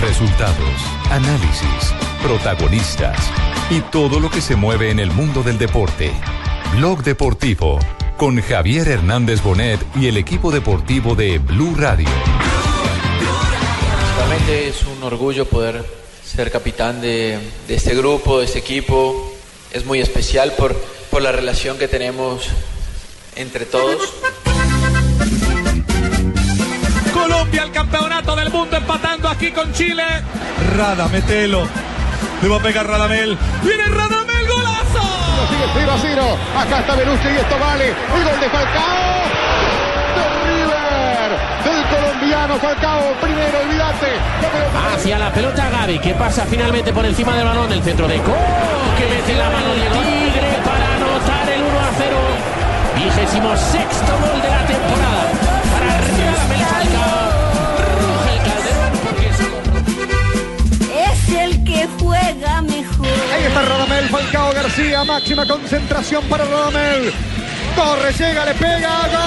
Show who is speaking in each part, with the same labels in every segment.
Speaker 1: Resultados, análisis, protagonistas y todo lo que se mueve en el mundo del deporte. Blog Deportivo con Javier Hernández Bonet y el equipo deportivo de Blue Radio.
Speaker 2: Realmente es un orgullo poder ser capitán de, de este grupo, de este equipo. Es muy especial por, por la relación que tenemos entre todos.
Speaker 3: Colombia el campeonato del mundo empatando aquí con Chile.
Speaker 4: Rada, metelo. Le va a pegar Radamel. ¡Viene Radamel! ¡Golazo!
Speaker 5: Sigue 0 a 0. Acá está Belucci y esto vale. El gol de Falcao. De River. Del colombiano Falcao. Primero, olvídate.
Speaker 6: Hacia la pelota Gaby, que pasa finalmente por encima del balón. El centro de Co. Que mete la mano de Tigre para anotar el 1 a 0. Vigésimo sexto gol de la temporada. Para Radamel Falcao. Ruge el calderón porque es
Speaker 7: Es el que juega mejor.
Speaker 5: Ahí está Radamel, Falcao García, máxima concentración para Radamel. Corre, llega, le pega, gol.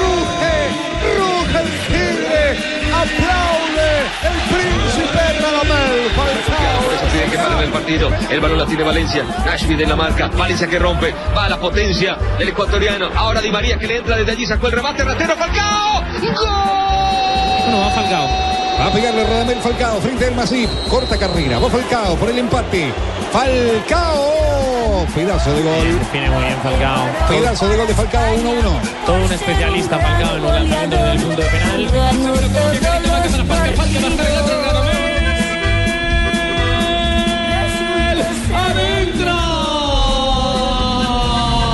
Speaker 5: Ruge, ruge el tigre, aplaude el príncipe Radamel, Falcao.
Speaker 8: Por eso tiene que parar el partido. El balón la tiene Valencia. Nashville en la marca. Valencia que rompe. Va la potencia del ecuatoriano. Ahora Di María que le entra desde allí. Sacó el remate. Ratero Falcao. ¡Gol!
Speaker 6: No va Falcao.
Speaker 9: Va a pegarle Radamel Falcao frente al Masip. Corta carrera. Va Falcao por el empate. Falcao. Pedazo de gol.
Speaker 6: Define muy bien Falcao.
Speaker 9: Pedazo de gol de Falcao 1-1.
Speaker 6: Todo un especialista Falcao en los lanzamientos del punto de penal.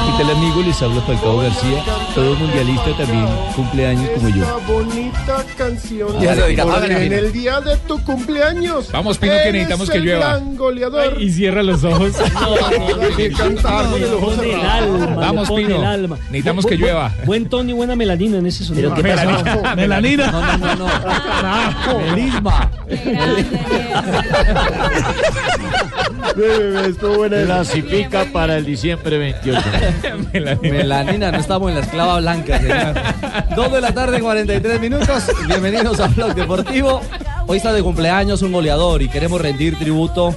Speaker 10: ¿Qué tal amigos? Les habla Falcao García, todo mundialista también, cumpleaños como yo.
Speaker 11: Una bonita canción.
Speaker 10: Ya se lo dirá,
Speaker 11: Porque
Speaker 10: padre,
Speaker 11: en
Speaker 10: mira.
Speaker 11: el día de tu cumpleaños.
Speaker 12: Vamos, Pino, que
Speaker 11: eres
Speaker 12: necesitamos que
Speaker 11: el
Speaker 12: llueva.
Speaker 11: gran goleador.
Speaker 12: Y cierra los ojos.
Speaker 11: Hay que cantar con el ojo cerrado.
Speaker 12: Vamos, Pino. Necesitamos que llueva.
Speaker 13: Buen tono y buena melanina en ese sonido.
Speaker 12: ¿qué pasó? Melanina. Melanina.
Speaker 13: No, no, no. no. Carajo. Melisma.
Speaker 14: La cipica para el diciembre 28.
Speaker 15: Melanina. no estamos en la esclava blanca, señor. Dos de la tarde, 43 minutos. Bienvenidos a Blog Deportivo. Hoy está de cumpleaños un goleador y queremos rendir tributo.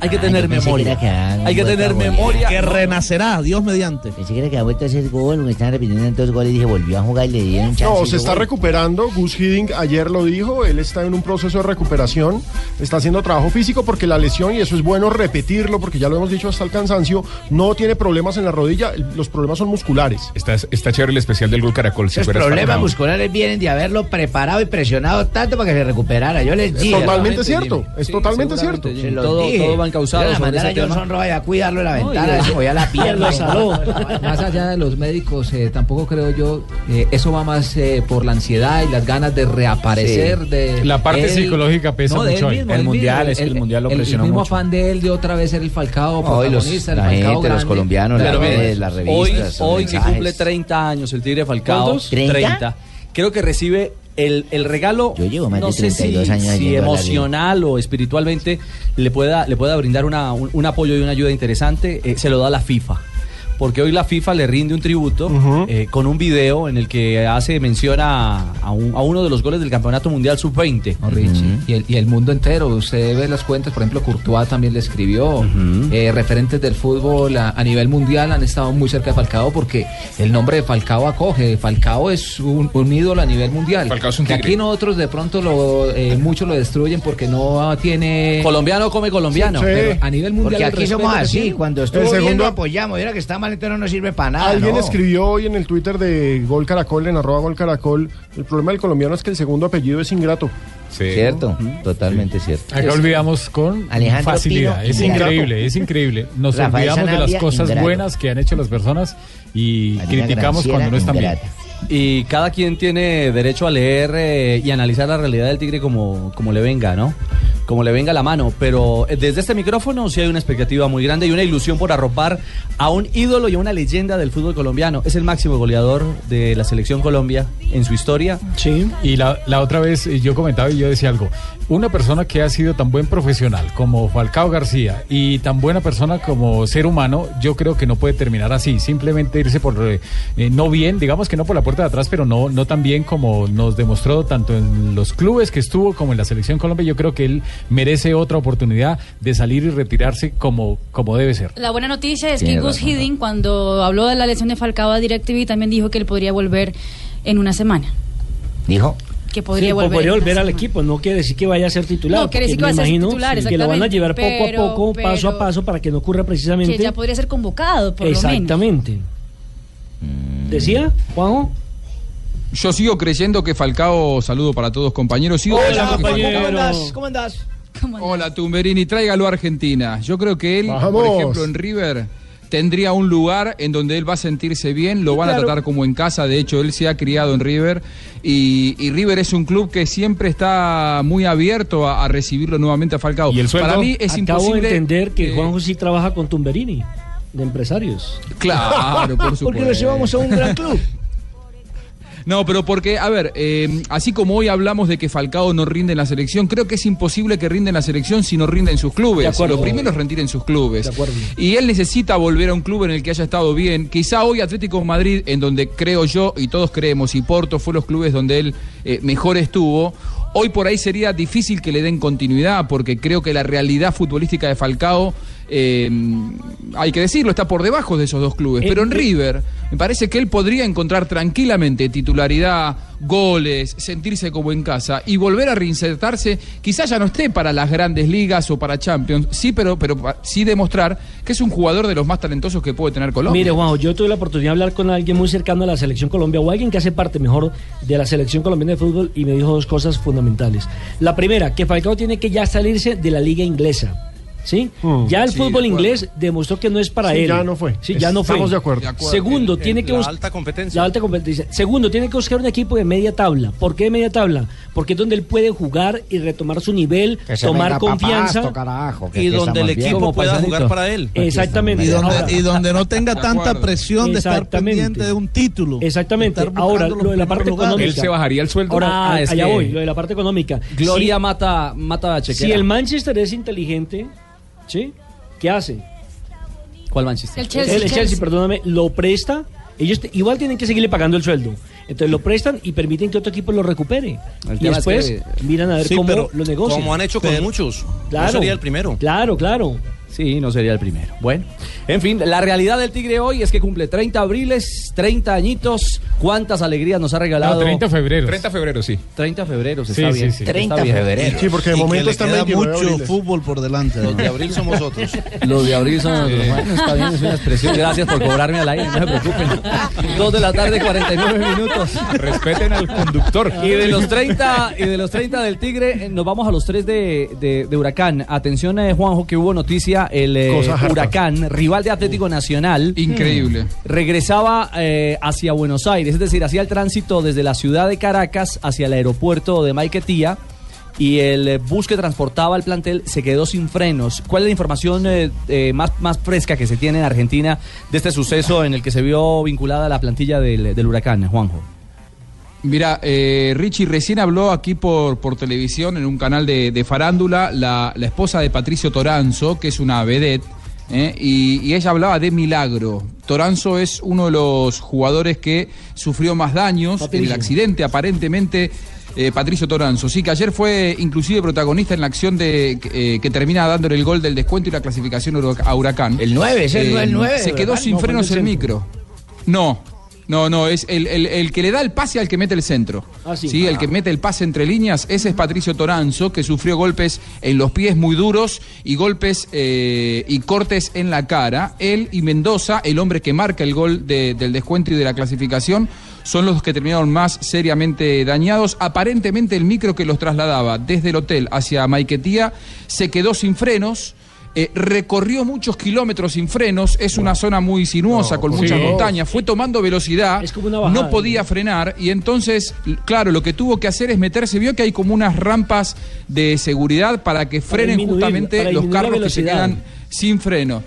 Speaker 15: Hay que tener memoria. Hay que tener memoria.
Speaker 16: Que renacerá, Dios mediante. Pensé que era que ha vuelto a hacer gol, me estaban repitiendo en dos goles y dije, volvió a jugar y le dieron chance.
Speaker 11: No,
Speaker 16: y
Speaker 11: se
Speaker 16: hizo
Speaker 11: está
Speaker 16: gol.
Speaker 11: recuperando. Gus Hiddink ayer lo dijo. Él está en un proceso de recuperación. Está haciendo trabajo físico porque la lesión, y eso es bueno repetirlo porque ya lo hemos dicho hasta el cansancio, no tiene problemas en la rodilla. Los problemas son musculares.
Speaker 12: Está, está chévere el especial del Gol Caracol. Si
Speaker 11: Los
Speaker 12: fueras
Speaker 11: problemas
Speaker 12: Falcao.
Speaker 16: musculares vienen de haberlo preparado y presionado tanto para que se recuperara. Yo les
Speaker 11: Es
Speaker 16: dije.
Speaker 11: totalmente cierto, es totalmente cierto.
Speaker 16: Se los
Speaker 15: Todo-
Speaker 16: dije.
Speaker 15: todo va encausado
Speaker 16: Yo La
Speaker 15: sobre
Speaker 16: mandar a
Speaker 15: ese tema.
Speaker 16: Johnson Roy a cuidarlo en la ventana,
Speaker 15: No, y-
Speaker 16: se movía la pierna.
Speaker 15: Lo saló. Más allá de los médicos, eh, tampoco creo yo, eh, eso va más eh, por la ansiedad y las ganas de reaparecer.
Speaker 12: Sí.
Speaker 15: De
Speaker 12: La parte psicológica pesa
Speaker 15: de él
Speaker 12: mucho hoy.
Speaker 15: mismo,
Speaker 12: El
Speaker 15: él
Speaker 12: mundial,
Speaker 15: mismo,
Speaker 12: es que el mundial lo presionó
Speaker 15: El mismo
Speaker 12: mucho.
Speaker 15: afán de él de otra vez ser el Falcao
Speaker 16: Hoy los-
Speaker 15: protagonista, el
Speaker 16: la
Speaker 15: Falcao
Speaker 16: gente, los
Speaker 15: grande.
Speaker 16: colombianos,
Speaker 15: Pero
Speaker 16: las
Speaker 15: mire,
Speaker 16: redes, las revistas, los
Speaker 15: Hoy, hoy que
Speaker 16: mensajes.
Speaker 15: cumple 30 años el Tigre Falcao,
Speaker 16: ¿Cuántos?
Speaker 15: 30,
Speaker 16: 30,
Speaker 15: creo que recibe el, el regalo,
Speaker 16: Yo llevo más
Speaker 15: no
Speaker 16: de
Speaker 15: sé si,
Speaker 16: 32 años
Speaker 15: si
Speaker 16: yendo a la
Speaker 15: emocional o espiritualmente, le pueda, le pueda brindar una- un, un apoyo y una ayuda interesante, eh, se lo da la FIFA. Porque hoy la FIFA le rinde un tributo eh, con un video en el que hace mención a, a un- a uno de los goles del Campeonato Mundial Sub-20.
Speaker 16: Ujú.
Speaker 15: y, el, y el mundo entero, usted ve las cuentas, por ejemplo, Courtois también le escribió,
Speaker 8: Mm.
Speaker 15: eh, referentes del fútbol a, a nivel mundial han estado muy cerca de Falcao porque el nombre de Falcao acoge, Falcao es un, un ídolo a nivel mundial.
Speaker 12: Falcao es un
Speaker 15: Que
Speaker 12: tigre.
Speaker 15: aquí nosotros de pronto lo, eh, muchos lo destruyen porque no tiene... Colombiano come colombiano.
Speaker 11: Sí.
Speaker 15: Pero a nivel mundial...
Speaker 16: Porque
Speaker 15: el
Speaker 16: aquí
Speaker 15: respeto
Speaker 16: somos
Speaker 15: que
Speaker 16: así,
Speaker 15: tiene.
Speaker 16: cuando estuvo
Speaker 11: El
Speaker 16: bien
Speaker 11: segundo-
Speaker 16: lo apoyamos, y ahora que está mal entonces no sirve para nada.
Speaker 11: Alguien
Speaker 16: Ah, no.
Speaker 11: escribió hoy en el Twitter de Gol Caracol, en arroba Gol Caracol, el problema del colombiano es que el segundo apellido es ingrato.
Speaker 12: Sí.
Speaker 14: Cierto, totalmente cierto.
Speaker 12: Acá olvidamos con
Speaker 14: Alejandro
Speaker 12: facilidad.
Speaker 14: Pino
Speaker 12: es
Speaker 14: Ingrato.
Speaker 12: increíble, es increíble. Nos
Speaker 14: Rafael
Speaker 12: olvidamos de las
Speaker 14: Sanabria
Speaker 12: cosas
Speaker 14: Ingrato.
Speaker 12: buenas que han hecho las personas y
Speaker 14: Marina
Speaker 12: criticamos
Speaker 14: Granciera
Speaker 12: cuando no están bien.
Speaker 14: Ingrata.
Speaker 15: Y cada quien tiene derecho a leer eh, y analizar la realidad del tigre como, como le venga, ¿no? como le venga la mano, pero eh, desde este micrófono sí hay una expectativa muy grande y una ilusión por arropar a un ídolo y a una leyenda del fútbol colombiano. Es el máximo goleador de la selección Colombia en su historia.
Speaker 12: Sí. Y la, la otra vez eh, yo comentaba y yo decía algo. Una persona que ha sido tan buen profesional como Falcao García y tan buena persona como ser humano, yo creo que no puede terminar así. Simplemente irse por, eh, eh, no bien, digamos que no por la puerta de atrás, pero no, no tan bien como nos demostró tanto en los clubes que estuvo como en la selección Colombia. Yo creo que él merece otra oportunidad de salir y retirarse como, como debe ser.
Speaker 17: La buena noticia es que
Speaker 12: Tiene
Speaker 17: Gus
Speaker 12: razón,
Speaker 17: Hiddink, cuando habló de la lesión de Falcao a DirecTV, también dijo que él podría volver en una semana.
Speaker 7: Dijo.
Speaker 17: Que podría
Speaker 13: Sí,
Speaker 17: volver.
Speaker 13: podría
Speaker 17: en una
Speaker 13: volver al
Speaker 17: semana.
Speaker 13: equipo, no quiere decir que vaya a ser titular.
Speaker 17: No, quiere decir
Speaker 13: porque
Speaker 17: que va a
Speaker 13: me
Speaker 17: ser
Speaker 13: imagino
Speaker 17: titular,
Speaker 13: sí, Que lo van a
Speaker 17: exactamente,
Speaker 13: llevar poco
Speaker 17: pero-
Speaker 13: a poco, paso a
Speaker 17: pero-
Speaker 13: paso, para que no ocurra precisamente.
Speaker 17: Que ya podría ser convocado, por lo menos.
Speaker 13: Exactamente. ¿Decía, Juanjo?
Speaker 18: Yo sigo creyendo que Falcao, saludo para todos compañeros, sigo creyendo que Falcao-
Speaker 13: ¿Cómo andás?
Speaker 18: Hola Tumberini, tráigalo a Argentina. Yo creo que él, por
Speaker 11: Vamos.
Speaker 18: ejemplo, en River tendría un lugar en donde él va a sentirse bien, lo van a
Speaker 11: claro.
Speaker 18: tratar como en casa, de hecho él se ha criado en River y, y River es un club que siempre está muy abierto a, a recibirlo nuevamente a Falcao. Para mí es
Speaker 13: Acabo
Speaker 18: imposible
Speaker 13: de entender que
Speaker 18: eh,
Speaker 13: Juanjo sí trabaja con Tumberini, de empresarios.
Speaker 18: Claro, por supuesto.
Speaker 13: Porque lo llevamos a un gran club.
Speaker 18: No, pero porque, a ver, eh, así como hoy hablamos de que Falcao no rinde en la selección, creo que es imposible que rinde en la selección si no rinde en sus
Speaker 13: De
Speaker 18: clubes.
Speaker 13: acuerdo.
Speaker 18: Lo primero es rendir en sus clubes.
Speaker 13: De acuerdo.
Speaker 18: Y él necesita volver a un club en el que haya estado bien. Quizá hoy Atlético de Madrid, en donde creo yo y todos creemos, y Porto fue los clubes donde él eh, mejor estuvo. Hoy por ahí sería difícil que le den continuidad, porque creo que la realidad futbolística de Falcao, eh, hay que decirlo, está por debajo de esos dos clubes.
Speaker 13: Eh,
Speaker 18: Pero en
Speaker 13: eh.
Speaker 18: River, me parece que él podría encontrar tranquilamente titularidad, goles, sentirse como en casa y volver a reinsertarse. Quizás ya no esté para las grandes ligas o para Champions, sí, pero, pero pa- sí demostrar que es un jugador de los más talentosos que puede tener Colombia.
Speaker 13: Mire, Juanjo, yo tuve la oportunidad de hablar con alguien muy cercano a la Selección Colombia o alguien que hace parte mejor de la Selección Colombiana de Fútbol y me dijo dos cosas fundamentales. La primera, que Falcao tiene que ya salirse de la liga inglesa. ¿Sí? ya el
Speaker 11: Mm, Sí, de
Speaker 13: fútbol
Speaker 11: acuerdo.
Speaker 13: inglés demostró que no es para
Speaker 11: Sí,
Speaker 13: él.
Speaker 11: ya no fue.
Speaker 13: Sí, ya no fue.
Speaker 11: Estamos de acuerdo. De acuerdo.
Speaker 13: Segundo,
Speaker 11: El- el-
Speaker 13: tiene que
Speaker 11: la
Speaker 13: bus-
Speaker 11: alta competencia.
Speaker 13: La alta competencia. Segundo, tiene que buscar un equipo de media tabla. ¿Por qué de media tabla? Porque es donde él puede jugar y retomar su nivel,
Speaker 7: Que se
Speaker 13: tomar
Speaker 7: venga
Speaker 13: confianza.
Speaker 7: Papasto, carajo, que
Speaker 19: Y
Speaker 7: aquí
Speaker 19: donde el
Speaker 7: estamos bien.
Speaker 19: equipo
Speaker 7: Como
Speaker 19: pueda
Speaker 7: paisanito.
Speaker 19: jugar para él.
Speaker 13: Exactamente.
Speaker 19: Y
Speaker 13: Ahora-
Speaker 19: donde, y donde no tenga
Speaker 13: De
Speaker 19: tanta
Speaker 13: acuerdo.
Speaker 19: presión de estar
Speaker 13: Exactamente.
Speaker 19: pendiente de un título.
Speaker 13: Exactamente.
Speaker 19: De estar
Speaker 13: Ahora,
Speaker 19: buscando
Speaker 13: lo de la
Speaker 19: los
Speaker 13: parte
Speaker 19: primeros lugares.
Speaker 13: económica. Ahora,
Speaker 15: Ah,
Speaker 13: a-
Speaker 15: es
Speaker 13: allá
Speaker 15: que-
Speaker 13: voy, lo de la parte económica.
Speaker 15: Gloria mata, mata a
Speaker 13: si,
Speaker 15: Chequera.
Speaker 13: si el Manchester es inteligente, ¿sí? ¿Qué hace?
Speaker 15: ¿Cuál Manchester?
Speaker 13: El Chelsea, perdóname, lo presta. Ellos te- igual tienen que seguirle pagando el sueldo. Entonces lo prestan y permiten que otro equipo lo recupere.
Speaker 19: El
Speaker 13: y
Speaker 19: tema es
Speaker 13: después
Speaker 19: que-
Speaker 13: miran a ver
Speaker 19: Sí,
Speaker 13: cómo
Speaker 19: pero
Speaker 13: lo negocian.
Speaker 19: como han hecho con muchos. No
Speaker 13: Claro.
Speaker 19: sería el primero.
Speaker 13: Claro, claro.
Speaker 15: Sí, no sería el primero. Bueno, en fin, la realidad del Tigre hoy es que cumple 30 abriles, 30 añitos. ¿Cuántas alegrías nos ha regalado?
Speaker 12: No, 30
Speaker 15: febrero.
Speaker 12: 30
Speaker 18: febrero, sí.
Speaker 15: 30 febrero,
Speaker 20: Pues
Speaker 12: Sí,
Speaker 15: está
Speaker 12: sí,
Speaker 15: bien.
Speaker 12: sí.
Speaker 15: está
Speaker 12: 30
Speaker 15: bien.
Speaker 12: febrero. Sí, porque de
Speaker 19: Y que
Speaker 12: momento
Speaker 19: le
Speaker 12: están
Speaker 19: queda
Speaker 12: 29
Speaker 19: mucho
Speaker 12: abriles.
Speaker 19: fútbol por delante. Los de abril somos otros.
Speaker 15: Los de abril son otros. Bueno, está bien, es una expresión. Gracias por cobrarme al aire, no se preocupen. Dos de la tarde, 49 minutos.
Speaker 12: Respeten al conductor.
Speaker 15: Y de los 30, y de los 30 del Tigre, eh, nos vamos a los tres de, de- de Huracán. Atención, eh, Juanjo, que hubo noticia. El eh,
Speaker 18: Cosas hartas.
Speaker 15: Huracán, rival de Atlético Nacional. mm,
Speaker 18: Increíble.
Speaker 15: Regresaba eh, hacia Buenos Aires, es decir, hacía el tránsito desde la ciudad de Caracas hacia el aeropuerto de Maiquetía. Y el eh, bus que transportaba el plantel se quedó sin frenos. ¿Cuál es la información eh, eh, más, más fresca que se tiene en Argentina de este suceso en el que se vio vinculada la plantilla del, del huracán, Juanjo?
Speaker 18: Mira, eh, Richie recién habló aquí por, por televisión en un canal de, de farándula la, la esposa de Patricio Toranzo, que es una vedette, ¿eh? y, y ella hablaba de milagro. Toranzo es uno de los jugadores que sufrió más daños en el
Speaker 21: Patricio.
Speaker 18: accidente, aparentemente. eh, Patricio Toranzo, sí, que ayer fue inclusive protagonista en la acción de eh, que termina dándole el gol del descuento y la clasificación a Huracán. El
Speaker 7: 9,
Speaker 15: Eh,
Speaker 7: es el nueve, el nueve,
Speaker 18: Se quedó
Speaker 7: ¿verdad?
Speaker 18: sin
Speaker 7: No, fue
Speaker 18: frenos
Speaker 7: en el
Speaker 18: el
Speaker 7: centro.
Speaker 18: micro. No, no, no, es el, el- el que le da el pase al que mete el centro.
Speaker 13: Ah, sí.
Speaker 18: el que mete el pase entre líneas, ese es Patricio Toranzo, que sufrió golpes en los pies muy duros y golpes eh, y cortes en la cara. Él y Mendoza, el hombre que marca el gol de- del descuento y de la clasificación, son los que terminaron más seriamente dañados. Aparentemente el micro que los trasladaba desde el hotel hacia Maiquetía se quedó sin frenos. eh, recorrió muchos kilómetros sin frenos, es una zona muy sinuosa, con
Speaker 12: por
Speaker 18: muchas
Speaker 12: Dios.
Speaker 18: montañas, fue tomando velocidad,
Speaker 12: bajada,
Speaker 18: no podía frenar y entonces, l- claro, lo que tuvo que hacer es meterse, vio que hay como unas rampas de seguridad para que frenen
Speaker 12: disminuir-
Speaker 18: justamente
Speaker 12: para
Speaker 18: los
Speaker 12: disminuir la
Speaker 18: carros que se
Speaker 12: velocidad.
Speaker 18: quedan sin freno.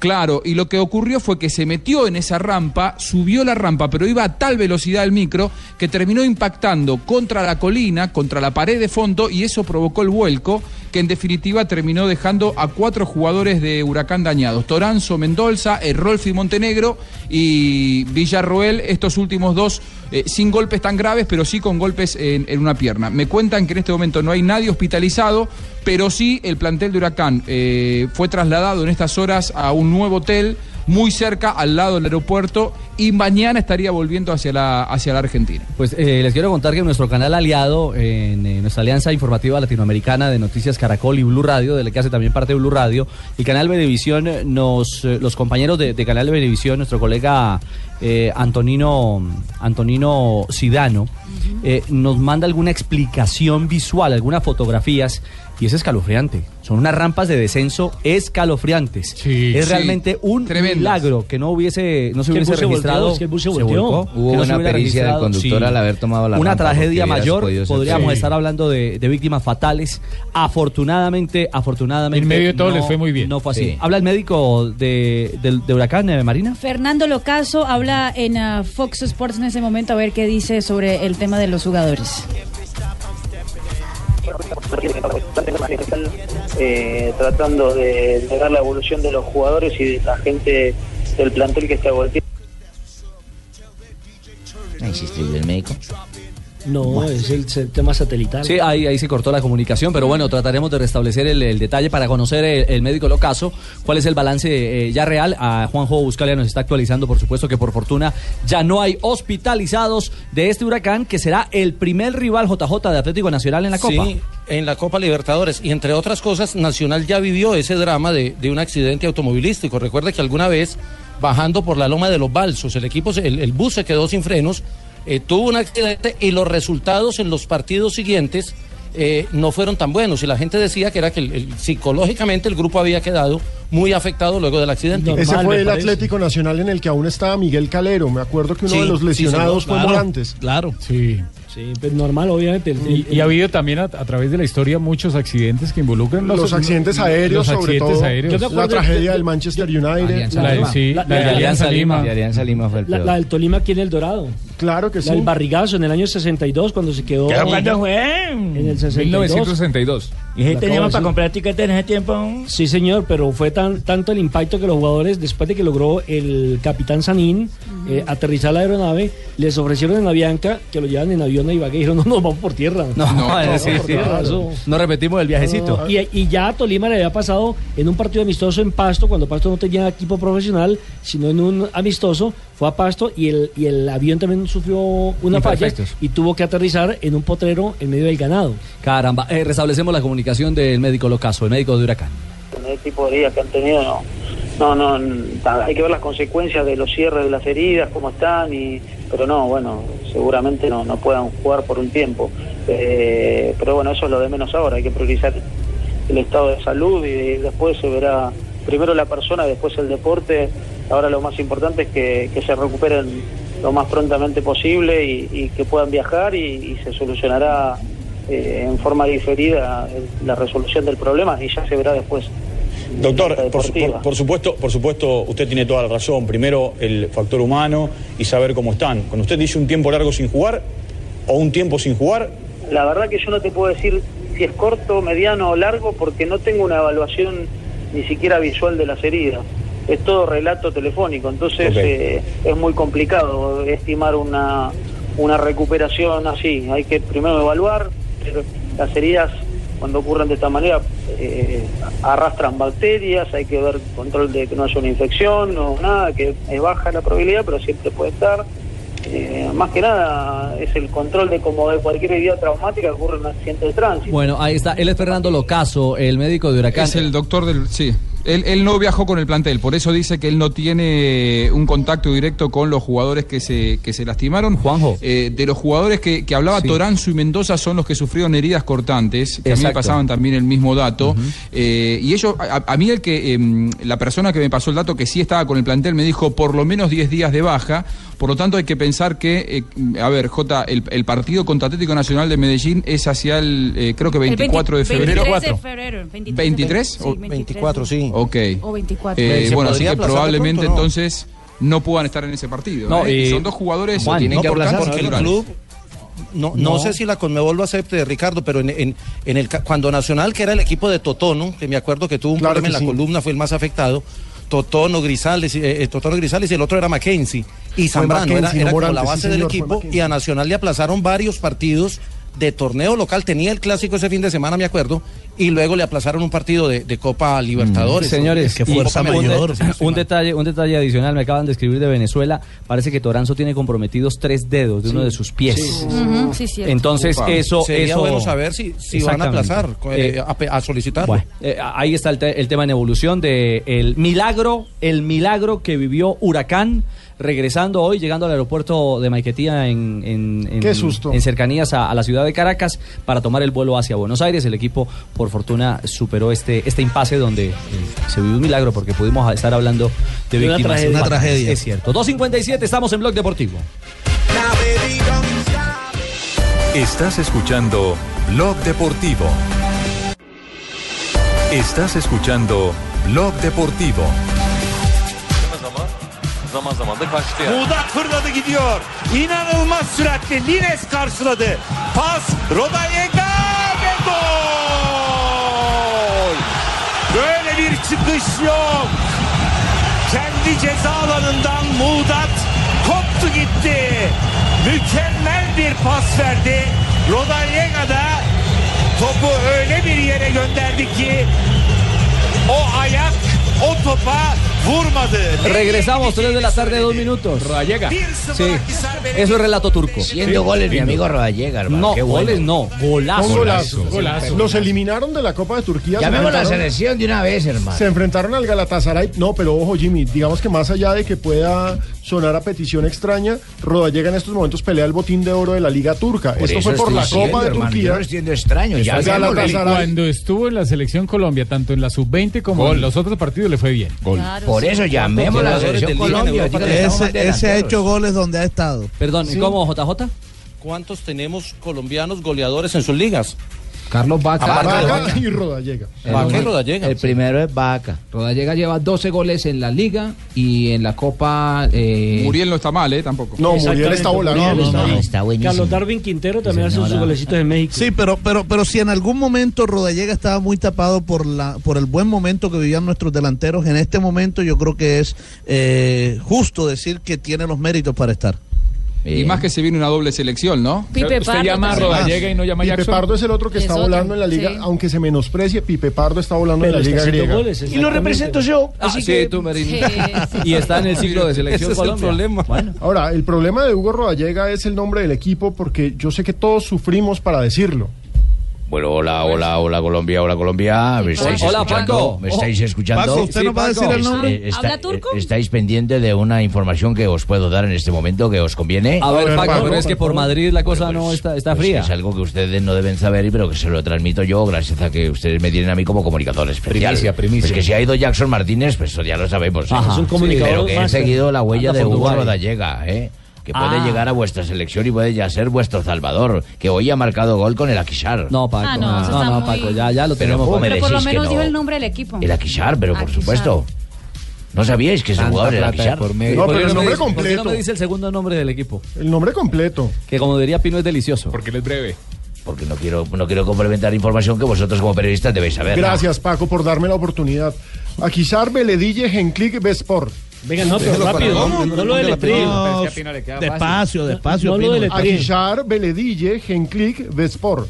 Speaker 18: Claro, y lo que ocurrió fue que se metió en esa rampa, subió la rampa, pero iba a tal velocidad el micro que terminó impactando contra la colina, contra la pared de fondo, y eso provocó el vuelco, que en definitiva terminó dejando a cuatro jugadores de Huracán dañados: Toranzo, Mendoza, eh, Rolfi Montenegro y Villarroel, estos últimos dos eh, sin golpes tan graves, pero sí con golpes en, en una pierna. Me cuentan que en este momento no hay nadie hospitalizado, pero sí el plantel de Huracán eh, fue trasladado en estas horas a un nuevo hotel muy cerca, al lado del aeropuerto, y mañana estaría volviendo hacia la, hacia la Argentina.
Speaker 15: Pues eh, les quiero contar que nuestro canal aliado, en eh, nuestra alianza informativa latinoamericana de Noticias Caracol y Blue Radio, de la que hace también parte Blue Radio, el canal Venevisión, eh, nos, eh, los compañeros de, de canal Venevisión, nuestro colega eh, Antonino, Antonino Sidano, eh, nos manda alguna explicación visual, algunas fotografías, y es escalofriante. Son unas rampas de descenso escalofriantes. es
Speaker 18: sí.
Speaker 15: realmente un
Speaker 18: Tremendas.
Speaker 15: milagro que no hubiese, no se
Speaker 13: Que el
Speaker 15: hubiese
Speaker 13: bus se volteó,
Speaker 15: registrado.
Speaker 13: es que el bus se
Speaker 15: se
Speaker 13: volteó.
Speaker 15: volcó,
Speaker 13: Hubo
Speaker 15: que no se
Speaker 13: una
Speaker 15: hubiera
Speaker 13: pericia del
Speaker 15: registrado,
Speaker 22: conductor al haber tomado la
Speaker 15: Una
Speaker 22: rampa, porque
Speaker 15: tragedia
Speaker 22: hubiera
Speaker 15: mayor,
Speaker 22: podido ser
Speaker 15: podríamos
Speaker 22: peor.
Speaker 15: estar hablando de, de víctimas fatales. Afortunadamente, afortunadamente.
Speaker 12: En medio de todo
Speaker 15: no-
Speaker 12: les fue muy bien.
Speaker 15: No fue así.
Speaker 12: Sí.
Speaker 15: Habla el médico de, del- de Huracán, eh, Marina.
Speaker 17: Fernando Locaso habla en ah, Fox Sports en ese momento a ver qué dice sobre el tema de los jugadores.
Speaker 23: pues, Están, eh, tratando de, de ver la evolución de los jugadores y de la gente del plantel que está volteando.
Speaker 24: Ahí se escribió el médico.
Speaker 13: No, es el se- tema satelital.
Speaker 15: Sí, ahí, ahí se cortó la comunicación, pero bueno, trataremos de restablecer el, el detalle para conocer el, el médico Locaso, cuál es el balance eh, ya real. A Juanjo Buscalia nos está actualizando, por supuesto, que por fortuna ya no hay hospitalizados de este huracán, que será el primer rival JJ de Atlético Nacional en la Copa.
Speaker 19: Sí, en la Copa Libertadores. Y entre otras cosas, Nacional ya vivió ese drama de, de un accidente automovilístico. Recuerda que alguna vez, bajando por la loma de los balsos, el equipo, se- el, el bus se quedó sin frenos, eh, tuvo un accidente y los resultados en los partidos siguientes eh, no fueron tan buenos. Y la gente decía que era que el- el- psicológicamente el grupo había quedado muy afectado luego del accidente.
Speaker 11: Ese fue el Atlético Nacional en el que aún estaba Miguel Calero. Me acuerdo que uno
Speaker 19: Sí,
Speaker 11: de los
Speaker 19: sí,
Speaker 11: lesionados
Speaker 19: señor,
Speaker 11: fue
Speaker 19: claro.
Speaker 11: Morantes.
Speaker 19: Claro.
Speaker 12: Sí.
Speaker 13: Sí, pues normal, obviamente. el-
Speaker 12: Y,
Speaker 13: el-
Speaker 12: y ha habido también a, a través de la historia muchos accidentes que involucran
Speaker 11: Los accidentes aéreos,
Speaker 12: los
Speaker 11: sobre
Speaker 12: accidentes
Speaker 11: todo.
Speaker 12: aéreos.
Speaker 11: Yo me acuerdo La
Speaker 13: este
Speaker 11: tragedia del Manchester United.
Speaker 12: La de- sí, la de Alianza Lima.
Speaker 22: De Alianza Lima fue el
Speaker 13: La,
Speaker 22: peor.
Speaker 13: la del Tolima aquí en El Dorado.
Speaker 11: Claro que
Speaker 13: la
Speaker 22: sí.
Speaker 13: del barrigazo en el año 62 cuando se quedó.
Speaker 16: Claro, ¿cuándo
Speaker 13: fue? En el 62.
Speaker 16: 1962.
Speaker 13: Y ahí teníamos para
Speaker 16: comprar tiquetes en ese tiempo.
Speaker 13: Sí, señor, pero fue tan, tanto el impacto que los jugadores, después de que logró el capitán Sanín eh, aterrizar la aeronave, les ofrecieron en Avianca que lo llevan en avión a Ibagué y dijeron, no, nos vamos por tierra.
Speaker 15: No,
Speaker 13: vamos
Speaker 15: sí,
Speaker 13: por
Speaker 15: sí.
Speaker 13: tierra, eso-
Speaker 15: No repetimos el viajecito.
Speaker 13: no, no, Y, y ya a Tolima le había pasado en un partido amistoso en Pasto, cuando Pasto no tenía equipo profesional, sino en un amistoso, fue a Pasto y el, y el avión también sufrió una falla
Speaker 15: Imperfectos.
Speaker 13: y tuvo que aterrizar en un potrero en medio del ganado.
Speaker 15: Caramba, eh, restablecemos la comunicación del médico Locaso, el médico de Huracán.
Speaker 23: En ese tipo de días que han tenido, no. No, no, n- hay que ver las consecuencias de los cierres de las heridas, cómo están, y, pero no, bueno, seguramente no, no puedan jugar por un tiempo. Eh, pero bueno, eso es lo de menos ahora, hay que priorizar el estado de salud y después se verá primero la persona, después el deporte. Ahora lo más importante es que, que se recuperen lo más prontamente posible y, y que puedan viajar y, y se solucionará eh, en forma diferida eh, la resolución del problema y ya se verá después.
Speaker 25: Doctor, por, su- por- por supuesto, por supuesto, usted tiene toda la razón. Primero, el factor humano y saber cómo están. Cuando usted dice un tiempo largo sin jugar o un tiempo sin jugar,
Speaker 23: La verdad que yo no te puedo decir si es corto, mediano o largo porque no tengo una evaluación ni siquiera visual de las heridas. Es todo relato telefónico, entonces
Speaker 25: Ok.
Speaker 23: eh, es muy complicado estimar una, una recuperación así. Hay que primero evaluar, pero las heridas cuando ocurren de esta manera eh, arrastran bacterias, hay que ver control de que no haya una infección o nada, que es baja la probabilidad, pero siempre puede estar. Eh, más que nada es el control de como de cualquier herida traumática que ocurre en un accidente de tránsito.
Speaker 15: Bueno, ahí está. Él es Fernando Locaso, el médico de Huracán.
Speaker 25: Es el
Speaker 15: doctor del. Sí.
Speaker 18: Él, él no viajó con el plantel, por eso dice que él no tiene eh, un contacto directo con los jugadores que se, que se lastimaron. Juanjo. de los jugadores que, que hablaba
Speaker 15: Sí.
Speaker 18: Toranzo y Mendoza son los que sufrieron heridas cortantes, que a mí me
Speaker 15: Exacto.
Speaker 18: pasaban también el mismo dato. Eh, y ellos, a, a mí el que, em, la persona que me pasó el dato que sí estaba con el plantel me dijo por lo menos 10 días de baja. Por lo tanto, hay que pensar que, eh, a ver, J, el, el partido contra Atlético Nacional de Medellín es hacia el, eh, creo que
Speaker 17: El
Speaker 18: 24 de
Speaker 17: 20
Speaker 18: febrero.
Speaker 17: 23 de febrero.
Speaker 18: 23
Speaker 17: Sí,
Speaker 18: o
Speaker 17: 24,
Speaker 18: sí. Ok.
Speaker 17: O 24.
Speaker 18: Eh,
Speaker 17: ¿Se
Speaker 18: bueno, así
Speaker 17: podría
Speaker 18: que
Speaker 17: aplazar de
Speaker 18: probablemente
Speaker 17: pronto, no?
Speaker 18: entonces no puedan estar en ese partido.
Speaker 19: No,
Speaker 18: ¿eh?
Speaker 19: eh,
Speaker 18: Son dos jugadores
Speaker 19: Juan, no, porque- porque el club no, no
Speaker 18: No.
Speaker 19: sé si la Conmebol lo acepte, Ricardo, pero en, en- en el ca- cuando Nacional, que era el equipo de Totono, que me acuerdo que tuvo un
Speaker 11: Claro
Speaker 19: problema en la
Speaker 11: que sí.
Speaker 19: columna, fue el más afectado. Totono, Grisales, eh, eh, Totono Grisales y el otro era Mackenzie
Speaker 11: Fue
Speaker 19: y Zambrano, era,
Speaker 11: Mackenzie, no
Speaker 19: era como
Speaker 11: Morante,
Speaker 19: la
Speaker 11: sí,
Speaker 19: base del
Speaker 11: señor, fue
Speaker 19: equipo y a Nacional le aplazaron varios partidos de torneo local, tenía el clásico ese fin de semana, me acuerdo, y luego le aplazaron un partido de, de Copa Libertadores.
Speaker 15: Señores,
Speaker 19: Copa
Speaker 15: y un, de-
Speaker 19: Libertadores.
Speaker 15: un detalle, un detalle adicional, me acaban de escribir de Venezuela, parece que Toranzo tiene comprometidos tres dedos de uno de sus pies.
Speaker 17: Ujú, sí, cierto.
Speaker 15: Entonces
Speaker 19: Upa.
Speaker 15: eso
Speaker 19: Sería
Speaker 15: eso-
Speaker 19: bueno saber si- si van a
Speaker 15: Exactamente.
Speaker 19: aplazar, eh, a pe- a, solicitar.
Speaker 15: Bueno, eh, ahí está el, te- el tema en evolución de el milagro, el milagro que vivió Huracán regresando hoy, llegando al aeropuerto de Maiquetía en, en, en-
Speaker 11: Qué susto.
Speaker 15: en cercanías a, a la ciudad de Caracas para tomar el vuelo hacia Buenos Aires. El equipo, por fortuna, superó este, este impasse donde eh, se vivió un milagro porque pudimos estar hablando de
Speaker 14: De una
Speaker 15: víctimas.
Speaker 14: tragedia. Una
Speaker 15: humanas.
Speaker 14: tragedia.
Speaker 15: Es cierto. 2.57, estamos en Blog Deportivo.
Speaker 1: Estás escuchando Blog Deportivo. Estás escuchando Blog Deportivo.
Speaker 26: Zaman zaman da karşılayan.
Speaker 20: Buğdat fırladı gidiyor. İnanılmaz süratle Lines karşıladı. Pas Rodallega ve gol. Böyle bir çıkış yok. Kendi ceza alanından Muğdat koptu gitti. Mükemmel bir pas verdi. Rodallega da topu öyle bir yere gönderdi ki o ayak o topa vurmadı.
Speaker 15: Regresamos, 3 de la tarde, 2 minutos. Rodallega. Sí, eso es relato turco.
Speaker 11: Siendo Sí. goles, mi amigo Rodallega, hermano,
Speaker 15: No,
Speaker 11: qué bueno.
Speaker 15: goles no,
Speaker 11: Con
Speaker 15: golazos.
Speaker 11: golazos. Los eliminaron de la Copa de Turquía. se
Speaker 15: Llamemos a la
Speaker 11: enfrentaron-
Speaker 15: selección de una vez, hermano.
Speaker 11: Se enfrentaron al Galatasaray. No, pero ojo, Jimmy, digamos que más allá de que pueda sonar a petición extraña, Rodallega en estos momentos pelea el botín de oro de la Liga Turca.
Speaker 20: Por
Speaker 11: Esto
Speaker 20: eso
Speaker 11: fue por
Speaker 20: estoy
Speaker 11: la
Speaker 20: diciendo,
Speaker 11: Copa de
Speaker 20: hermano,
Speaker 11: Turquía.
Speaker 20: yo no estoy siendo extraño, ya
Speaker 11: El
Speaker 20: vemos,
Speaker 11: Galatasaray.
Speaker 12: Cuando estuvo en la selección Colombia, tanto en la sub-20 como
Speaker 20: Gol.
Speaker 12: en los otros partidos, le fue bien.
Speaker 20: Claro, Por sí. eso llamemos a la selección Colombia, ahorita le estamos
Speaker 27: Ese, ese ha hecho goles donde ha estado.
Speaker 15: Perdón,
Speaker 19: Sí.
Speaker 15: ¿cómo JJ?
Speaker 19: ¿Cuántos tenemos colombianos goleadores en sus ligas?
Speaker 28: Carlos Vaca.
Speaker 19: Aparte de Ah, Vaca.
Speaker 11: y Rodallega.
Speaker 19: Vaca y
Speaker 28: El-
Speaker 19: Rodallega.
Speaker 28: El primero es Vaca. Rodallega lleva 12 goles en la liga y en la Copa. eh,
Speaker 18: Muriel no está mal, ¿eh? Tampoco.
Speaker 28: Exactamente, Muriel está-
Speaker 13: Carlos Darwin Quintero también hace sus golecitos en México.
Speaker 28: Sí, pero, pero, pero si en algún momento Rodallega estaba muy tapado por la, por el buen momento que vivían nuestros delanteros, en este momento yo creo que es eh, justo decir que tiene los méritos para estar.
Speaker 18: Y más que se viene una doble selección, ¿no?
Speaker 28: Pipe Usted Pardo llama a también. Rodallega y no llama a
Speaker 11: Pipe
Speaker 28: Jackson.
Speaker 11: Pardo es el otro que
Speaker 28: Es
Speaker 11: está
Speaker 28: otro,
Speaker 11: volando en la liga,
Speaker 28: sí.
Speaker 11: aunque se menosprecie, Pipe Pardo está volando en la liga griega.
Speaker 20: y lo represento yo.
Speaker 11: Ah,
Speaker 20: así
Speaker 11: sí,
Speaker 20: que...
Speaker 11: tú, Marín.
Speaker 15: Y está en el ciclo de selección
Speaker 11: Ese es el
Speaker 15: Colombia.
Speaker 11: problema. Ahora, el problema de Hugo Rodallega es el nombre del equipo porque yo sé que todos sufrimos para decirlo.
Speaker 16: Bueno, hola,
Speaker 15: Pues-
Speaker 16: hola, hola Colombia, hola Colombia. ¿Me estáis
Speaker 11: Hola,
Speaker 16: escuchando?
Speaker 11: Paco.
Speaker 16: ¿Me estáis
Speaker 15: Oh,
Speaker 11: Ojo.
Speaker 16: escuchando?
Speaker 11: Paco, ¿usted Sí, nos va a Paco. decir el nombre?
Speaker 16: Eh, está-
Speaker 11: ¿Habla turco?
Speaker 16: eh, ¿Estáis pendiente de una información que os puedo dar en este momento que os conviene?
Speaker 15: A ver, Paco, pero es que por Madrid la cosa no está, está
Speaker 16: Pues
Speaker 15: fría.
Speaker 16: Es algo que ustedes no deben saber, pero que se lo transmito yo gracias a que ustedes me tienen a mí como comunicador especial.
Speaker 15: Primicia, primicia.
Speaker 16: Pues que si ha ido Jackson Martínez, pues eso ya lo sabemos. ¿eh?
Speaker 15: Ajá, Es un comunicador
Speaker 16: Pero que he
Speaker 15: máster.
Speaker 16: seguido la huella
Speaker 15: Anda
Speaker 16: de
Speaker 15: por
Speaker 16: Hugo
Speaker 15: Dubái.
Speaker 16: Rodallega, ¿eh? Que puede
Speaker 15: Ah.
Speaker 16: llegar a vuestra selección y puede ya ser vuestro salvador, que hoy ha marcado gol con el Aquisar.
Speaker 15: No, Paco.
Speaker 16: Ah,
Speaker 15: no,
Speaker 16: no, eso está
Speaker 15: no,
Speaker 16: muy-
Speaker 15: Paco, ya, ya lo
Speaker 16: Pero
Speaker 15: tenemos.
Speaker 16: ¿cómo
Speaker 15: Paco.
Speaker 16: me
Speaker 15: Pero
Speaker 16: decís
Speaker 15: por
Speaker 16: que
Speaker 15: lo
Speaker 16: no?
Speaker 15: menos-
Speaker 16: no.
Speaker 17: dijo el nombre del equipo.
Speaker 16: El Aquisar, pero por supuesto. ¿No sabíais que ese
Speaker 15: Tanta
Speaker 16: jugador era
Speaker 15: plata de
Speaker 16: Aquisar?
Speaker 15: por medio.
Speaker 11: No,
Speaker 15: ¿Por
Speaker 11: pero
Speaker 15: qué
Speaker 11: el
Speaker 15: me
Speaker 11: nombre
Speaker 15: dice- ¿Por qué no
Speaker 11: completo.
Speaker 15: me dice el segundo nombre del equipo?
Speaker 11: El nombre completo.
Speaker 15: Que como diría Pino es delicioso. Porque
Speaker 16: él es breve. Porque no quiero, no quiero complementar información que vosotros como periodistas debéis saber. ¿no?
Speaker 11: Gracias, Paco, por darme la oportunidad. Aquisar Beledille Genclic Bespor.
Speaker 13: Venga, no, pero rápido, no lo deletríen.
Speaker 28: No,
Speaker 13: Despacio, despacio, No lo Pino. deletríen.
Speaker 11: Aquisar Beledille Genclic Bespor.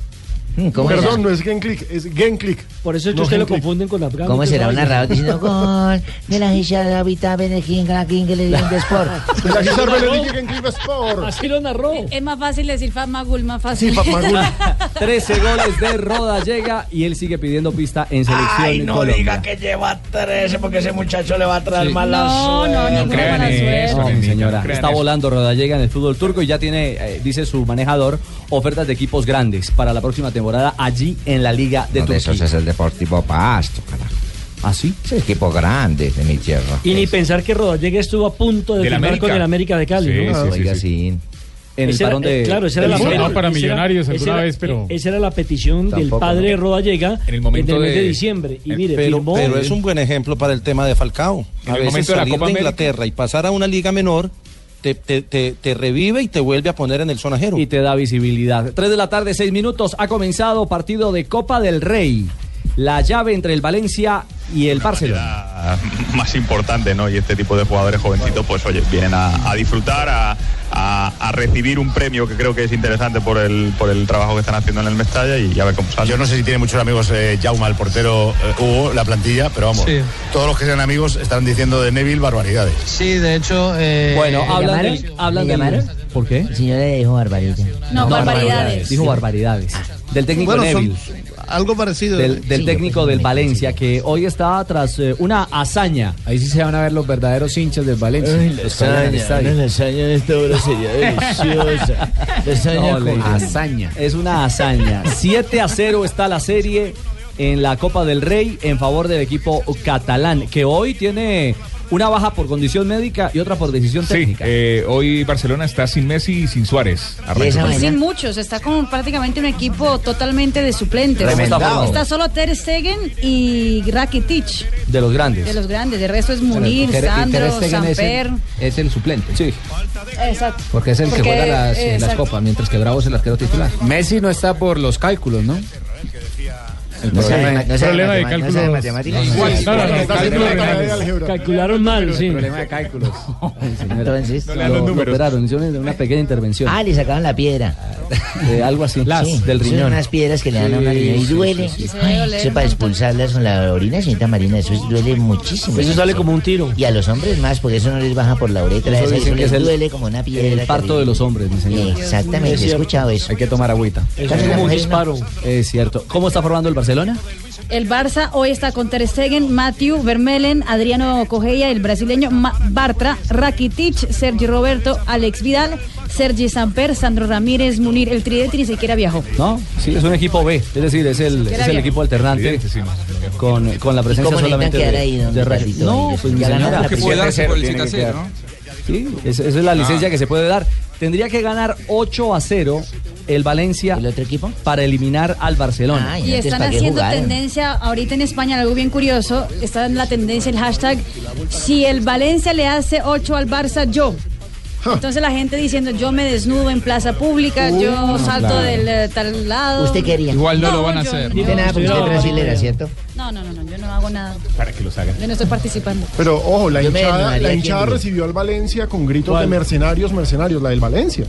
Speaker 16: ¿Cómo
Speaker 11: Perdón,
Speaker 16: era?
Speaker 11: no es Genclick, es Genclick.
Speaker 13: Por eso es que
Speaker 11: No,
Speaker 13: usted lo
Speaker 11: Genclick.
Speaker 13: confunden con Afganistán.
Speaker 16: ¿Cómo será un narrador diciendo
Speaker 7: gol de la Gisha de Habitat Benegín, Galaquín, que le dieron de Sport?
Speaker 11: La Gisar
Speaker 16: Así lo narró.
Speaker 11: Benedict Genclick Sport.
Speaker 13: Así lo narró.
Speaker 17: Es más fácil decir Famagul, más fácil.
Speaker 15: 13 goles de Roda llega y él sigue pidiendo pista en selección
Speaker 27: Ay, no
Speaker 15: Colombia.
Speaker 27: diga que lleva 13 porque ese este muchacho le va a traer
Speaker 15: Sí.
Speaker 27: mala suerte.
Speaker 15: crean eso,
Speaker 27: No,
Speaker 15: mi
Speaker 27: mi
Speaker 15: señora.
Speaker 27: crean
Speaker 15: Está
Speaker 27: eso.
Speaker 15: volando Rodallega en el fútbol turco y ya tiene, eh, dice su manejador, ofertas de equipos grandes para la próxima temporada allí en la Liga de
Speaker 16: No, de
Speaker 15: Turquía.
Speaker 16: esos es el Deportivo Pasto, carajo.
Speaker 15: ¿Ah, sí?
Speaker 16: Es equipo grande de mi tierra.
Speaker 13: Y ni pensar que Rodallega estuvo a punto de
Speaker 16: Del
Speaker 13: firmar
Speaker 16: América.
Speaker 13: con el América de Cali, ¿no?
Speaker 16: Oiga, sí.
Speaker 13: Ese era- eh, Claro, esa era la
Speaker 12: Sonó para
Speaker 13: esa era-
Speaker 12: Millonarios
Speaker 13: esa
Speaker 12: alguna
Speaker 13: era-
Speaker 12: vez, pero-
Speaker 13: Esa era la petición del
Speaker 12: Tampoco,
Speaker 13: padre de
Speaker 12: ¿no?
Speaker 13: Rodallega
Speaker 12: En el momento
Speaker 13: mes de,
Speaker 12: de-
Speaker 13: diciembre. Y
Speaker 12: Eh,
Speaker 13: mire,
Speaker 19: pero,
Speaker 13: firmó.
Speaker 19: pero es un buen ejemplo para el tema de Falcao.
Speaker 13: En
Speaker 19: A
Speaker 13: el
Speaker 19: veces
Speaker 13: momento de la
Speaker 19: salir
Speaker 13: Copa
Speaker 19: de
Speaker 13: América.
Speaker 19: Inglaterra y pasar a una liga menor te, te- te- te revive y te vuelve a poner en el sonajero.
Speaker 15: Y te da visibilidad. 3 de la tarde, 6 minutos. Ha comenzado partido de Copa del Rey. La llave entre el Valencia y el Barcelona.
Speaker 25: ah, más importante, ¿no? Y este tipo de jugadores jovencitos, pues oye, vienen a, a disfrutar, a, a- a recibir un premio que creo que es interesante por el, por el trabajo que están haciendo en el Mestalla y a ver cómo sale.
Speaker 5: Yo no sé si tiene muchos amigos eh, Jauma, el portero eh, Hugo, la plantilla, pero vamos,
Speaker 29: Sí.
Speaker 5: todos los que sean amigos están diciendo de Neville barbaridades.
Speaker 29: Sí, de hecho. eh,
Speaker 7: ¿Le llamaron? ¿Le llamaron?
Speaker 15: ¿Por qué?
Speaker 7: El señor le dijo barbarita.
Speaker 17: No, barbaridades.
Speaker 15: barbaridades. Dijo barbaridades. Del técnico
Speaker 16: Bueno, son
Speaker 15: Neville.
Speaker 16: algo parecido.
Speaker 15: Del, del
Speaker 16: Sí,
Speaker 15: técnico del Valencia, que hoy está tras eh, una hazaña. Ahí sí se van a ver los verdaderos hinchas del Valencia.
Speaker 16: lasaña de esta hora sería
Speaker 15: deliciosa.
Speaker 16: Lasaña con-
Speaker 15: hazaña. Es una hazaña. 7 a 0 está la serie en la Copa del Rey en favor del equipo catalán, que hoy tiene una baja por condición médica y otra por decisión
Speaker 30: Sí,
Speaker 15: técnica.
Speaker 30: eh, hoy Barcelona está sin Messi y sin Suárez. Arranca con-
Speaker 17: Y sin muchos, está como prácticamente un equipo totalmente de suplentes.
Speaker 30: Remendado.
Speaker 17: Está solo Ter Stegen y Rakitic,
Speaker 15: De los grandes.
Speaker 17: de los grandes. De resto es Munir,
Speaker 2: Ter- y Ter
Speaker 17: Sandro,
Speaker 2: Stegen es el-
Speaker 17: Samper.
Speaker 2: Es el suplente.
Speaker 15: Sí.
Speaker 17: Exacto.
Speaker 2: Porque es el
Speaker 17: Porque,
Speaker 2: que juega las,
Speaker 17: eh,
Speaker 2: eh, las
Speaker 17: exacto.
Speaker 2: copas, mientras que Bravo es el arquero titular. Messi no está por los cálculos, ¿no? El
Speaker 7: No sabe
Speaker 2: problema,
Speaker 7: ma- no sabe
Speaker 2: problema
Speaker 7: matema-
Speaker 2: de
Speaker 7: no
Speaker 2: cálculos.
Speaker 7: sabe matemáticas.
Speaker 2: No, no,
Speaker 7: Igual,
Speaker 2: sí.
Speaker 7: no, no, no, está haciendo la tarea de álgebra.
Speaker 13: Calcularon mal, sí.
Speaker 2: Problema de cálculos.
Speaker 7: Entonces,
Speaker 15: Lo, lo operaron, hicieron una pequeña intervención.
Speaker 7: Ah, le sacaban la piedra.
Speaker 15: de algo así. Ah. Las
Speaker 7: Sí,
Speaker 15: del
Speaker 7: son
Speaker 15: riñón.
Speaker 7: unas piedras que le dan a una
Speaker 15: Sí,
Speaker 7: niña y
Speaker 15: sí,
Speaker 7: duele.
Speaker 15: sí, sí.
Speaker 7: Ay, eso para expulsarlas con la orina, señorita Marina, eso es- duele muchísimo.
Speaker 13: Eso sale como
Speaker 7: un tiro. Y a los hombres más, porque eso no les baja por la uretra,
Speaker 15: Eso
Speaker 7: eso,
Speaker 15: dicen
Speaker 7: eso
Speaker 15: que es
Speaker 7: les
Speaker 15: el-
Speaker 7: duele como una piedra.
Speaker 15: El parto de los hombres, mi señor.
Speaker 7: Exactamente, he escuchado eso.
Speaker 15: Hay que tomar agüita.
Speaker 7: Es Claro, como la un mujer no. disparo.
Speaker 15: Es cierto. ¿Cómo está formando el Barcelona?
Speaker 17: El Barça hoy está con Ter Stegen, Matthew, Vermelen, Adriano Cogeia, el brasileño Ma- Bartra, Rakitic, Sergi Roberto, Alex Vidal, Sergi Samper, Sandro Ramírez, Munir. El tridente ni siquiera viajó.
Speaker 15: No, sí, es un equipo B, es decir, es el,
Speaker 17: Era
Speaker 15: es el
Speaker 17: bien.
Speaker 15: equipo alternante con, con la presencia
Speaker 7: ¿Y cómo necesitan
Speaker 15: solamente
Speaker 7: quedar
Speaker 15: de,
Speaker 7: ahí, don
Speaker 15: de Ra-
Speaker 7: Rafito?
Speaker 15: No, pues mi
Speaker 7: Ya ganaron
Speaker 15: señora,
Speaker 7: la
Speaker 15: que
Speaker 7: primera.
Speaker 15: puede darse por el
Speaker 7: Tiene que
Speaker 15: 7 a 0,
Speaker 7: quedar.
Speaker 15: ¿no? Sí, esa, esa es la licencia que se puede dar. Tendría que ganar 8 a 0 el Valencia ¿El otro equipo? para eliminar al
Speaker 7: Ah,
Speaker 15: Barcelona.
Speaker 17: Y están haciendo tendencia, ahorita en España, algo bien curioso, está en la tendencia el hashtag, si el Valencia le hace 8 al Barça, yo. Entonces la gente diciendo, yo me desnudo en plaza pública, yo salto
Speaker 2: claro.
Speaker 17: del eh, tal lado.
Speaker 2: Usted quería. Igual no lo van a
Speaker 17: yo
Speaker 2: hacer.
Speaker 17: no.
Speaker 2: Dice nada, porque
Speaker 17: Yo
Speaker 2: usted es
Speaker 17: no.
Speaker 2: brasilera,
Speaker 7: ¿cierto?
Speaker 17: No, no, no, no, yo no hago nada.
Speaker 11: Para que los hagan.
Speaker 17: Yo no estoy participando.
Speaker 11: Pero ojo, la
Speaker 7: Yo me
Speaker 11: hinchada,
Speaker 7: desnudaría
Speaker 11: la
Speaker 7: aquí
Speaker 11: hinchada
Speaker 7: en Blue.
Speaker 11: recibió al Valencia con gritos
Speaker 7: ¿Cuál?
Speaker 11: de mercenarios, mercenarios, la del Valencia.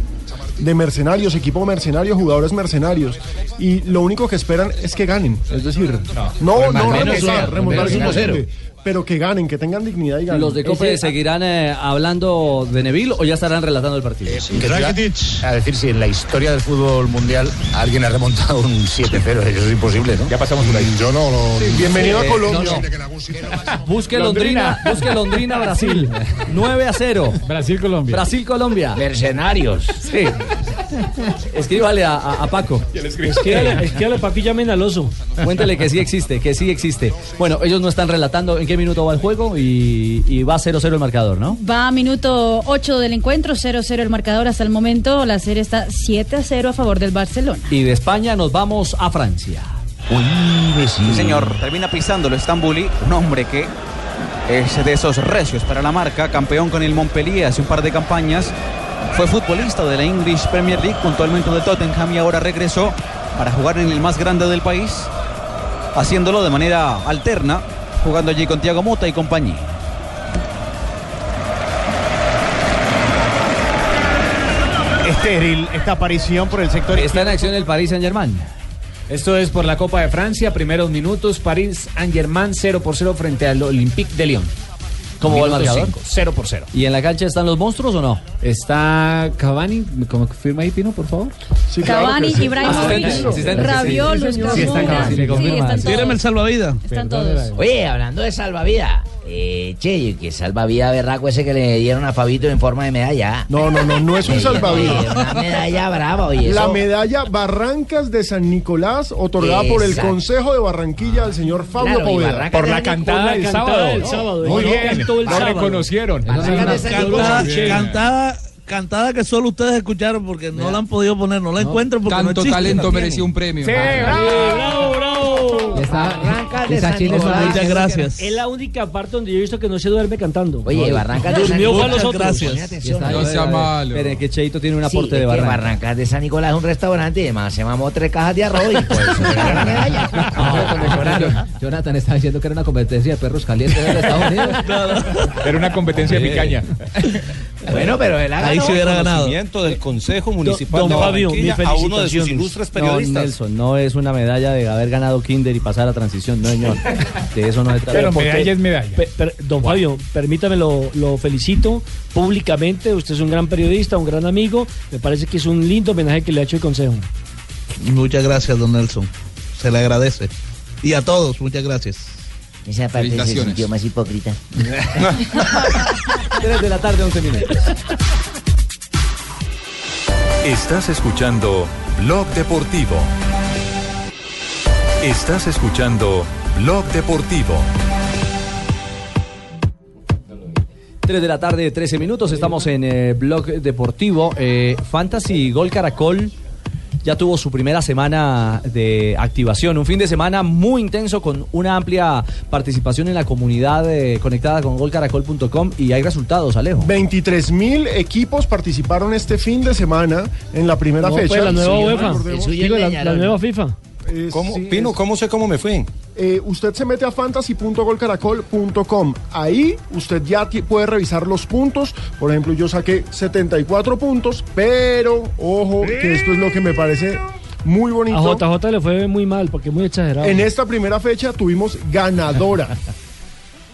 Speaker 11: De mercenarios, equipo mercenario, jugadores mercenarios. Y lo único que esperan es que ganen. Es decir, no, no,
Speaker 15: Al menos
Speaker 11: remontar,
Speaker 15: sea,
Speaker 11: remontar es
Speaker 15: menos sea.
Speaker 11: imposible. Pero que ganen, que tengan dignidad y ganen.
Speaker 15: ¿Los de Cope seguirán eh, hablando de Neville o ya estarán relatando el partido?
Speaker 5: Que te va a decir si en la historia del fútbol mundial alguien ha remontado un 7-0, eso es imposible, ¿no? Ya pasamos por ahí. Yo no, no-
Speaker 11: Bienvenido a
Speaker 5: Eh,
Speaker 11: Colombia.
Speaker 5: no, no.
Speaker 15: Busque Londrina,
Speaker 5: Londrina.
Speaker 15: busque Londrina, Brasil. 9 a 0. Brasil, Colombia. Brasil, Colombia. Mercenarios. Sí. Escríbale a, a- a Paco.
Speaker 13: Escríbale, escríbale a Paquilla Menaloso.
Speaker 15: Cuéntele que sí existe, que sí existe. Bueno, ellos no están relatando en qué minuto va el juego y, y va 0-0 el marcador, ¿no?
Speaker 17: Va a minuto 8 del encuentro, 0-0 el marcador hasta el momento, la serie está 7-0 a favor del Barcelona.
Speaker 15: Y de España nos vamos a Francia.
Speaker 31: Sí, señor, termina pisándolo Estambuli, un hombre que es de esos recios para la marca, campeón con el Montpellier hace un par de campañas, fue futbolista de la English Premier League, puntualmente de Tottenham y ahora regresó para jugar en el más grande del país, haciéndolo de manera alterna, jugando allí con Thiago Mota y compañía.
Speaker 32: Estéril esta aparición por el sector
Speaker 15: Está en acción el Paris Saint Germain.
Speaker 29: Esto es por la Copa de Francia, primeros minutos, París Saint-Germain 0 por 0 frente al Olympique de Lyon.
Speaker 15: ¿Cómo va el
Speaker 29: Minuto
Speaker 15: marcador?
Speaker 29: cinco, 0 por 0.
Speaker 15: ¿Y en la cancha están los monstruos o no?
Speaker 29: Está Cavani, ¿me confirma ahí Pino, por favor?
Speaker 15: Ah,
Speaker 17: claro Cavani, que sí. Ibrahimovic, Rabiot, Lucas Moura. Sí, están todos.
Speaker 28: Tíreme el salvavidas.
Speaker 16: Oye, hablando de salvavidas. Eh, che, y que salvavidas berraco ese que le dieron a Fabito en forma de medalla.
Speaker 11: No, no, no, no es un
Speaker 16: Le dieron,
Speaker 11: salvavidas.
Speaker 16: eh, Una medalla brava, oye.
Speaker 11: La
Speaker 16: eso-
Speaker 11: medalla Barrancas de San Nicolás, otorgada por el
Speaker 16: Exacto.
Speaker 11: Consejo de Barranquilla al señor Fabio
Speaker 16: Claro, y
Speaker 11: Poveda.
Speaker 16: Barrancas Por la de- cantada por la del cantada sábado. del sábado,
Speaker 11: Muy
Speaker 28: ¿no?
Speaker 11: bien,
Speaker 28: Cantó el
Speaker 11: la
Speaker 28: sábado.
Speaker 11: reconocieron.
Speaker 28: Cantada, cantada, cantada que solo ustedes escucharon porque no la han podido poner, no la encuentro porque no
Speaker 18: Tanto
Speaker 28: existe.
Speaker 18: talento merecía un premio.
Speaker 13: bravo, bravo.
Speaker 16: Barrancas
Speaker 13: de San Nicolás.
Speaker 28: Muchas gracias.
Speaker 13: Es la única parte donde yo he visto que no se duerme cantando.
Speaker 16: Oye, Barrancas de San
Speaker 13: Durmió
Speaker 16: Nicolás.
Speaker 13: con nosotros.
Speaker 16: No sea malo.
Speaker 15: Esperen, eh, que Cheito tiene un
Speaker 16: Sí,
Speaker 15: aporte
Speaker 16: es
Speaker 15: de
Speaker 16: que
Speaker 15: barranca.
Speaker 16: Barrancas de San Nicolás es un restaurante y además se mamó tres cajas de arroz y pues,
Speaker 8: Jonathan está diciendo que era una competencia de perros calientes de Estados Unidos.
Speaker 30: Era una competencia de picaña.
Speaker 16: Bueno, pero él ha
Speaker 28: Ahí
Speaker 16: ganado.
Speaker 28: se hubiera ganado.
Speaker 19: Conocimiento del Consejo Municipal
Speaker 28: don de Fabio,
Speaker 19: Barranquilla
Speaker 28: mis
Speaker 19: a uno de sus
Speaker 28: felicitaciones.
Speaker 19: ilustres
Speaker 15: No,
Speaker 19: periodistas.
Speaker 15: Nelson, no es una medalla de haber ganado Kinder y pasar a transición, no, señor. De eso no se trata.
Speaker 13: Pe- per- don Fabio, permítame, lo, lo felicito públicamente. Usted es un gran periodista, un gran amigo. Me parece que es un lindo homenaje que le ha hecho el Consejo.
Speaker 28: Muchas gracias, don Nelson. Se le agradece. Y a todos, muchas gracias.
Speaker 16: Esa parte se Felicitaciones. sintió más hipócrita.
Speaker 15: 3 de la tarde, 11 minutos.
Speaker 1: Estás escuchando Blog Deportivo. Estás escuchando Blog Deportivo.
Speaker 15: 3 de la tarde, 13 minutos. Estamos en eh, Blog Deportivo. Eh, Fantasy Gol Caracol ya tuvo su primera semana de activación. Un fin de semana muy intenso con una amplia participación en la comunidad eh, conectada con golcaracol.com y hay resultados, Alejo.
Speaker 11: 23 mil equipos participaron este fin de semana en la primera
Speaker 13: No,
Speaker 11: fecha.
Speaker 13: pues, la nueva
Speaker 11: Sí,
Speaker 13: UEFA.
Speaker 11: recordemos.
Speaker 13: El suyo Digo, es la- la Peñarol. nueva FIFA.
Speaker 11: ¿Cómo?
Speaker 19: Pino, ¿cómo sé cómo me fui?
Speaker 11: Eh, usted se mete a fantasy.golcaracol.com. Ahí usted ya ti- puede revisar los puntos. Por ejemplo, yo saqué 74 puntos, pero ojo, que esto es lo que me parece muy bonito.
Speaker 13: A JJ le fue muy mal porque es muy exagerado.
Speaker 11: En esta primera fecha tuvimos ganadora.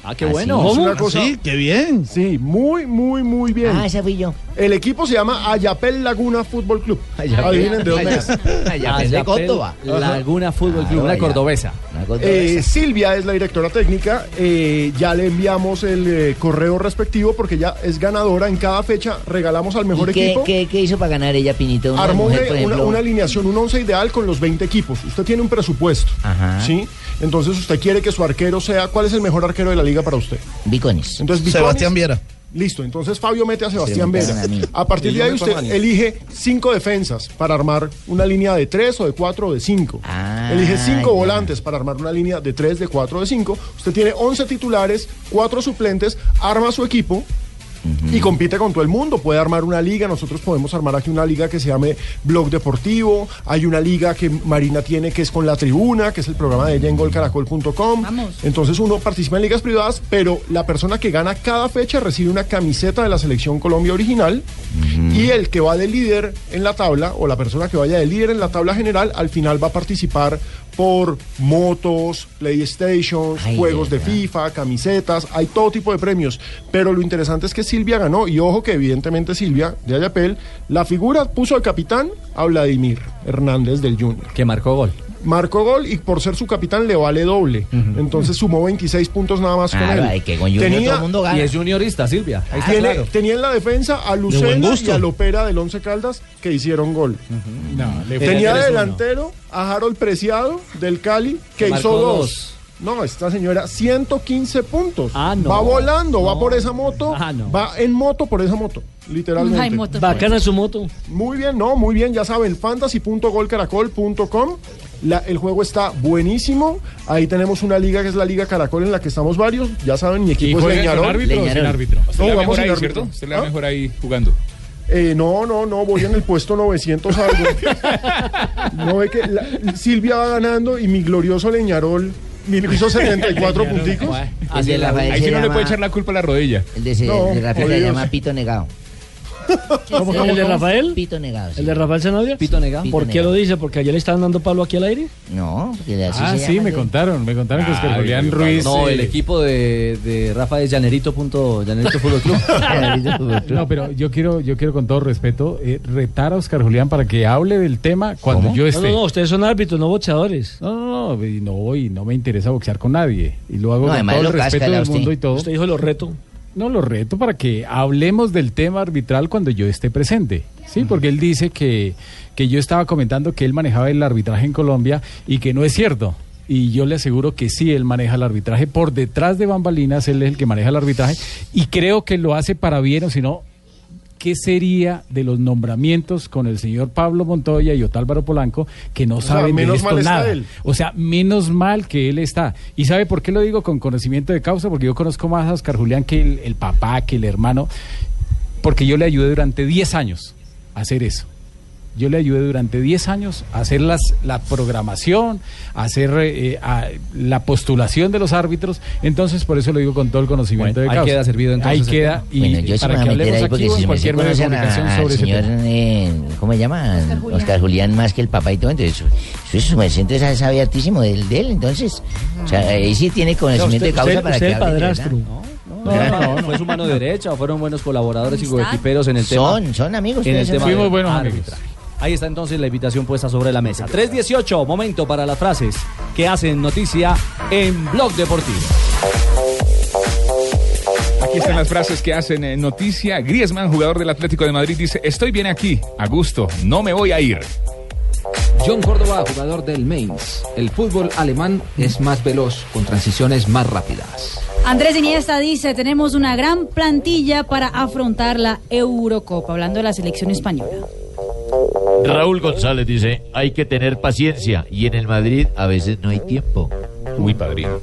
Speaker 15: Ah,
Speaker 13: qué bueno.
Speaker 11: Es una
Speaker 13: ¿Cómo?
Speaker 11: cosa-
Speaker 13: ¿Así?
Speaker 28: Qué bien.
Speaker 11: Sí, muy, muy, muy bien.
Speaker 16: Ah, ese fui yo.
Speaker 11: El equipo se llama Ayapel Laguna Fútbol Club.
Speaker 16: Ayapel.
Speaker 11: Adivinen de dónde es.
Speaker 16: Ayapel de Córdoba.
Speaker 15: Laguna Fútbol Club, una
Speaker 16: Ayapel.
Speaker 15: cordobesa.
Speaker 11: Eh, Silvia es la directora técnica. eh, ya le enviamos el eh, correo respectivo porque ya es ganadora en cada fecha. Regalamos al mejor
Speaker 16: ¿Y qué,
Speaker 11: equipo.
Speaker 16: qué- qué hizo para ganar ella, Pinito? Una
Speaker 11: Armó
Speaker 16: mujer,
Speaker 11: una-
Speaker 16: por
Speaker 11: una,
Speaker 16: ejemplo.
Speaker 11: una alineación, un once ideal con los 20 equipos. Usted tiene un presupuesto, ¿sí? Entonces usted quiere que su arquero sea... ¿Cuál es el mejor arquero de la liga para usted?
Speaker 16: Biconis.
Speaker 11: Entonces, Biconis-
Speaker 28: Sebastián Viera.
Speaker 11: Listo, entonces Fabio mete a Sebastián
Speaker 16: Preguntaron
Speaker 11: Vega.
Speaker 16: a mí.
Speaker 11: A partir
Speaker 16: Y
Speaker 11: de
Speaker 16: yo
Speaker 11: ahí
Speaker 16: me
Speaker 11: usted
Speaker 16: pongo a nivel.
Speaker 11: elige cinco defensas para armar una línea de tres o de cuatro o de cinco. elige cinco
Speaker 16: Ah, ya.
Speaker 11: volantes para armar una línea de tres, de cuatro o de cinco. Usted tiene 11 titulares, cuatro suplentes, arma su equipo. Y compite con todo el mundo, puede armar una liga, nosotros podemos armar aquí una liga que se llame Blog Deportivo, hay una liga que Marina tiene que es con la tribuna, que es el programa de ella en golcaracol.com. Entonces uno participa en ligas privadas, pero la persona que gana cada fecha recibe una camiseta de la selección Colombia original y el que va de líder en la tabla o la persona que vaya de líder en la tabla general al final va a participar por motos, PlayStations,
Speaker 16: Ay,
Speaker 11: juegos de
Speaker 16: verdad.
Speaker 11: FIFA, camisetas, hay todo tipo de premios. Pero lo interesante es que Silvia ganó, y ojo que evidentemente Silvia de Ayapel, la figura puso al capitán a Vladimir Hernández del Junior.
Speaker 15: Que marcó gol.
Speaker 11: Marcó gol y por ser su capitán le vale doble. Entonces sumó 26 puntos nada más
Speaker 16: Claro,
Speaker 11: con él.
Speaker 16: Ah, ay, que con Junior todo el mundo gana.
Speaker 15: Y es juniorista, Silvia. Ahí está
Speaker 11: Tiene-
Speaker 15: claro.
Speaker 11: Tenía en la defensa a
Speaker 15: buen
Speaker 11: Lucena y
Speaker 15: gusto.
Speaker 11: a Lopera del Once Caldas que hicieron gol.
Speaker 12: le fue-
Speaker 11: tenía
Speaker 12: Era 3-1.
Speaker 11: delantero a Harold Preciado del Cali que
Speaker 12: Marcó
Speaker 11: hizo dos.
Speaker 12: dos.
Speaker 11: No, esta señora 115 puntos.
Speaker 12: no.
Speaker 11: Va volando, va por esa moto, va en moto por esa moto, literalmente.
Speaker 13: Ay, moto. Bacana su moto.
Speaker 11: Muy bien, no, muy bien, ya saben, fantasy.golcaracol.com. La- el juego está buenísimo. Ahí tenemos una liga que es la Liga Caracol en la que estamos varios. Ya saben, mi equipo es
Speaker 30: juegan
Speaker 11: Leñarol.
Speaker 30: con árbitro o sin árbitro? Usted le
Speaker 11: No,
Speaker 30: da
Speaker 11: vamos
Speaker 30: mejor
Speaker 11: sin
Speaker 30: ahí,
Speaker 11: árbitro.
Speaker 30: ¿cierto? Usted le da mejor ahí jugando.
Speaker 11: Eh, no, no, no, voy en el puesto 900 algo. No ve que la- Silvia va ganando y mi glorioso Leñarol hizo 74 punticos.
Speaker 16: El de Rafael
Speaker 30: Ahí
Speaker 16: se
Speaker 30: sí no le
Speaker 16: llama-
Speaker 30: puede echar la culpa a la rodilla.
Speaker 16: El de, ese-
Speaker 11: No,
Speaker 16: el de Rafael se
Speaker 30: jodidos.
Speaker 16: llama Pito Negado.
Speaker 13: ¿Cómo, cómo,
Speaker 16: ¿El de
Speaker 13: cómo?
Speaker 16: Rafael?
Speaker 13: Pito negado. ¿El de Rafael Zanabria? Pito negado. ¿Por
Speaker 16: Pito
Speaker 13: qué lo dice? ¿Porque ayer le estaban dando palo aquí al aire?
Speaker 16: No,
Speaker 12: Ah, sí, me contaron, me contaron que Oscar
Speaker 15: Ay,
Speaker 12: Julián
Speaker 15: Pablo.
Speaker 12: Ruiz.
Speaker 15: No,
Speaker 12: eh,
Speaker 15: el equipo de, de Rafa es Llanerito. punto- Llanerito Fútbol Club.
Speaker 12: No, pero yo quiero, yo quiero con todo respeto eh, retar a Oscar Julián para que hable del tema cuando Pues yo
Speaker 13: No,
Speaker 12: esté.
Speaker 13: No, no, ustedes son árbitros, no boxeadores.
Speaker 12: No, no, no, y no, y no me interesa boxear con nadie. Y lo hago
Speaker 13: No,
Speaker 12: con
Speaker 13: además
Speaker 12: todo
Speaker 13: lo
Speaker 12: el
Speaker 13: casca,
Speaker 12: respeto
Speaker 13: le da
Speaker 12: del
Speaker 13: usted.
Speaker 12: mundo y todo.
Speaker 13: Usted dijo lo reto.
Speaker 12: No, lo reto para que hablemos del tema arbitral cuando yo esté presente. Sí, porque él dice que, que yo estaba comentando que él manejaba el arbitraje en Colombia y que no es cierto. Y yo le aseguro que sí, él maneja el arbitraje. Por detrás de bambalinas, él es el que maneja el arbitraje. Y creo que lo hace para bien, o si no, ¿qué sería de los nombramientos con el señor Pablo Montoya y Otálvaro Polanco que no
Speaker 11: O sea,
Speaker 12: saben
Speaker 11: menos
Speaker 12: de esto
Speaker 11: mal está
Speaker 12: nada?
Speaker 11: él.
Speaker 12: O sea, menos mal que él está. ¿Y sabe por qué lo digo con conocimiento de causa? Porque yo conozco más a Oscar Julián que el, el papá, que el hermano, porque yo le ayudé durante 10 años a hacer eso. Yo le ayudé durante 10 años a hacer las, la programación, a hacer eh, a- la postulación de los árbitros. Entonces, por eso lo digo con todo el conocimiento de
Speaker 15: ahí
Speaker 12: causa.
Speaker 15: queda servido entonces
Speaker 12: Ahí
Speaker 15: el
Speaker 12: queda.
Speaker 15: tema.
Speaker 12: Y
Speaker 16: Bueno, yo sí me voy
Speaker 12: para que
Speaker 16: a meter
Speaker 12: hablemos
Speaker 16: ahí
Speaker 12: aquí
Speaker 16: porque
Speaker 12: o en
Speaker 16: si me
Speaker 12: cualquier medio de
Speaker 16: conocen a-
Speaker 12: comunicación
Speaker 16: al
Speaker 12: sobre ese
Speaker 16: señor,
Speaker 12: tema.
Speaker 16: eh, ¿cómo se llama? Oscar Julián. más que el papá y todo, entonces su, su, su merced, entonces, sabe hartísimo de, de él, entonces, o sea, ahí sí tiene conocimiento de causa para que hable de verdad.
Speaker 15: No, no, no, fue su mano derecha, fueron buenos colaboradores y coequiperos en el tema.
Speaker 16: Son, son amigos.
Speaker 15: En el
Speaker 16: ustedes
Speaker 15: tema
Speaker 16: son-
Speaker 15: del arbitraje. Ahí está entonces la invitación puesta sobre la mesa. 318, momento para las frases que hacen noticia en Blog Deportivo.
Speaker 30: Aquí están las frases que hacen eh, noticia. Griezmann, jugador del Atlético de Madrid, dice: Estoy bien aquí, a gusto, no me voy a ir.
Speaker 8: John Córdoba, jugador del Mainz. El fútbol alemán es más veloz, con transiciones más rápidas.
Speaker 17: Andrés Iniesta dice, tenemos una gran plantilla para afrontar la Eurocopa, hablando de la selección española.
Speaker 26: Raúl González dice, hay que tener paciencia y en el Madrid a veces no hay tiempo. Muy padrino.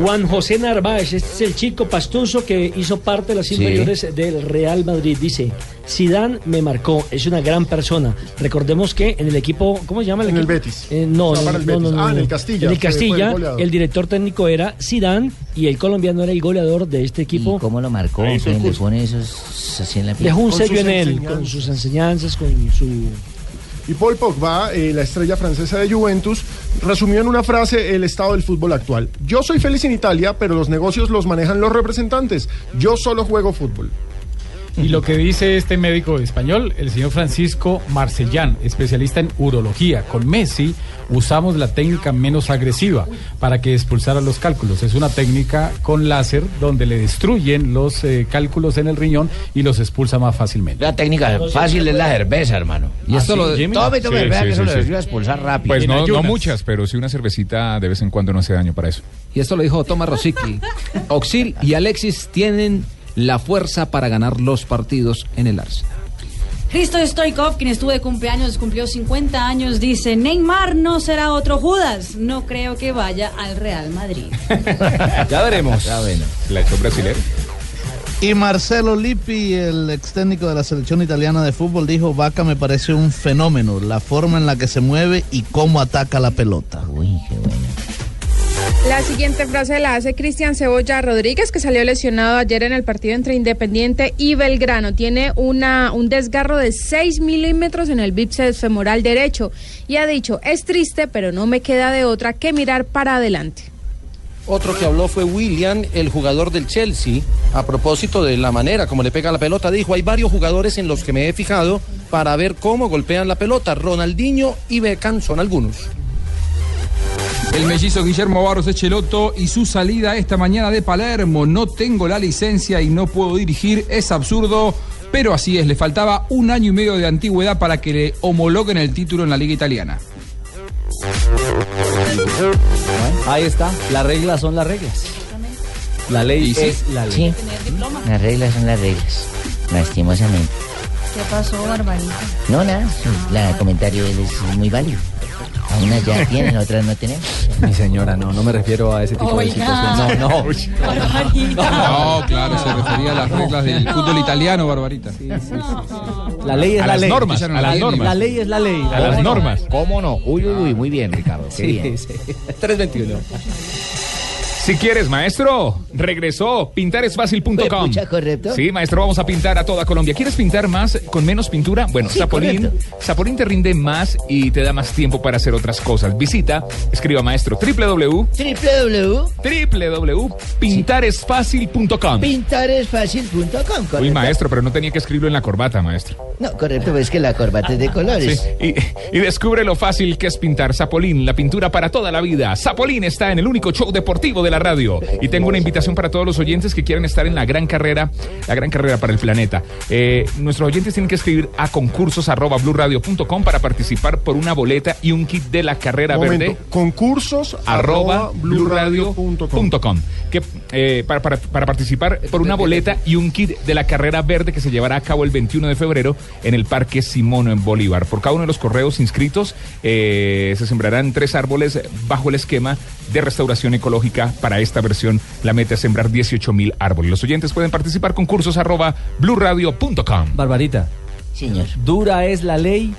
Speaker 13: Juan José Narváez, este es el chico pastuso que hizo parte de las inferiores del Real Madrid. Dice, Zidane me marcó, es una gran persona. Recordemos que en el equipo, ¿cómo se llama? El
Speaker 11: En el
Speaker 13: equipo?
Speaker 11: Betis.
Speaker 13: Eh, no,
Speaker 11: No,
Speaker 13: no,
Speaker 11: para el
Speaker 13: no,
Speaker 11: Betis.
Speaker 13: no, no,
Speaker 11: Ah, en
Speaker 13: no.
Speaker 11: el Castilla,
Speaker 13: En
Speaker 11: que
Speaker 13: el
Speaker 11: fue el
Speaker 13: Castilla,
Speaker 11: goleador.
Speaker 13: el, director técnico era Zidane y el colombiano era el goleador de este equipo.
Speaker 16: ¿Cómo lo marcó?
Speaker 13: Ahí hizo el
Speaker 16: ¿Quién le
Speaker 13: curso.
Speaker 16: pone esos así en la piel?
Speaker 13: Dejó un sello en él, con sus enseñanzas, con su...
Speaker 11: Y Paul Pogba, eh, la estrella francesa de Juventus, resumió en una frase el estado del fútbol actual. Yo soy feliz en Italia, pero los negocios los manejan los representantes. Yo solo juego fútbol.
Speaker 12: Y lo que dice este médico español, el señor Francisco Marcellán, especialista en urología. Con Messi usamos la técnica menos agresiva para que expulsara los cálculos. Es una técnica con láser donde le destruyen los eh, cálculos en el riñón y los expulsa más fácilmente.
Speaker 16: La técnica fácil es la cerveza, hermano. Y esto lo
Speaker 12: Jimmy?
Speaker 16: Tome, tome,
Speaker 30: Sí,
Speaker 16: vea
Speaker 30: sí,
Speaker 16: que eso
Speaker 30: sí,
Speaker 16: lo
Speaker 30: sí.
Speaker 16: ayuda a expulsar rápido.
Speaker 30: Pues
Speaker 16: En
Speaker 30: no, no
Speaker 16: ayunas.
Speaker 30: muchas, pero sí una cervecita de vez en cuando no hace daño para eso.
Speaker 8: Y esto lo dijo Thomas Rosicki. Oxil y Alexis tienen la fuerza para ganar los partidos en el Arsenal.
Speaker 17: Cristo Stoikov, quien estuvo de cumpleaños, cumplió 50 años, dice, Neymar no será otro Judas, no creo que vaya al Real Madrid.
Speaker 30: Ya veremos. La hecho brasilero.
Speaker 28: Y Marcelo Lippi, el ex técnico de la selección italiana de fútbol, dijo, Vaca me parece un fenómeno, la forma en la que se mueve y cómo ataca la pelota.
Speaker 32: La siguiente frase la hace Cristian Cebolla Rodríguez, que salió lesionado ayer en el partido entre Independiente y Belgrano. Tiene una, un desgarro de 6 milímetros en el bíceps femoral derecho y ha dicho, es triste, pero no me queda de otra que mirar para adelante.
Speaker 19: Otro que habló fue William, el jugador del Chelsea, a propósito de la manera como le pega la pelota. Dijo, hay varios jugadores en los que me he fijado para ver cómo golpean la pelota. Ronaldinho y Beckham son algunos.
Speaker 18: El mellizo Guillermo Barros Echeloto y su salida esta mañana de Palermo. No tengo la licencia y no puedo dirigir, es absurdo, pero así es. Le faltaba un año y medio de antigüedad para que le homologuen el título en la Liga Italiana.
Speaker 15: Ahí está, las reglas son las reglas. La ley
Speaker 16: Y sí.
Speaker 15: es la ley.
Speaker 16: Sí. Las reglas son las reglas. Lastimosamente.
Speaker 17: ¿Qué pasó, Barbarita?
Speaker 16: No, nada. La- El comentario de él es muy válido. A Unas ya tienen, a otras no tenemos.
Speaker 15: Mi señora, no, no me refiero a ese tipo de
Speaker 16: Oiga.
Speaker 15: situación. No, no.
Speaker 18: No, claro, se refería a las reglas del fútbol italiano, Barbarita.
Speaker 15: La ley es
Speaker 18: A
Speaker 15: la
Speaker 18: las
Speaker 15: ley.
Speaker 18: normas, a las
Speaker 15: La-
Speaker 18: normas.
Speaker 15: La ley es la ley.
Speaker 16: A las
Speaker 15: normas.
Speaker 30: Ah.
Speaker 16: ¿Cómo no? Uy, uy, uy, muy bien, Ricardo. Qué
Speaker 15: Sí,
Speaker 16: bien.
Speaker 15: sí. 321.
Speaker 30: Si quieres, maestro, regresó
Speaker 16: Fue
Speaker 30: pintaresfacil.com.
Speaker 16: pucha, correcto.
Speaker 30: Sí, maestro, vamos a pintar a toda Colombia. ¿Quieres pintar más con menos pintura? Bueno,
Speaker 16: Sí,
Speaker 30: Zapolín,
Speaker 16: correcto.
Speaker 30: Zapolín te rinde más y te da más tiempo para hacer otras cosas. Visita, escriba maestro www www.pintaresfacil.com
Speaker 16: www.pintaresfacil.com.
Speaker 30: Uy,
Speaker 16: correcto.
Speaker 30: maestro, pero no tenía que escribirlo en la corbata, maestro.
Speaker 16: No, correcto, pues es que la corbata es de colores.
Speaker 30: Sí, Y, y descubre lo fácil que es pintar Zapolín, la pintura para toda la vida. Zapolín está en el único show deportivo de la radio. Y tengo una invitación para todos los oyentes que quieran estar en la gran carrera, la gran carrera para el planeta. Eh, nuestros oyentes tienen que escribir a concursos arroba blurradio.com para participar por una boleta y un kit de la carrera
Speaker 11: Momento,
Speaker 30: verde
Speaker 11: concursos
Speaker 30: arroba blurradio.com que eh, para, para- para participar eh, por una boleta y un kit de la carrera verde que se llevará a cabo el 21 de febrero en el Parque Simono en Bolívar. Por cada uno de los correos inscritos eh, se sembrarán tres árboles bajo el esquema de restauración ecológica para esta versión. La meta es sembrar 18 mil árboles. Los oyentes pueden participar concursos arroba blurradio.com.
Speaker 15: Barbarita.
Speaker 16: Señor.
Speaker 15: Dura es la ley,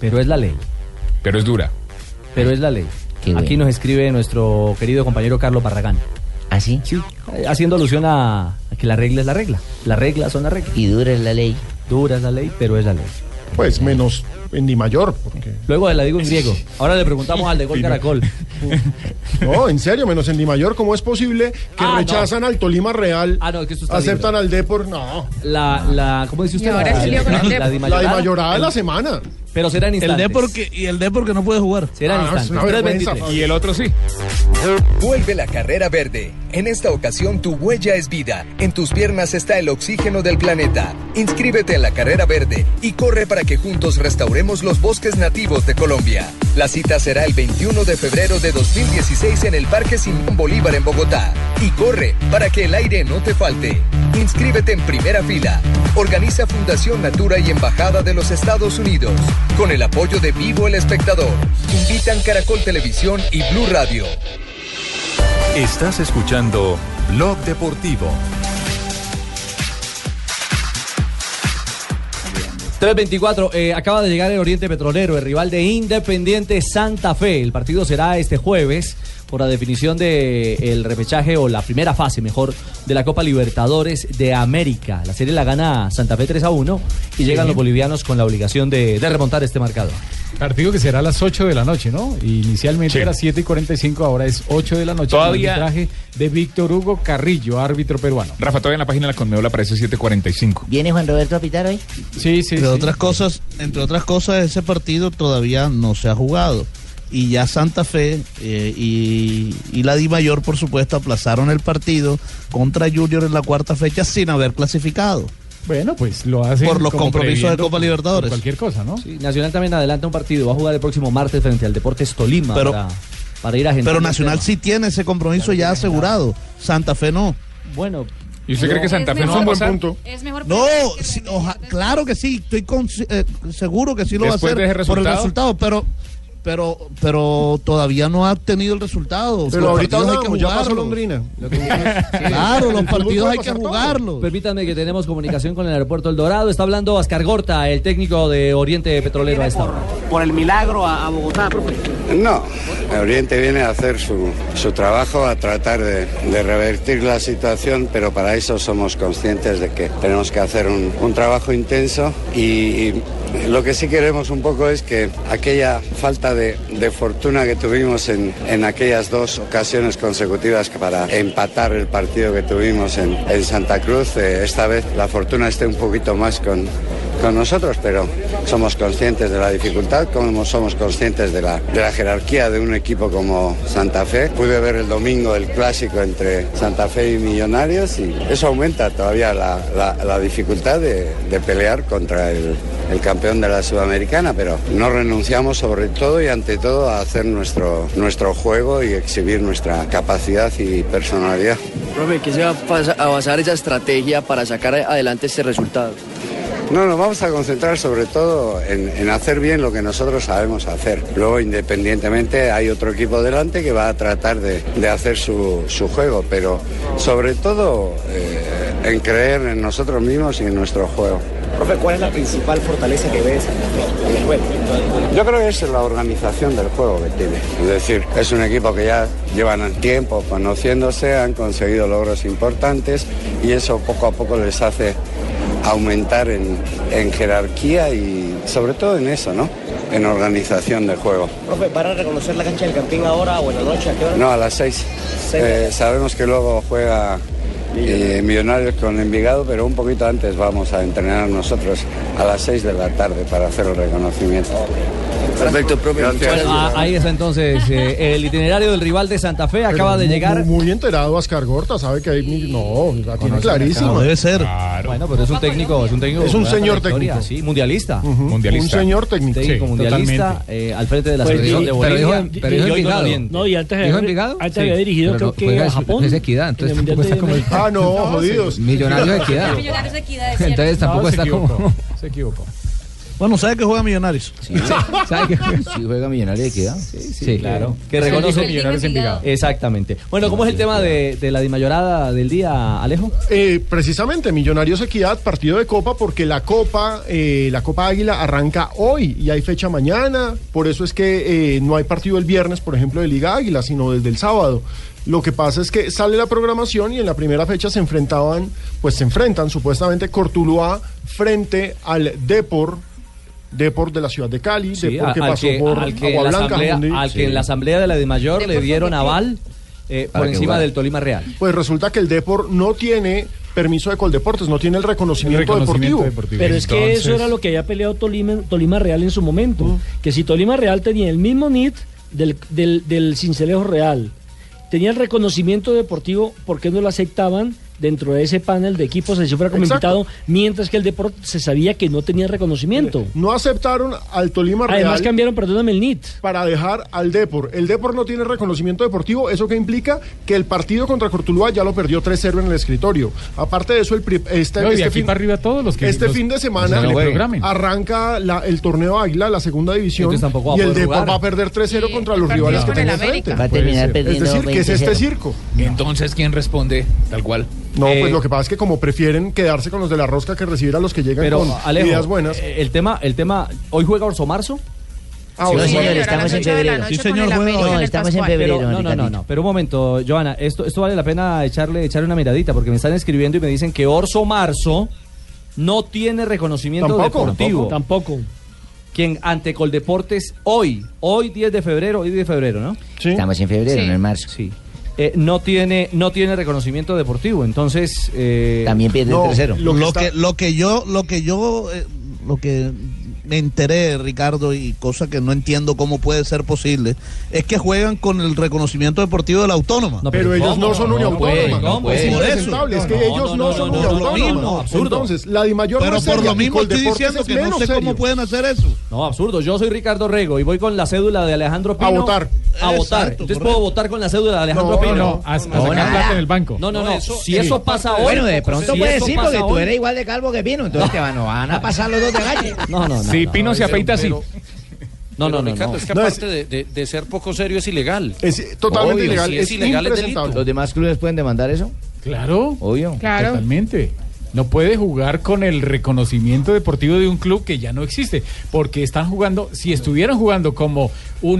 Speaker 15: pero es la ley.
Speaker 30: Pero es dura.
Speaker 15: Pero es la ley. Aquí nos escribe nuestro querido compañero Carlos Barragán.
Speaker 16: ¿Ah, sí?
Speaker 15: Eh, Haciendo alusión a, a que la regla es la regla. Las reglas son las reglas.
Speaker 16: Y dura es la ley.
Speaker 15: Dura es la ley, pero es la ley.
Speaker 11: Pues menos en Di Mayor, porque...
Speaker 15: Luego la digo en griego. Ahora le preguntamos al de Gol Caracol.
Speaker 11: No, en serio, menos en Di Mayor, ¿cómo es posible que
Speaker 15: Ah, no.
Speaker 11: rechazan al Tolima Real?
Speaker 15: Ah, no, es que esto está
Speaker 11: aceptan al Depor, no.
Speaker 15: La, la, ¿cómo dice usted? La- la- la
Speaker 11: Di
Speaker 15: dimayorada.
Speaker 11: Mayorada de la semana.
Speaker 15: Pero será en instantes.
Speaker 28: El D porque, y el D porque no puede jugar.
Speaker 15: Será en instantes. 3:23.
Speaker 30: Y el otro sí.
Speaker 14: Vuelve la carrera verde. En esta ocasión tu huella es vida. En tus piernas está el oxígeno del planeta. Inscríbete en la carrera verde y corre para que juntos restauremos los bosques nativos de Colombia. La cita será el 21 de febrero de 2016 en el Parque Simón Bolívar en Bogotá. Y corre para que el aire no te falte. Inscríbete en primera fila. Organiza Fundación Natura y Embajada de los Estados Unidos. Con el apoyo de Vivo el Espectador. Invitan Caracol Televisión y Blue Radio.
Speaker 1: Estás escuchando Blog Deportivo.
Speaker 15: 3.24, eh, acaba de llegar el Oriente Petrolero, el rival de Independiente Santa Fe. El partido será este jueves por la definición del el repechaje o la primera fase, mejor, de la Copa Libertadores de América. La serie la gana Santa Fe 3 a 1 y llegan los bolivianos con la obligación de, de remontar este marcador.
Speaker 12: Partido que será a las 8 de la noche, ¿no? Inicialmente
Speaker 15: Sí.
Speaker 12: era 7 y 45, ahora es 8 de la noche.
Speaker 30: Todavía-
Speaker 12: El arbitraje de Víctor Hugo Carrillo, árbitro peruano.
Speaker 30: Rafa, todavía en la página de la Conmebol aparece 745.
Speaker 16: ¿Viene Juan Roberto a pitar hoy?
Speaker 12: Sí, sí.
Speaker 28: Entre otras cosas, entre otras cosas, ese partido todavía no se ha jugado. Y ya Santa Fe eh, y, y la Di Mayor, por supuesto, aplazaron el partido contra Junior en la cuarta fecha sin haber clasificado.
Speaker 12: Bueno, pues lo hacen
Speaker 28: Por los
Speaker 12: como
Speaker 28: compromisos de
Speaker 12: previendo
Speaker 28: Copa Libertadores.
Speaker 12: Cualquier cosa, ¿no?
Speaker 15: Sí, Nacional también adelanta un partido, va a jugar el próximo martes frente al Deportes Tolima
Speaker 28: Pero-
Speaker 15: para, para ir a Argentina.
Speaker 28: Pero Nacional sí tiene ese compromiso ya asegurado. Santa Fe no.
Speaker 15: Bueno.
Speaker 30: ¿Y usted cree que Santa Fe no va a pasar?
Speaker 14: Es mejor
Speaker 28: No, sí, oja- claro que sí, estoy con- eh, seguro que sí lo va a
Speaker 30: Después
Speaker 28: hacer
Speaker 30: de ese
Speaker 28: por el
Speaker 30: resultado.
Speaker 28: resultado, pero pero pero todavía no ha tenido el resultado.
Speaker 11: Pero
Speaker 28: Los
Speaker 11: ahorita
Speaker 28: partidos
Speaker 11: hablábamos, ya pasó
Speaker 28: jugarlos.
Speaker 11: Londrina.
Speaker 28: Claro, los
Speaker 11: El fútbol
Speaker 28: partidos
Speaker 11: puede
Speaker 28: hay que
Speaker 11: pasar todo.
Speaker 28: jugarlos.
Speaker 15: Permítanme que tenemos comunicación con el aeropuerto El Dorado. Está hablando Oscar Gorta, el técnico de Oriente Petrolero a esta hora.
Speaker 33: por el milagro a, a Bogotá, profe.
Speaker 21: No, el Oriente viene a hacer su, su trabajo, a tratar de, de revertir la situación, pero para eso somos conscientes de que tenemos que hacer un, un trabajo intenso y, y lo que sí queremos un poco es que aquella falta de, de fortuna que tuvimos en, en aquellas dos ocasiones consecutivas para empatar el partido que tuvimos en, en Santa Cruz, eh, esta vez la fortuna esté un poquito más con, con nosotros, pero somos conscientes de la dificultad, como somos conscientes de la, de la jerarquía de un equipo como Santa Fe. Pude ver el domingo el clásico entre Santa Fe y Millonarios y eso aumenta todavía la, la- la dificultad de, de pelear contra el, el campeón de la Sudamericana, pero no renunciamos sobre todo y ante todo a hacer nuestro, nuestro juego y exhibir nuestra capacidad y personalidad.
Speaker 33: Profe, ¿qué se va a pas- a basar esa estrategia para sacar adelante este resultado?
Speaker 21: No, nos vamos a concentrar sobre todo en, en hacer bien lo que nosotros sabemos hacer. Luego, independientemente, hay otro equipo delante que va a tratar de, de hacer su, su juego, pero sobre todo eh, en creer en nosotros mismos y en nuestro juego.
Speaker 25: Profe, ¿cuál es la principal fortaleza que ves en el juego?
Speaker 21: Yo creo que es la organización del juego que tiene. Es decir, es un equipo que ya llevan el tiempo conociéndose, han conseguido logros importantes y eso poco a poco les hace aumentar en, en jerarquía y sobre todo en eso, ¿no? En organización del juego.
Speaker 25: Profe, ¿van a reconocer la cancha del Campín ahora o en la noche? ¿A qué hora?
Speaker 21: No, a las seis.
Speaker 25: Seis.
Speaker 21: Eh, sabemos que luego juega eh, Millonarios con Envigado, pero un poquito antes vamos a entrenar nosotros a las 6 de la tarde para hacer el reconocimiento.
Speaker 15: Perfecto, profe.
Speaker 21: Gracias.
Speaker 15: Bueno, ah, ahí está entonces eh, el itinerario del rival de Santa Fe. Acaba
Speaker 11: Pero
Speaker 15: de
Speaker 11: mu-
Speaker 15: llegar.
Speaker 11: mu- Muy, enterado Oscar Gorta, sabe que hay. mil- No, la tiene
Speaker 15: Conoce
Speaker 11: clarísima.
Speaker 15: mercado. Bueno, pero es un técnico, es un técnico.
Speaker 11: Es
Speaker 15: con
Speaker 11: un
Speaker 15: una
Speaker 11: señor
Speaker 15: trayectoria,
Speaker 11: técnico.
Speaker 15: Sí, mundialista.
Speaker 11: Ujú. Mundialista. Un señor técnico.
Speaker 15: Técnico
Speaker 11: Sí,
Speaker 15: mundialista eh, al frente de la
Speaker 12: Pues,
Speaker 15: selección
Speaker 12: y-
Speaker 15: de
Speaker 12: pero
Speaker 15: Bolivia.
Speaker 12: dijo- pero dijo
Speaker 15: y hoy con
Speaker 12: Envigado.
Speaker 15: Oriente.
Speaker 13: No, y antes,
Speaker 12: ¿Dijo
Speaker 13: había-
Speaker 12: Envigado?
Speaker 13: antes
Speaker 12: Sí.
Speaker 13: había dirigido,
Speaker 12: Pero no-
Speaker 13: creo que
Speaker 12: juega
Speaker 13: a
Speaker 12: es-
Speaker 13: Japón.
Speaker 12: es Equidad, entonces
Speaker 13: En el
Speaker 12: tampoco
Speaker 13: Mundial
Speaker 12: está como
Speaker 13: de
Speaker 12: el- Ah, no,
Speaker 13: sí.
Speaker 12: jodidos.
Speaker 28: Millonarios de Equidad.
Speaker 17: Millonarios de Equidad, es cierto.
Speaker 28: Entonces tampoco
Speaker 12: se
Speaker 28: está
Speaker 12: equivocó,
Speaker 28: como.
Speaker 12: Se equivocó.
Speaker 28: Bueno, ¿sabe que juega Millonarios?
Speaker 15: ¿Sabe que juega?
Speaker 28: Sí, juega Millonarios de Equidad.
Speaker 15: Sí,
Speaker 28: claro.
Speaker 15: Que
Speaker 28: Dijo
Speaker 15: reconoce
Speaker 28: Millonarios Envigado.
Speaker 15: Exactamente. Bueno, ¿cómo es el tema de, de la dimayorada del día, Alejo?
Speaker 11: Eh, precisamente, Millonarios Equidad, partido de Copa, porque la Copa, eh, la Copa Águila arranca hoy y hay fecha mañana. Por eso es que eh, no hay partido el viernes, por ejemplo, de Liga Águila, sino desde el sábado. Lo que pasa es que sale la programación y en la primera fecha se enfrentaban, pues se enfrentan supuestamente Cortuluá frente al Depor. Depor de la ciudad de Cali,
Speaker 15: Sí,
Speaker 11: Depor que
Speaker 15: al
Speaker 11: pasó
Speaker 15: que-
Speaker 11: por
Speaker 15: al que en
Speaker 11: Agua
Speaker 15: la
Speaker 11: Blanca.
Speaker 15: asamblea-
Speaker 11: Mundi.
Speaker 15: al que en la asamblea de la de Mayor le dieron aval eh, por
Speaker 11: que
Speaker 15: encima
Speaker 11: jugara.
Speaker 15: del Tolima Real.
Speaker 11: Pues resulta que el Depor no tiene permiso de Coldeportes, no tiene el reconocimiento,
Speaker 12: reconocimiento
Speaker 11: deportivo.
Speaker 13: Pero es que eso era lo que había peleado Tolima, Tolima Real en su momento.
Speaker 11: Mm.
Speaker 13: Que si Tolima Real tenía el mismo NIT del, del, del Cincelejo Real, tenía el reconocimiento deportivo, ¿por qué no lo aceptaban dentro de ese panel de equipos de cifra como
Speaker 11: Exacto.
Speaker 13: invitado? Mientras que el deporte se sabía que no tenía reconocimiento.
Speaker 11: No aceptaron al Tolima Real.
Speaker 13: Además cambiaron, perdóname, el NIT.
Speaker 11: Para dejar al Depor. El Depor no tiene reconocimiento deportivo, eso que implica que el partido contra Cortuluá ya lo perdió 3-0 en el escritorio. Aparte de eso, el pri- este,
Speaker 12: No, y de
Speaker 11: este
Speaker 12: aquí para arriba todos los que
Speaker 11: este
Speaker 12: los-
Speaker 11: fin de
Speaker 12: los
Speaker 11: semana
Speaker 12: que le programen.
Speaker 11: arranca la- el torneo Águila, la segunda división,
Speaker 12: Entonces tampoco va a
Speaker 11: y el
Speaker 12: poder
Speaker 11: Depor
Speaker 12: jugar.
Speaker 11: Pues va a perder 3-0 contra los
Speaker 12: partido
Speaker 11: rivales que
Speaker 12: con el
Speaker 11: tenga
Speaker 12: América.
Speaker 11: enfrente.
Speaker 12: Va a terminar
Speaker 11: Puede ser. Es
Speaker 12: perdiendo
Speaker 11: decir, que es este
Speaker 12: 20-0.
Speaker 11: circo.
Speaker 30: Entonces, ¿quién responde? Tal cual.
Speaker 11: No,
Speaker 15: Eh,
Speaker 11: pues lo que pasa es que como prefieren quedarse con los de la rosca que recibir a los que llegan
Speaker 15: Pero,
Speaker 11: con
Speaker 15: Alejo,
Speaker 11: ideas buenas.
Speaker 15: eh, el tema, el tema, ¿hoy juega Orso Marzo?
Speaker 11: Ah, Sí, Orso señor, Marzo.
Speaker 32: estamos en febrero. Sí, señor, juega hoy.
Speaker 15: No, estamos en febrero. No, no, no,
Speaker 32: Ricardito.
Speaker 15: no. Pero un momento, Joana, esto, esto vale la pena echarle, echarle una miradita, porque me están escribiendo y me dicen que Orso Marzo no tiene reconocimiento
Speaker 13: Tampoco,
Speaker 15: deportivo.
Speaker 13: Tampoco.
Speaker 15: Quien ante Coldeportes hoy, hoy 10 de febrero, hoy 10 de febrero, ¿no?
Speaker 16: Estamos en febrero,
Speaker 15: Sí.
Speaker 16: no en marzo.
Speaker 15: Eh, no tiene, no tiene reconocimiento deportivo, entonces eh,
Speaker 16: También pierde
Speaker 28: No, Lo, que, lo que yo, lo que yo, eh, lo que me enteré, Ricardo, y cosa que no entiendo cómo puede ser posible, es que juegan con el reconocimiento deportivo de la autónoma.
Speaker 11: pero ellos no son una autónoma. es
Speaker 28: Por eso.
Speaker 11: impresentable, es que ellos no, son una
Speaker 28: por lo
Speaker 11: autónoma.
Speaker 28: mismo, absurdo.
Speaker 11: Entonces, la de mayor
Speaker 28: Pero
Speaker 11: no es
Speaker 28: por
Speaker 11: seria,
Speaker 28: lo
Speaker 11: y
Speaker 28: mismo estoy
Speaker 11: Coldeportes
Speaker 28: diciendo
Speaker 11: es
Speaker 28: que no
Speaker 11: menos
Speaker 28: sé
Speaker 11: serio.
Speaker 28: cómo pueden hacer eso.
Speaker 15: No, absurdo. Yo soy Ricardo Rego y voy con la cédula de Alejandro Pino.
Speaker 11: votar.
Speaker 15: A votar. Entonces puedo votar con la cédula de Alejandro
Speaker 12: No,
Speaker 15: Pino.
Speaker 12: no, a- a sacar
Speaker 15: nada.
Speaker 12: plata en el banco.
Speaker 15: No, no, no.
Speaker 12: No, eso-
Speaker 15: si
Speaker 12: sí.
Speaker 15: eso pasa hoy.
Speaker 12: Bueno, de pronto
Speaker 15: si
Speaker 12: puedes
Speaker 15: eso
Speaker 12: decir,
Speaker 15: pasa
Speaker 12: porque tú
Speaker 15: hoy-
Speaker 12: eres
Speaker 16: igual de calvo que Pino, entonces te van, no van a pasar los dos de calle.
Speaker 15: No, no, no.
Speaker 30: Si
Speaker 15: no,
Speaker 30: Pino
Speaker 15: no,
Speaker 30: se
Speaker 15: pero-
Speaker 30: afeita así.
Speaker 15: pero- No, no, no.
Speaker 19: Ricardo,
Speaker 15: no.
Speaker 19: es que
Speaker 16: No,
Speaker 19: aparte de, de- de ser poco serio es ilegal.
Speaker 11: Es
Speaker 19: Obvio, si es, ilegal, es delito.
Speaker 16: ¿Los demás clubes pueden demandar eso?
Speaker 12: Claro.
Speaker 16: Obvio.
Speaker 32: Claro.
Speaker 12: Totalmente. No puede jugar con el reconocimiento deportivo de un club que ya no existe, porque están jugando, si estuvieran jugando como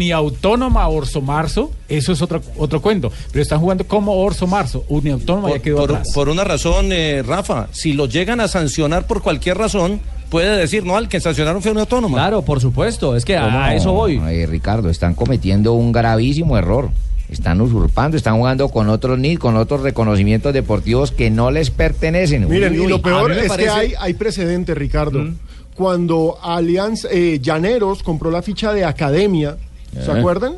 Speaker 12: Uniautónoma Orso Marzo, eso es otro, otro cuento, pero están jugando como Orso Marzo, Uniautónoma ya
Speaker 19: Por,
Speaker 12: quedó
Speaker 19: por-
Speaker 12: atrás.
Speaker 19: por una razón, eh, Rafa, si lo llegan a sancionar por cualquier razón, puede decir, no, al que sancionaron fue una autónoma.
Speaker 15: Claro, por supuesto, es que
Speaker 19: a, eso voy.
Speaker 16: Eh, Ricardo, están cometiendo un gravísimo error. Están usurpando, están jugando con otros NID, con otros reconocimientos deportivos que no les pertenecen.
Speaker 11: Miren,
Speaker 16: Uy,
Speaker 11: y lo
Speaker 16: uy.
Speaker 11: peor
Speaker 16: A mí me
Speaker 11: es que
Speaker 16: parece-
Speaker 11: hay, hay precedente, Ricardo. Cuando Alianza eh, Llaneros compró la ficha de Academia, ¿se
Speaker 2: Eh.
Speaker 11: acuerdan?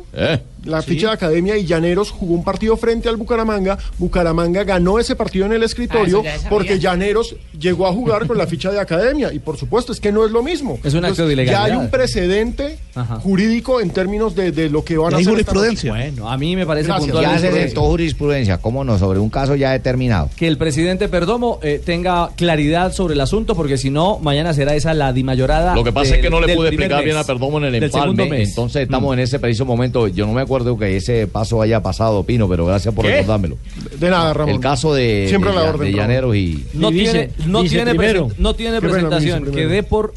Speaker 11: La ficha de Academia y Llaneros jugó un partido frente al Bucaramanga. Bucaramanga ganó ese partido en el escritorio
Speaker 2: Ah, eso ya sabía.
Speaker 11: porque Llaneros llegó a jugar con la ficha de Academia. Y por supuesto, es que no es lo mismo.
Speaker 15: Es un acto de
Speaker 11: Ya hay
Speaker 15: ilegalidad.
Speaker 11: un precedente jurídico en términos de, de lo que van a hacer. esta noche.
Speaker 15: Bueno, a mí me parece
Speaker 11: Gracias.
Speaker 15: puntual
Speaker 11: Ya se
Speaker 15: jurisprudencia.
Speaker 11: sentó
Speaker 16: jurisprudencia, cómo no, sobre un caso ya determinado.
Speaker 15: que el presidente Perdomo eh, tenga claridad sobre el asunto, porque si no, mañana será esa la dimayorada.
Speaker 26: Lo que pasa
Speaker 15: del-
Speaker 26: es que no le
Speaker 15: del
Speaker 26: pude
Speaker 15: primer
Speaker 26: explicar
Speaker 15: mes,
Speaker 26: bien a Perdomo en el
Speaker 15: del segundo
Speaker 26: empalme.
Speaker 16: Mm.
Speaker 15: mes.
Speaker 26: Entonces estamos en ese preciso momento. Yo no me
Speaker 5: acuerdo que ese paso haya pasado, Pino, pero gracias por
Speaker 11: ¿Qué?
Speaker 5: recordármelo.
Speaker 11: De nada, Ramón.
Speaker 5: El caso de,
Speaker 11: Siempre
Speaker 5: de,
Speaker 11: a la
Speaker 5: Ya-
Speaker 11: orden,
Speaker 5: de
Speaker 11: Ramón.
Speaker 5: Llaneros y...
Speaker 15: No tiene, no tiene, presen- no tiene
Speaker 5: Qué pena,
Speaker 15: presentación
Speaker 5: vice
Speaker 15: que
Speaker 5: primero.
Speaker 15: dé por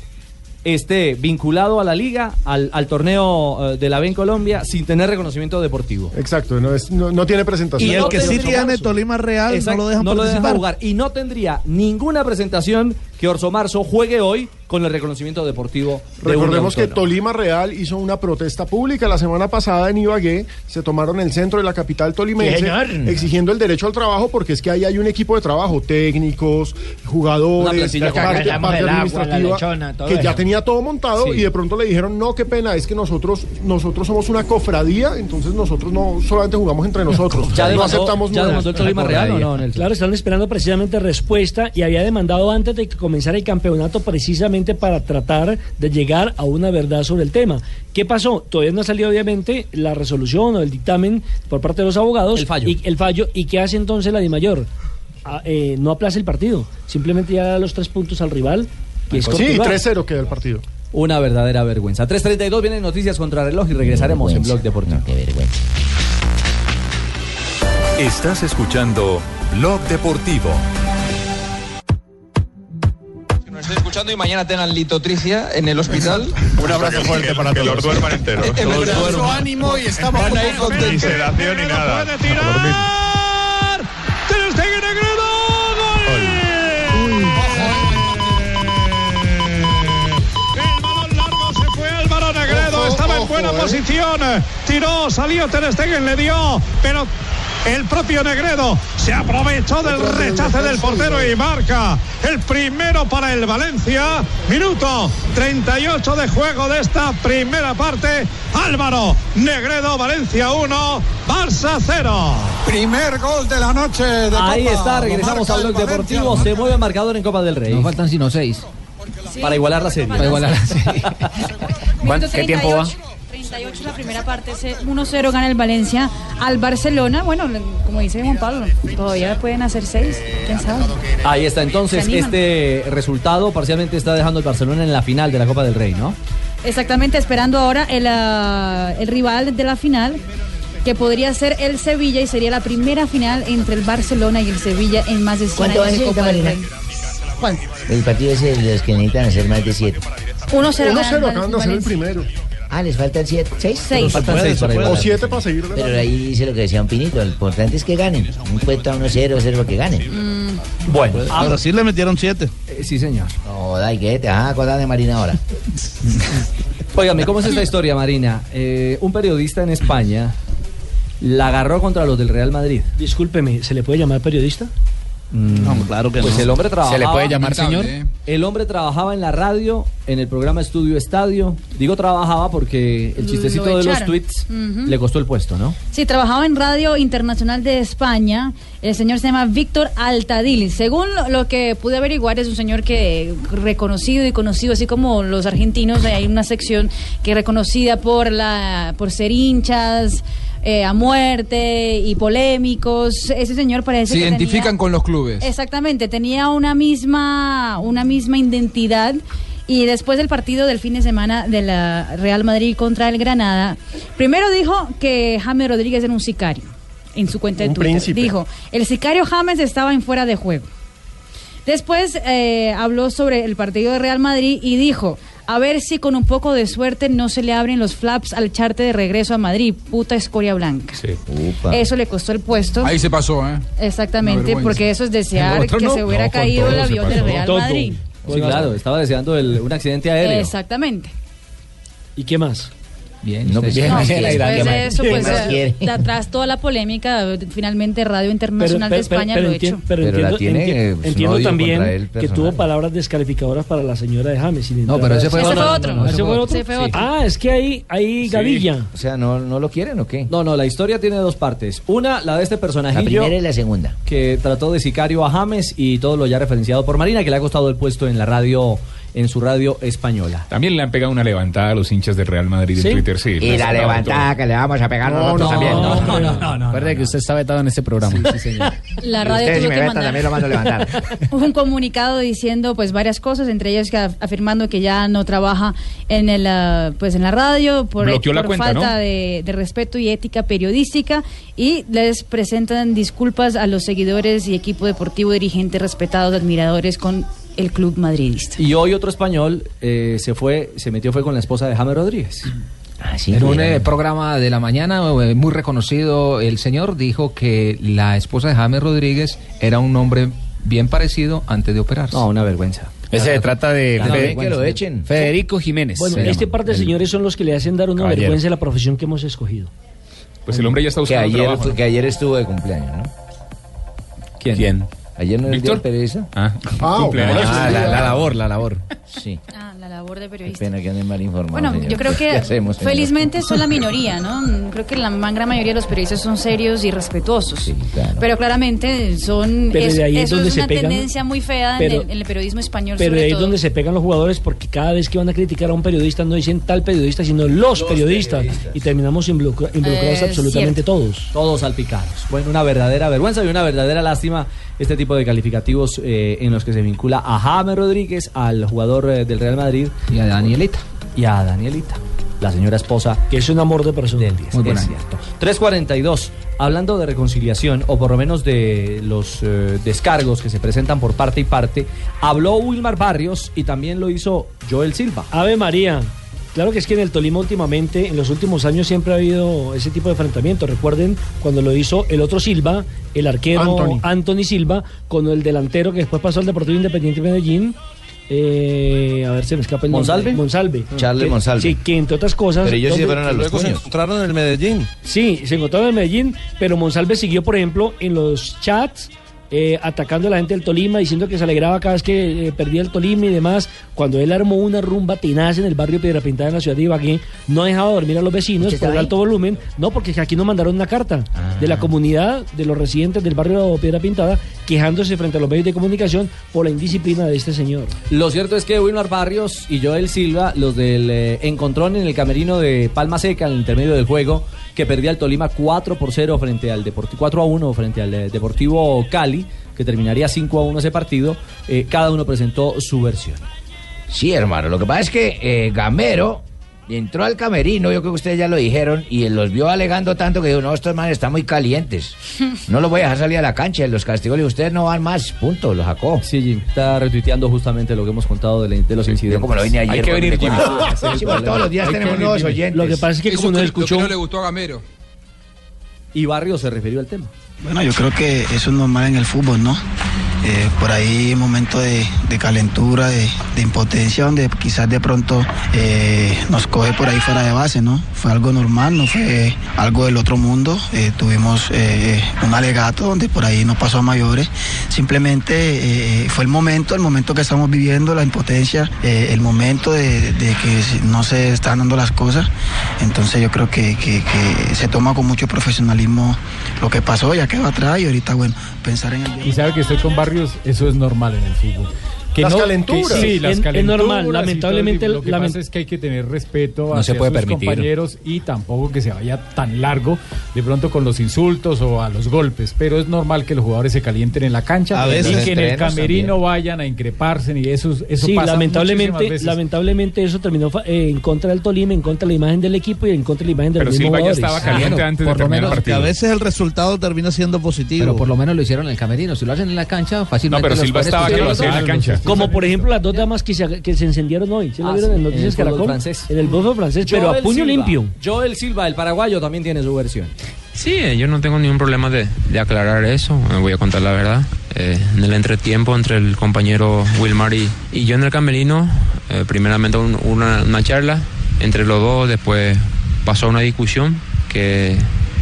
Speaker 15: esté vinculado a la liga, al, al torneo eh, de la B en Colombia, sin tener reconocimiento deportivo.
Speaker 11: Exacto, no, es- no- no tiene presentación.
Speaker 15: no tendría- Exacto, no
Speaker 11: participar.
Speaker 15: jugar. Y no tendría ninguna presentación que Orso Marzo juegue hoy con el reconocimiento deportivo de Unión
Speaker 11: Recordemos que
Speaker 15: Autónoma.
Speaker 11: Tolima Real hizo una protesta pública la semana pasada en Ibagué. Se tomaron el centro de la capital tolimense
Speaker 2: Sí, señor.
Speaker 11: exigiendo el derecho al trabajo porque es que ahí hay un equipo de trabajo, técnicos,
Speaker 2: Una
Speaker 11: jugadores,
Speaker 2: plantilla
Speaker 11: parte,
Speaker 2: completa.
Speaker 11: parte
Speaker 2: Sacamos el agua,
Speaker 11: administrativa
Speaker 2: la lechona, todo
Speaker 11: que ya
Speaker 2: eso.
Speaker 11: tenía todo montado
Speaker 2: Sí.
Speaker 11: y de pronto le dijeron no, qué pena, es que nosotros nosotros somos una cofradía, entonces nosotros no solamente jugamos entre nosotros, Pues no aceptamos nada.
Speaker 13: Claro, están esperando precisamente respuesta y había demandado antes de que comenzara el campeonato precisamente para tratar de llegar a una verdad sobre el tema. ¿Qué pasó? Todavía no ha salido obviamente la resolución o el dictamen por parte de los abogados. El fallo. Y, el fallo. ¿Y qué hace entonces la DIMAYOR? Ah, eh, no aplaza el partido, simplemente ya da los tres puntos al rival. Que es
Speaker 11: Pues Sí,
Speaker 13: Portugal.
Speaker 11: 3-0 queda el partido.
Speaker 15: Una verdadera vergüenza. 3.32 vienen noticias contra reloj y regresaremos en Blog Deportivo.
Speaker 1: Estás escuchando Blog Deportivo.
Speaker 7: Nos estoy escuchando y mañana tengan litotricia en el hospital. Un abrazo fuerte para todos. Que los duerman enteros.
Speaker 9: Mucho Eh, ánimo y estamos
Speaker 7: Van
Speaker 9: ahí
Speaker 7: ahí
Speaker 9: contentos.
Speaker 7: contentos.
Speaker 9: sedación y nada.
Speaker 7: Ter Stegen Negredo, gol.
Speaker 9: eh. El balón Negredo estaba en buena posición. Tiró, salió Ter Stegen, le dio, pero el propio Negredo se aprovechó del rechace del portero y marca el primero para el Valencia. Minuto 38 de juego de esta primera parte. Álvaro Negredo, Valencia 1, Barça 0. Primer gol de la noche de
Speaker 15: Ahí está, regresamos al Blog Deportivo. Se mueve el marcador en Copa del Rey. Nos faltan sino seis. Para igualar la serie.
Speaker 8: Para igualar la serie.
Speaker 17: Minuto 38, 38 la primera parte, se- 1-0 gana el Valencia al Barcelona. Bueno, le- como dice Juan Pablo, todavía pueden hacer 6, quién sabe.
Speaker 15: Ahí está, entonces
Speaker 17: Se animan.
Speaker 15: este resultado parcialmente está dejando el Barcelona en la final de la Copa del Rey, ¿no?
Speaker 17: Exactamente, esperando ahora el, ah, el rival de la final, que podría ser el Sevilla y sería la primera final entre el Barcelona y el Sevilla en más de 100
Speaker 16: ¿Cuánto va a
Speaker 17: años de
Speaker 16: ser,
Speaker 17: Copa del
Speaker 16: Catalina?
Speaker 17: Rey.
Speaker 16: El partido es de los que necesitan hacer más de siete.
Speaker 17: 1-0 gana
Speaker 11: 1-0, acaban
Speaker 17: el
Speaker 11: de hacer el
Speaker 17: Valencia.
Speaker 11: primero.
Speaker 16: Ah, les faltan siete, seis.
Speaker 11: Seis. Faltan seis para igualar. O siete para seguir
Speaker 16: Pero ahí dice lo que decía un pinito, lo importante es que ganen. Un puesto a 1-0, 0 que ganen. Ah. Eh,
Speaker 15: Bueno,
Speaker 16: a
Speaker 28: Brasil le metieron siete.
Speaker 15: sí, señor.
Speaker 16: No, dai, que te vas a acordar de Marina ahora.
Speaker 15: Óigame, ¿cómo es esta historia, Marina? Eh, un periodista en España la agarró contra los del Real Madrid.
Speaker 13: Discúlpeme, ¿se le puede llamar periodista?
Speaker 15: No,
Speaker 28: claro
Speaker 13: que
Speaker 15: pues
Speaker 13: no.
Speaker 15: el hombre trabajaba.
Speaker 13: ¿Se le puede llamar señor?
Speaker 15: El hombre trabajaba en la radio, en el programa Estudio Estadio. Digo trabajaba porque el chistecito
Speaker 17: Lo
Speaker 15: de los
Speaker 17: echaron.
Speaker 15: tweets
Speaker 17: Ujú.
Speaker 15: le costó el puesto, ¿no?
Speaker 17: Sí, trabajaba en Radio Internacional de España. El señor se llama Víctor Altadil. Según lo- lo que pude averiguar, es un señor que eh, reconocido y conocido, así como los argentinos, eh, hay una sección que es reconocida por la por ser hinchas eh, a muerte y polémicos. Ese señor parece
Speaker 18: Se
Speaker 17: que
Speaker 18: identifican
Speaker 17: tenía-
Speaker 18: con los clubes.
Speaker 17: Exactamente, tenía una misma, una misma identidad. Y después del partido del fin de semana de la Real Madrid contra el Granada, primero dijo que James Rodríguez era un sicario en su cuenta de
Speaker 20: Un
Speaker 17: Twitter.
Speaker 20: príncipe.
Speaker 17: Dijo, el sicario James estaba en fuera de juego. Después eh, habló sobre el partido de Real Madrid y dijo, a ver si con un poco de suerte no se le abren los flaps al charte de regreso a Madrid, puta escoria blanca. Eso le costó el puesto.
Speaker 18: Ahí se pasó, ¿eh? Una
Speaker 17: Exactamente,
Speaker 18: vergüenza.
Speaker 17: porque eso es desear
Speaker 18: El otro
Speaker 17: que
Speaker 18: no.
Speaker 17: se hubiera
Speaker 18: No, con
Speaker 17: caído
Speaker 18: todo
Speaker 17: el
Speaker 18: se
Speaker 17: avión del
Speaker 18: pasó.
Speaker 17: Real
Speaker 18: Todo.
Speaker 17: Madrid.
Speaker 15: Sí, claro, estaba deseando el- un accidente aéreo.
Speaker 17: Exactamente.
Speaker 13: ¿Y qué más?
Speaker 15: Bien,
Speaker 13: no,
Speaker 15: pues,
Speaker 13: pues,
Speaker 15: no,
Speaker 13: más
Speaker 15: sí,
Speaker 13: quiere?
Speaker 15: después
Speaker 13: ¿Qué
Speaker 15: de
Speaker 13: más?
Speaker 17: Eso
Speaker 13: ¿Qué
Speaker 17: pues
Speaker 13: más quiere?
Speaker 17: eh, de atrás toda la polémica, eh, finalmente Radio Internacional de España lo ha
Speaker 13: enti-
Speaker 17: hecho.
Speaker 13: pero
Speaker 5: Pero la
Speaker 13: entiendo,
Speaker 5: tiene,
Speaker 13: enti-
Speaker 5: eh, pues,
Speaker 13: entiendo
Speaker 5: no digo contra él
Speaker 13: también que
Speaker 5: personal.
Speaker 13: tuvo palabras descalificadoras para la señora de James. sin entrar
Speaker 5: pero
Speaker 13: a-
Speaker 5: ese fue Ese otro. fue
Speaker 13: Ah,
Speaker 5: otro. No, no,
Speaker 13: ¿Ese fue otro?
Speaker 5: ese fue otro.
Speaker 13: Ah, es que ahí, ahí Gavilla.
Speaker 5: O sea, ¿no, ¿no lo quieren o qué?
Speaker 15: No, no, la historia tiene dos partes. Una, la de este personajillo.
Speaker 5: La primera y la
Speaker 15: segunda. Que trató de sicario a James y todo lo ya referenciado por Marina, que le ha costado el puesto en la radio en su radio española.
Speaker 30: También le han pegado una levantada a los hinchas del Real Madrid
Speaker 15: ¿Sí?
Speaker 30: en Twitter, sí.
Speaker 15: Y
Speaker 30: les
Speaker 15: la
Speaker 30: han dado
Speaker 15: levantada
Speaker 30: todo.
Speaker 5: que le vamos a pegar
Speaker 30: No,
Speaker 5: nosotros
Speaker 30: no,
Speaker 5: también.
Speaker 30: no,
Speaker 5: no, no, Recuerde que usted está vetado en este programa. Sí, señor.
Speaker 17: La radio
Speaker 5: Ustedes,
Speaker 17: tuvo
Speaker 5: si me
Speaker 17: que
Speaker 5: vetan,
Speaker 17: mandar.
Speaker 5: también lo mando a levantar.
Speaker 17: Hubo un comunicado diciendo pues varias cosas, entre ellas que af- afirmando que ya no trabaja en el ah, pues en la radio por,
Speaker 30: Bloqueó la
Speaker 17: por
Speaker 30: cuenta,
Speaker 17: falta
Speaker 30: ¿no?
Speaker 17: de, de respeto y ética periodística y les presentan disculpas a los seguidores y equipo deportivo dirigente respetados admiradores con el club madridista.
Speaker 15: Y hoy otro español eh, se fue, se metió fue con la esposa de James Rodríguez. Ah,
Speaker 8: en un eh, programa de la mañana eh, muy reconocido, el señor dijo que la esposa de James Rodríguez era un hombre bien parecido antes de operarse. No,
Speaker 15: una vergüenza.
Speaker 13: Ese se trata
Speaker 16: Ah,
Speaker 13: de
Speaker 8: Claro,
Speaker 13: Fe-
Speaker 8: que lo echen.
Speaker 13: Federico
Speaker 8: Jiménez.
Speaker 13: Bueno,
Speaker 8: se
Speaker 13: este
Speaker 8: llama.
Speaker 13: par de señores son los que le hacen dar una
Speaker 8: Caballero.
Speaker 13: vergüenza a la profesión que hemos escogido.
Speaker 30: Pues el hombre ya está
Speaker 5: que,
Speaker 30: buscando
Speaker 5: ayer,
Speaker 30: trabajo. ¿no?
Speaker 5: que ayer estuvo de cumpleaños, ¿no?
Speaker 15: ¿Quién?
Speaker 5: ¿Ayer no era el día
Speaker 30: ¿Víctor?
Speaker 5: del periodista?
Speaker 30: Ah,
Speaker 5: Ah,
Speaker 30: cumpleaños.
Speaker 5: la, la labor, la labor. Sí.
Speaker 17: Ah, la labor de
Speaker 5: Qué
Speaker 17: periodista.
Speaker 5: pena que anden mal informados.
Speaker 17: Bueno,
Speaker 5: señor.
Speaker 17: yo creo
Speaker 5: ¿Qué
Speaker 17: que
Speaker 5: hacemos, señor?
Speaker 17: felizmente son la minoría, ¿no? Creo que la man- gran mayoría de los periodistas son serios y respetuosos. Pero claramente son
Speaker 13: Pero
Speaker 17: es-
Speaker 13: de ahí es
Speaker 17: eso
Speaker 13: donde
Speaker 17: es
Speaker 13: se
Speaker 17: una
Speaker 13: pegan.
Speaker 17: tendencia muy fea en,
Speaker 13: Pero-
Speaker 17: el, en el periodismo español
Speaker 13: Pero
Speaker 17: sobre
Speaker 13: ahí es
Speaker 17: todo.
Speaker 13: donde se pegan los jugadores porque cada vez que van a criticar a un periodista no dicen tal periodista, sino los, periodistas. Y terminamos involucra- involucrados
Speaker 15: Eh,
Speaker 13: absolutamente
Speaker 15: cierto.
Speaker 13: todos.
Speaker 15: Todos salpicados. Bueno, una verdadera vergüenza y una verdadera lástima este tipo de calificativos eh, en los que se vincula a James Rodríguez, al jugador eh, del Real Madrid.
Speaker 8: Y a Danielita.
Speaker 15: Y a Danielita, la señora esposa.
Speaker 13: Que es un amor de persona.
Speaker 15: Muy buena. 342. Hablando de reconciliación, o por lo menos de los eh, descargos que se presentan por parte y parte, habló Wilmar Barrios y también lo hizo Joel Silva.
Speaker 13: Ave María. Claro que es que en el Tolima últimamente, en los últimos años siempre ha habido ese tipo de enfrentamientos. Recuerden cuando lo hizo el otro Silva, el arquero
Speaker 15: Anthony.
Speaker 13: Anthony, Silva, con el delantero que después pasó al Deportivo Independiente de Medellín. eh, a ver, se me escapa el nombre.
Speaker 19: ¿Monsalve?
Speaker 13: Monsalve.
Speaker 19: Charles
Speaker 13: Que-
Speaker 19: Monsalve.
Speaker 13: Sí, que entre otras cosas.
Speaker 19: Pero ellos sí
Speaker 13: donde-
Speaker 19: fueron a los Luego se puños. encontraron en el Medellín.
Speaker 13: Sí, se encontraron en Medellín, pero Monsalve siguió, por ejemplo, en los chats. eh, atacando a la gente del Tolima, diciendo que se alegraba cada vez que eh, perdía el Tolima y demás, cuando él armó una rumba tenaz en el barrio Piedra Pintada en la ciudad de Ibagué, no dejaba dormir a los vecinos por el alto volumen, no, porque es que aquí nos mandaron una carta de la comunidad, de los residentes del barrio Piedra Pintada, quejándose frente a los medios de comunicación por la indisciplina de este señor.
Speaker 15: Lo cierto es que Wilmar Barrios y Joel Silva, los del eh, encontrón en el camerino de Palma Seca en el intermedio del juego, que perdía el Tolima 4 por 0 frente al Deportivo 4 a 1 frente al eh, Deportivo Cali, que terminaría 5 a 1 ese partido, eh, cada uno presentó su versión.
Speaker 16: Sí, hermano. Lo que pasa es que eh, Gamero entró al camerino, yo creo que ustedes ya lo dijeron, y los vio alegando tanto que dijo, no, estos manes están muy calientes. No los voy a dejar salir a la cancha, los castigó, le dijo, ustedes no van más, punto, los sacó.
Speaker 15: Sí, Jim, está retuiteando justamente lo que hemos contado de, la- de los incidentes.
Speaker 16: como lo vine ayer, Hay que venir, Jimmy. Sí, bueno, todos los días
Speaker 15: Hay que
Speaker 16: tenemos
Speaker 15: venir,
Speaker 16: nuevos
Speaker 15: Jimmy.
Speaker 16: oyentes.
Speaker 15: Lo que pasa es que
Speaker 18: Eso
Speaker 15: como no
Speaker 18: lo
Speaker 15: escuchó...
Speaker 18: que no le gustó a Gamero.
Speaker 15: Y Barrios se refirió al tema.
Speaker 29: Bueno, yo creo que eso es normal en el fútbol, ¿no? Eh, por ahí momentos de, de calentura, de, de impotencia, donde quizás de pronto eh, nos coge por ahí fuera de base, ¿no? Fue algo normal, no fue algo del otro mundo. Eh, tuvimos eh, un alegato donde por ahí no pasó a mayores. Simplemente eh, fue el momento, el momento que estamos viviendo, la impotencia, eh, el momento de, de que no se están dando las cosas. Entonces yo creo que, que- que se toma con mucho profesionalismo lo que pasó, ya quedó atrás y ahorita, bueno, pensar en el...
Speaker 12: Y sabe que estoy con Barrios, eso es normal en el fútbol. Que
Speaker 29: Las
Speaker 12: no-
Speaker 29: calenturas.
Speaker 12: que sí,
Speaker 29: Es-
Speaker 12: las
Speaker 29: es
Speaker 12: calenturas y
Speaker 29: normal,
Speaker 12: todo el
Speaker 13: lamentablemente,
Speaker 12: tipo. Lo que
Speaker 13: lament-
Speaker 12: pasa es que hay que tener respeto
Speaker 13: No
Speaker 12: hacia
Speaker 13: se puede
Speaker 12: sus
Speaker 13: permitir.
Speaker 12: compañeros y tampoco que se vaya tan largo de pronto con los insultos o a los golpes. Pero es normal que los jugadores se calienten en la cancha
Speaker 13: A veces.
Speaker 12: y que en el
Speaker 13: Entrenos
Speaker 12: camerino vayan a increparse y eso, eso
Speaker 13: sí,
Speaker 12: pasa muchísimas
Speaker 13: lamentablemente,
Speaker 12: veces.
Speaker 13: lamentablemente eso terminó fa- eh, en contra del Tolima, en contra de la imagen del equipo y en contra de la imagen del
Speaker 29: Pero
Speaker 13: mismo
Speaker 29: Silva ya estaba caliente antes de
Speaker 28: por lo
Speaker 29: terminar el
Speaker 28: menos, que a
Speaker 29: partido.
Speaker 28: veces el resultado termina siendo positivo.
Speaker 8: Pero por lo menos lo hicieron en el camerino. Si lo hacen en la cancha, fácilmente. los pueden expulsar.
Speaker 13: Como por ejemplo las dos damas que se, que se encendieron hoy. ¿Se lo
Speaker 15: Ah,
Speaker 13: vieron
Speaker 15: sí,
Speaker 13: en
Speaker 15: en el
Speaker 13: Noticias
Speaker 15: fútbol
Speaker 13: Caracol?
Speaker 15: francés.
Speaker 13: En el fútbol francés, pero a
Speaker 15: Joel
Speaker 13: puño
Speaker 15: Silva.
Speaker 13: limpio.
Speaker 15: Joel Silva, el paraguayo, también tiene su versión.
Speaker 2: Sí, eh, yo no tengo ningún problema de, de aclarar eso, eh, voy a contar la verdad. Eh, en el entretiempo entre el compañero Wilmar y, y yo en el camerino, eh, primeramente un- una, una charla entre los dos, después pasó una discusión que,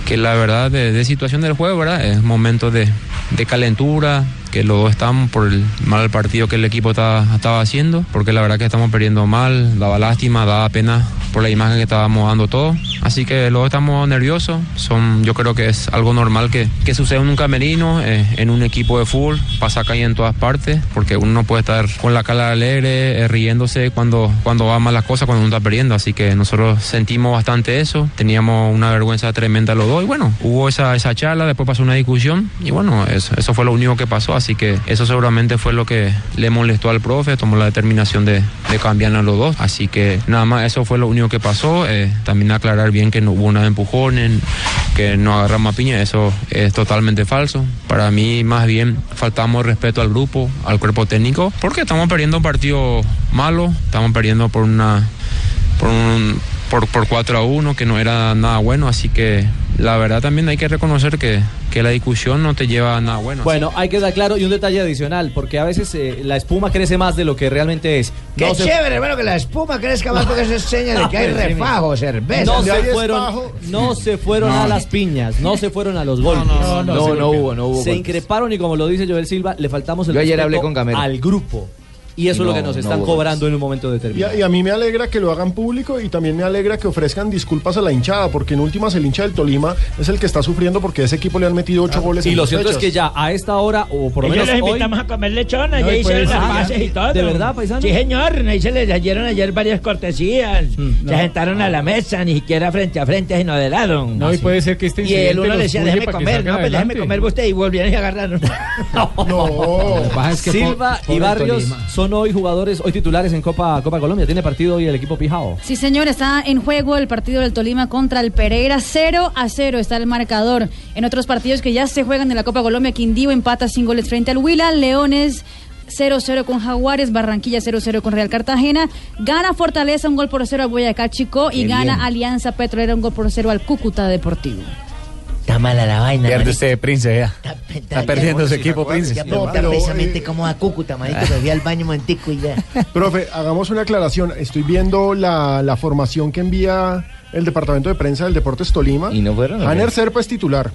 Speaker 2: que la verdad de, de situación del juego, ¿verdad? Es momento de, de calentura, que los dos estamos por el mal partido que el equipo está- estaba haciendo, porque la verdad que estamos perdiendo mal, daba lástima, daba pena por la imagen que estábamos dando todos. Así que los dos estamos nerviosos, son, yo creo que es algo normal que, que suceda en un camerino, eh, en un equipo de fútbol, pasa acá y en todas partes, porque uno no puede estar con la cara alegre, eh, riéndose cuando, cuando va mal las cosas, cuando uno está perdiendo. Así que nosotros sentimos bastante eso, teníamos una vergüenza tremenda los dos y bueno, hubo esa, esa charla, después pasó una discusión y bueno, eso, eso fue lo único que pasó, así que eso seguramente fue lo que le molestó al profe, tomó la determinación de, de cambiar a los dos, así que nada más eso fue lo único que pasó, eh, también aclarar bien que no hubo nada de empujones, que no agarramos a piña, eso es totalmente falso, para mí más bien faltamos respeto al grupo, al cuerpo técnico, porque estamos perdiendo un partido malo, estamos perdiendo por una por, un- por, por 4 a 1, que no era nada bueno. Así que la verdad también hay que reconocer que, que la discusión no te lleva a nada bueno.
Speaker 15: Bueno, hay que dar claro y un detalle adicional, porque a veces eh, la espuma crece más de lo que realmente es.
Speaker 16: Qué
Speaker 15: No se-
Speaker 16: chévere, hermano, que la espuma crezca más porque eso es señal de que hay
Speaker 15: No, pero sí,
Speaker 16: refajo,
Speaker 15: mire.
Speaker 16: cerveza.
Speaker 15: No
Speaker 16: Donde
Speaker 15: se
Speaker 16: hay
Speaker 15: fueron,
Speaker 16: espajo-
Speaker 15: no se fueron
Speaker 16: No.
Speaker 15: a las piñas, no se fueron a los golpes.
Speaker 16: no, no, no, no, no hubo, no hubo
Speaker 15: Se
Speaker 16: golpes.
Speaker 15: increparon y como lo dice Joel Silva, le faltamos el
Speaker 5: Yo ayer
Speaker 15: respeto
Speaker 5: hablé con Gamero.
Speaker 15: al grupo. Y eso es lo que
Speaker 5: No,
Speaker 15: nos
Speaker 5: no
Speaker 15: están
Speaker 5: hubo
Speaker 15: cobrando en un momento
Speaker 11: Y a,
Speaker 15: determinado.
Speaker 11: y a mí me alegra que lo hagan público y también me alegra que ofrezcan disculpas a la hinchada, porque en últimas el hincha del Tolima es el que está sufriendo porque a ese equipo le han metido ocho goles.
Speaker 15: Y
Speaker 11: en
Speaker 15: lo
Speaker 11: dos
Speaker 15: cierto es
Speaker 11: fechas.
Speaker 15: que ya a esta hora, o por lo
Speaker 11: Ellos
Speaker 15: menos
Speaker 11: los
Speaker 15: hoy,
Speaker 25: Vamos
Speaker 11: invitamos
Speaker 25: a comer lechona,
Speaker 15: No,
Speaker 25: ya
Speaker 15: y
Speaker 25: hicieron
Speaker 15: pueden-
Speaker 25: las
Speaker 15: Ah,
Speaker 25: paces y todo.
Speaker 15: ¿de verdad, paisano?
Speaker 25: Sí, señor, ahí se les dieron ayer varias cortesías.
Speaker 12: Mm,
Speaker 25: se sentaron a la mesa, ni siquiera frente a frente, sino de lado.
Speaker 12: No, y puede ser que este
Speaker 25: Y el
Speaker 12: incidente
Speaker 25: uno
Speaker 12: los
Speaker 25: le decía,
Speaker 12: pulgue
Speaker 25: déjeme
Speaker 12: para que
Speaker 25: comer,
Speaker 12: salgan
Speaker 25: no, pues déjeme
Speaker 12: adelante.
Speaker 25: comer usted, y volvieron y agarraron.
Speaker 11: No.
Speaker 15: Silva y Barrios son hoy jugadores, hoy titulares en Copa, Copa Colombia. Tiene partido hoy el equipo Pijao.
Speaker 17: Sí, señor, está en juego el partido del Tolima contra el Pereira. 0 a 0 está el marcador. En otros partidos que ya se juegan de la Copa Colombia, Quindío empata sin goles frente al Huila, Leones 0-0 con Jaguares, Barranquilla 0-0 con Real Cartagena, gana Fortaleza un gol por cero a Boyacá Chico y
Speaker 25: Qué
Speaker 17: gana
Speaker 25: bien.
Speaker 17: Alianza Petrolera un gol por cero al Cúcuta Deportivo.
Speaker 25: Está mala la vaina.
Speaker 31: Pierde
Speaker 25: marica.
Speaker 31: usted de Prince, ya. Está perdiendo su equipo, Prince.
Speaker 25: Ya pregunta
Speaker 11: eh,
Speaker 25: precisamente cómo va Cúcuta, marica, me voy al baño un momentico y ya.
Speaker 11: Profe, hagamos una aclaración. Estoy viendo la, la formación que envía el departamento de prensa del Deportes Tolima.
Speaker 5: ¿Y no fueron?
Speaker 11: Hanner Serpa es titular.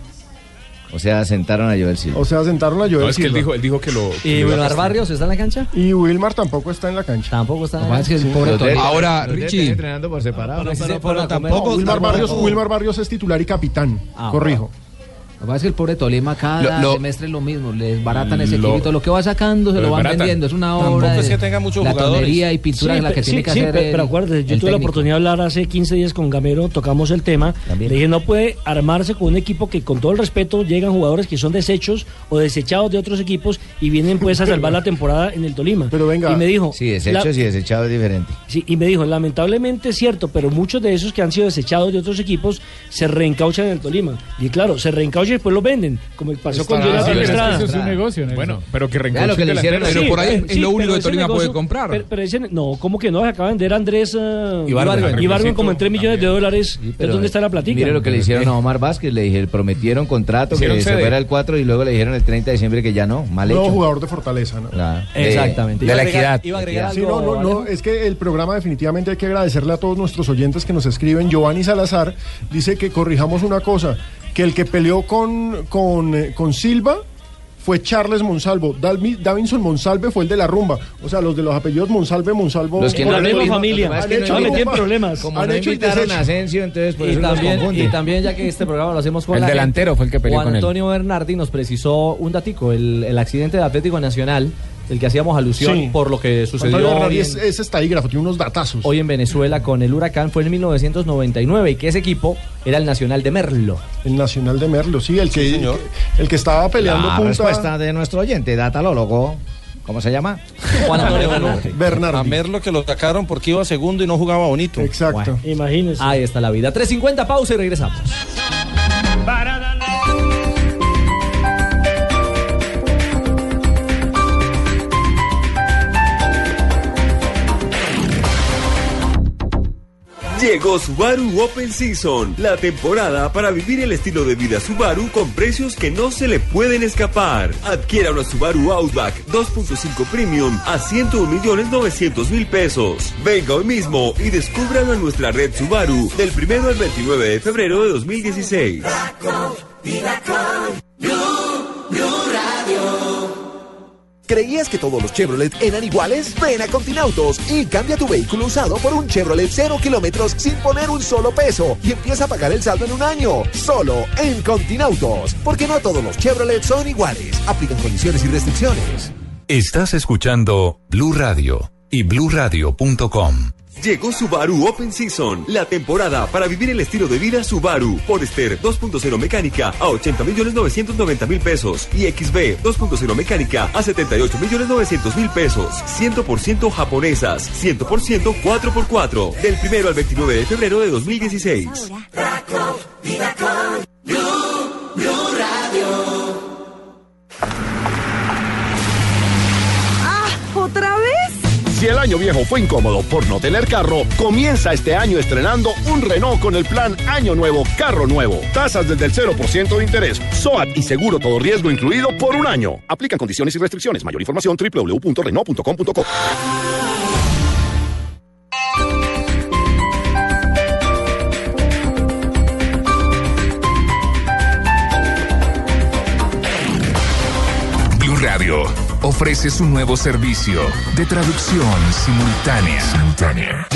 Speaker 5: O sea, sentaron a Joel Silva.
Speaker 11: O sea, sentaron a Joel
Speaker 5: No, es que él
Speaker 11: Silva.
Speaker 5: dijo- él dijo
Speaker 30: que lo-
Speaker 5: que lo iba a
Speaker 15: Wilmar Barrios está en la cancha?
Speaker 11: Y Wilmar tampoco está en la cancha.
Speaker 15: Tampoco está
Speaker 11: en la cancha.
Speaker 30: Ahora, Richie.
Speaker 31: por separado.
Speaker 11: Pero,
Speaker 31: Pero,
Speaker 11: pero tampoco, Wilmar, Barrios, Wilmar Barrios es titular y capitán. Corrijo.
Speaker 8: Lo que pasa es que el pobre Tolima cada
Speaker 11: Lo- lo-
Speaker 8: semestre es lo mismo, le desbaratan ese
Speaker 11: Lo-
Speaker 8: equipito, lo que va sacando se
Speaker 11: lo
Speaker 8: lo van
Speaker 11: desbaratan.
Speaker 8: vendiendo, es una
Speaker 15: Tampoco
Speaker 8: obra
Speaker 15: es
Speaker 8: de
Speaker 15: que tenga muchos
Speaker 8: la
Speaker 15: jugadores.
Speaker 8: tonería y pintura
Speaker 15: Sí,
Speaker 8: es la que
Speaker 15: pe-
Speaker 8: tiene
Speaker 15: sí,
Speaker 8: que
Speaker 15: sí,
Speaker 8: hacer
Speaker 15: pe-
Speaker 8: el-
Speaker 15: pero acuérdese,
Speaker 8: el
Speaker 15: yo tuve la
Speaker 8: técnico.
Speaker 13: oportunidad de hablar hace 15 días con Gamero, tocamos el tema. Le dije, no puede armarse con un equipo que con todo el respeto llegan jugadores que son desechos o desechados de otros equipos y vienen pues a salvar la temporada en el Tolima. Pero
Speaker 11: venga.
Speaker 13: Y me dijo,
Speaker 5: Sí, desechos
Speaker 13: la-
Speaker 5: y desechados es diferente.
Speaker 13: Sí, y me dijo, lamentablemente es cierto, pero muchos de esos que han sido desechados de otros equipos se reencauchan en el Tolima. Y claro, se reencauchan y después los venden, como pasó
Speaker 15: Pues
Speaker 13: con
Speaker 30: Estará-
Speaker 13: Jonathan
Speaker 30: Sí, pero es que
Speaker 13: Estrada.
Speaker 30: eso es un
Speaker 12: negocio, Nelson.
Speaker 30: Bueno, pero que
Speaker 13: Claro
Speaker 30: reencuentre Pero por ahí es lo único que Tolima puede comprar.
Speaker 13: Pero, pero ese- no, ¿cómo que no? Se acaba de vender a Andrés ah,
Speaker 5: Ibargüen.
Speaker 13: Ibargüen. Ibargüen como en 3 millones de dólares. ¿De
Speaker 5: Pero,
Speaker 13: dónde está la platica?
Speaker 5: Mire lo que le hicieron a Omar Vázquez, le dijeron, prometieron contrato
Speaker 13: Hicieron
Speaker 5: que se
Speaker 13: sede.
Speaker 5: fuera el 4 y luego le dijeron el 30 de diciembre que ya no, mal hecho.
Speaker 11: Nuevo jugador de Fortaleza, ¿no?
Speaker 5: Claro.
Speaker 15: Eh,
Speaker 5: De- Eh, De, la equidad.
Speaker 11: Sí, no, no, no, es que el programa definitivamente hay que agradecerle a todos nuestros oyentes que nos escriben. Giovanni Salazar dice que corrijamos una cosa, que el que peleó con, con, eh, con Silva fue Charles Monsalvo, Dalmi- Davinson Monsalve fue el de la rumba, o sea, los de los apellidos Monsalve, Monsalvo...
Speaker 15: Por la misma
Speaker 11: Monsalvo-
Speaker 15: familia.
Speaker 11: Han
Speaker 15: Es que
Speaker 11: hecho
Speaker 15: no-
Speaker 11: rumba.
Speaker 5: Como
Speaker 11: Han
Speaker 5: no
Speaker 11: Ah, hecho y
Speaker 5: invitaron
Speaker 11: deshecho.
Speaker 5: a Asensio, entonces por
Speaker 15: y,
Speaker 5: eso los
Speaker 15: también,
Speaker 5: confunde.
Speaker 15: y también, ya que este programa lo hacemos con
Speaker 5: El
Speaker 15: la gente,
Speaker 5: delantero fue el que peleó
Speaker 15: Juan
Speaker 5: con él.
Speaker 15: Antonio Bernardi nos precisó un datico, el, el accidente de Atlético Nacional, el que hacíamos alusión
Speaker 11: Sí.
Speaker 15: por lo que
Speaker 11: Antonio
Speaker 15: sucedió
Speaker 11: Bernardi
Speaker 15: hoy
Speaker 11: es,
Speaker 15: en,
Speaker 11: es estadígrafo, tiene unos datazos.
Speaker 15: hoy en Venezuela con el Huracán fue en 1999 y que ese equipo era el Nacional de Merlo.
Speaker 11: El Nacional de Merlo, sí, el que, el que- el que estaba peleando
Speaker 5: La
Speaker 11: punta...
Speaker 5: respuesta de nuestro oyente, datalólogo. ¿Cómo se llama?
Speaker 19: A Merlo que lo sacaron porque iba segundo y no jugaba bonito.
Speaker 11: Exacto.
Speaker 13: Imagínense.
Speaker 15: Ahí está la vida. 3.50 pausa y regresamos.
Speaker 14: Llegó Subaru Open Season, la temporada para vivir el estilo de vida Subaru con precios que no se le pueden escapar. Adquiera una Subaru Outback 2.5 Premium a 101 millones 900 mil pesos. Venga hoy mismo y descúbralo en nuestra red Subaru del 1 al 29 de febrero de 2016.
Speaker 33: Blue Radio.
Speaker 34: ¿Creías que todos los Chevrolet eran iguales? Ven a Continautos y cambia tu vehículo usado por un Chevrolet 0 kilómetros sin poner un solo peso y empieza a pagar el saldo en un año. Solo en Continautos. Porque no todos los Chevrolet son iguales. Aplican condiciones y restricciones.
Speaker 1: Estás escuchando Blue Radio y bluradio.com.
Speaker 14: Llegó Subaru Open Season, la temporada para vivir el estilo de vida Subaru. Forester 2.0 mecánica a 80 millones 990 mil pesos y XB 2.0 mecánica a 78 millones 900 mil pesos. 100% japonesas, 100% 4x4. Del primero al 29 de febrero de 2016.
Speaker 5: ¡Ah! ¿Otra vez?
Speaker 33: Si el año viejo fue incómodo por no tener carro, comienza este año estrenando un Renault con el plan Año Nuevo, Carro Nuevo. Tasas desde el 0% de interés, SOAT y seguro todo riesgo incluido por un año. Aplican condiciones y restricciones. Mayor información www.renault.com.co.
Speaker 35: Blue Radio ofrece su nuevo servicio de traducción simultánea.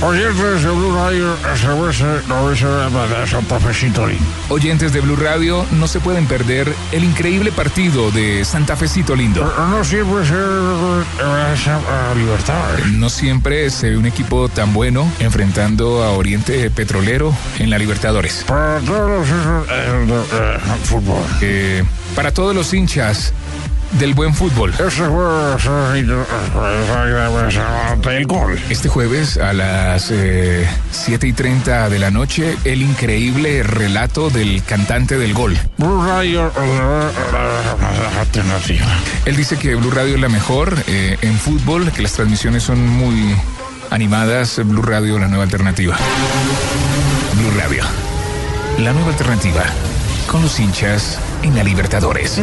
Speaker 31: Oyentes de Blue Radio, SOS, no dice nada de Santa Fe Citorin.
Speaker 30: Oyentes de Blue Radio no se pueden perder el increíble partido de Santa Fecito Lindo.
Speaker 31: No siempre se eh, es, eh, libertad.
Speaker 30: No siempre se ve un equipo tan bueno enfrentando a Oriente Petrolero en la Libertadores.
Speaker 31: Para todos los hijos, eh, de, eh, fútbol.
Speaker 30: Eh, para todos los hinchas del buen fútbol.
Speaker 31: Este juego se necesita, eh, exactamente el gol.
Speaker 30: Este jueves a las eh, 7 y 30 de la noche, el increíble relato del cantante del gol.
Speaker 31: Blue Radio, eh, eh, alternativa.
Speaker 30: Él dice que Blue Radio es la mejor eh, en fútbol, que las transmisiones son muy animadas. Blue Radio, la nueva alternativa. Blue Radio, la nueva alternativa. Con los hinchas en la Libertadores.
Speaker 31: de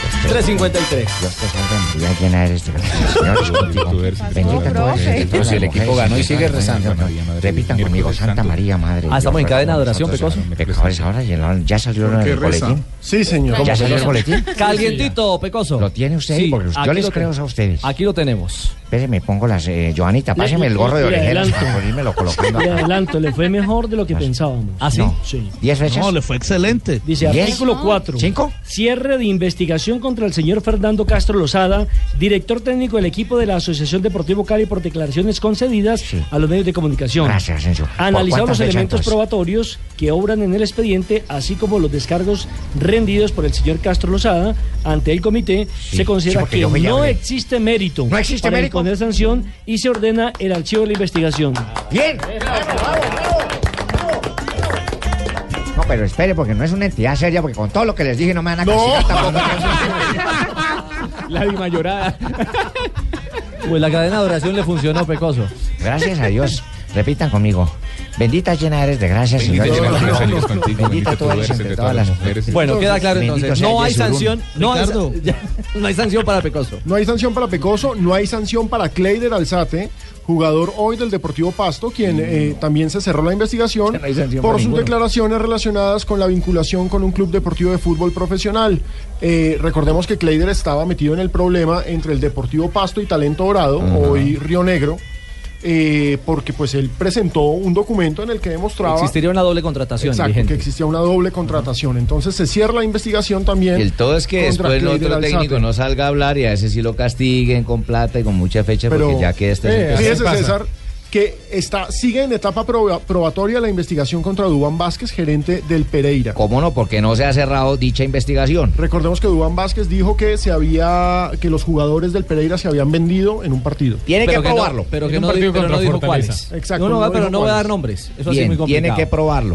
Speaker 16: Dios te salve, María, llena eres de gracia, Señor. Bendita tú eres entre
Speaker 15: Pero
Speaker 16: todas
Speaker 15: si el equipo
Speaker 16: las este mujeres,
Speaker 15: ganó y
Speaker 16: bendita
Speaker 15: sigue
Speaker 16: eres tú,
Speaker 15: rezando.
Speaker 16: Señor. Repitan conmigo, Santa María, Madre.
Speaker 15: Ah, estamos en cadena de
Speaker 16: oración,
Speaker 15: adoración, Pecoso.
Speaker 16: Pecadores, ahora y en la- ya salió
Speaker 15: ¿Por
Speaker 16: en
Speaker 15: qué
Speaker 16: el
Speaker 15: reza?
Speaker 16: boletín.
Speaker 15: Sí, señor.
Speaker 16: ¿Ya
Speaker 15: ¿Cómo
Speaker 16: salió el
Speaker 15: reza?
Speaker 16: boletín?
Speaker 15: Calientito, Pecoso.
Speaker 16: Lo tiene usted,
Speaker 15: Sí,
Speaker 16: porque
Speaker 15: aquí
Speaker 16: yo les
Speaker 15: lo
Speaker 16: creo
Speaker 15: tenemos.
Speaker 16: a ustedes.
Speaker 15: Aquí lo tenemos.
Speaker 16: Espere, me pongo las. eh, Joanita, páseme el gorro de
Speaker 13: Le
Speaker 16: orejeras
Speaker 13: adelanto.
Speaker 16: para ponerme lo colocando
Speaker 13: Le
Speaker 16: acá.
Speaker 13: adelanto, le fue mejor de lo que pensábamos.
Speaker 16: ¿Ah, sí?
Speaker 13: No. Sí.
Speaker 16: ¿Diez fechas?
Speaker 13: No, le fue
Speaker 36: excelente.
Speaker 13: Dice
Speaker 16: ¿Diez?
Speaker 13: artículo 4.
Speaker 16: ¿Cinco?
Speaker 13: Cierre de investigación contra el señor Fernando Castro Lozada, director técnico del equipo de la Asociación Deportivo Cali por declaraciones concedidas a los medios de comunicación.
Speaker 16: Gracias, Asensio. ¿Por
Speaker 13: Analizado
Speaker 16: cuántas
Speaker 13: los
Speaker 16: fechas,
Speaker 13: elementos
Speaker 16: entonces?
Speaker 13: probatorios que obran en el expediente, así como los descargos rendidos por el señor Castro Lozada ante el comité,
Speaker 16: Sí,
Speaker 13: se considera
Speaker 16: sí, porque
Speaker 13: que
Speaker 16: yo fui y
Speaker 13: no
Speaker 16: hablé.
Speaker 13: existe mérito
Speaker 16: ¿No existe
Speaker 13: para
Speaker 16: mérito?
Speaker 13: imponer sanción y se ordena el archivo de la investigación.
Speaker 16: ¡Bien! No, pero espere, porque no es una entidad seria, porque con todo lo que les dije no me van a castigar tampoco.
Speaker 15: La Di Mayorada. Pues la cadena de oración le funcionó, Pecoso.
Speaker 16: Gracias a Dios. Repitan conmigo. Bendita llena eres de gracia,
Speaker 15: Bendita
Speaker 16: Señor.
Speaker 15: llena
Speaker 16: Dios
Speaker 15: eres de
Speaker 16: nuestro.
Speaker 15: gracia, contigo,
Speaker 16: Bendita tú eres entre todas las mujeres.
Speaker 15: Bueno, queda claro
Speaker 16: Bendito
Speaker 15: entonces.
Speaker 16: sea
Speaker 15: No hay
Speaker 16: Jesús.
Speaker 15: sanción. No hay,
Speaker 11: Ricardo.
Speaker 15: ya, no hay sanción para Pecoso.
Speaker 11: No hay sanción para Pecoso, no hay sanción para Kleider Alzate, jugador hoy del Deportivo Pasto, quien eh,
Speaker 37: Mm.
Speaker 11: también se cerró la investigación
Speaker 27: hay sanción
Speaker 11: por
Speaker 27: para
Speaker 11: sus
Speaker 27: ninguno.
Speaker 11: declaraciones relacionadas con la vinculación con un club deportivo de fútbol profesional. Eh, recordemos que Kleider estaba metido en el problema entre el Deportivo Pasto y Talento Dorado, hoy Río Negro. eh, porque pues él presentó un documento en el que demostraba
Speaker 15: Existiría una doble contratación
Speaker 11: Exacto,
Speaker 15: vigente.
Speaker 11: que existía una doble contratación. Entonces se cierra la investigación también.
Speaker 37: El todo es que
Speaker 11: contra
Speaker 37: después el
Speaker 11: Kleider
Speaker 37: otro técnico
Speaker 11: Alzate.
Speaker 37: no salga a hablar y a ese sí lo castiguen con plata y con mucha fecha
Speaker 11: Pero,
Speaker 37: porque ya que este
Speaker 11: eh,
Speaker 37: es
Speaker 11: fíjese, César, que está, sigue en etapa proba- probatoria la investigación contra Dubán Vázquez, gerente del Pereira.
Speaker 37: ¿Cómo no? Porque no se ha cerrado dicha investigación.
Speaker 11: Recordemos que Dubán Vázquez dijo que se había que los jugadores del Pereira se habían vendido en un partido.
Speaker 15: Pero no- pero que no, di- pero no dijo cuáles.
Speaker 11: Exacto.
Speaker 15: No, no, pero
Speaker 11: dijo
Speaker 15: no voy a dar
Speaker 11: cuáles.
Speaker 15: nombres. Eso así es muy complicado.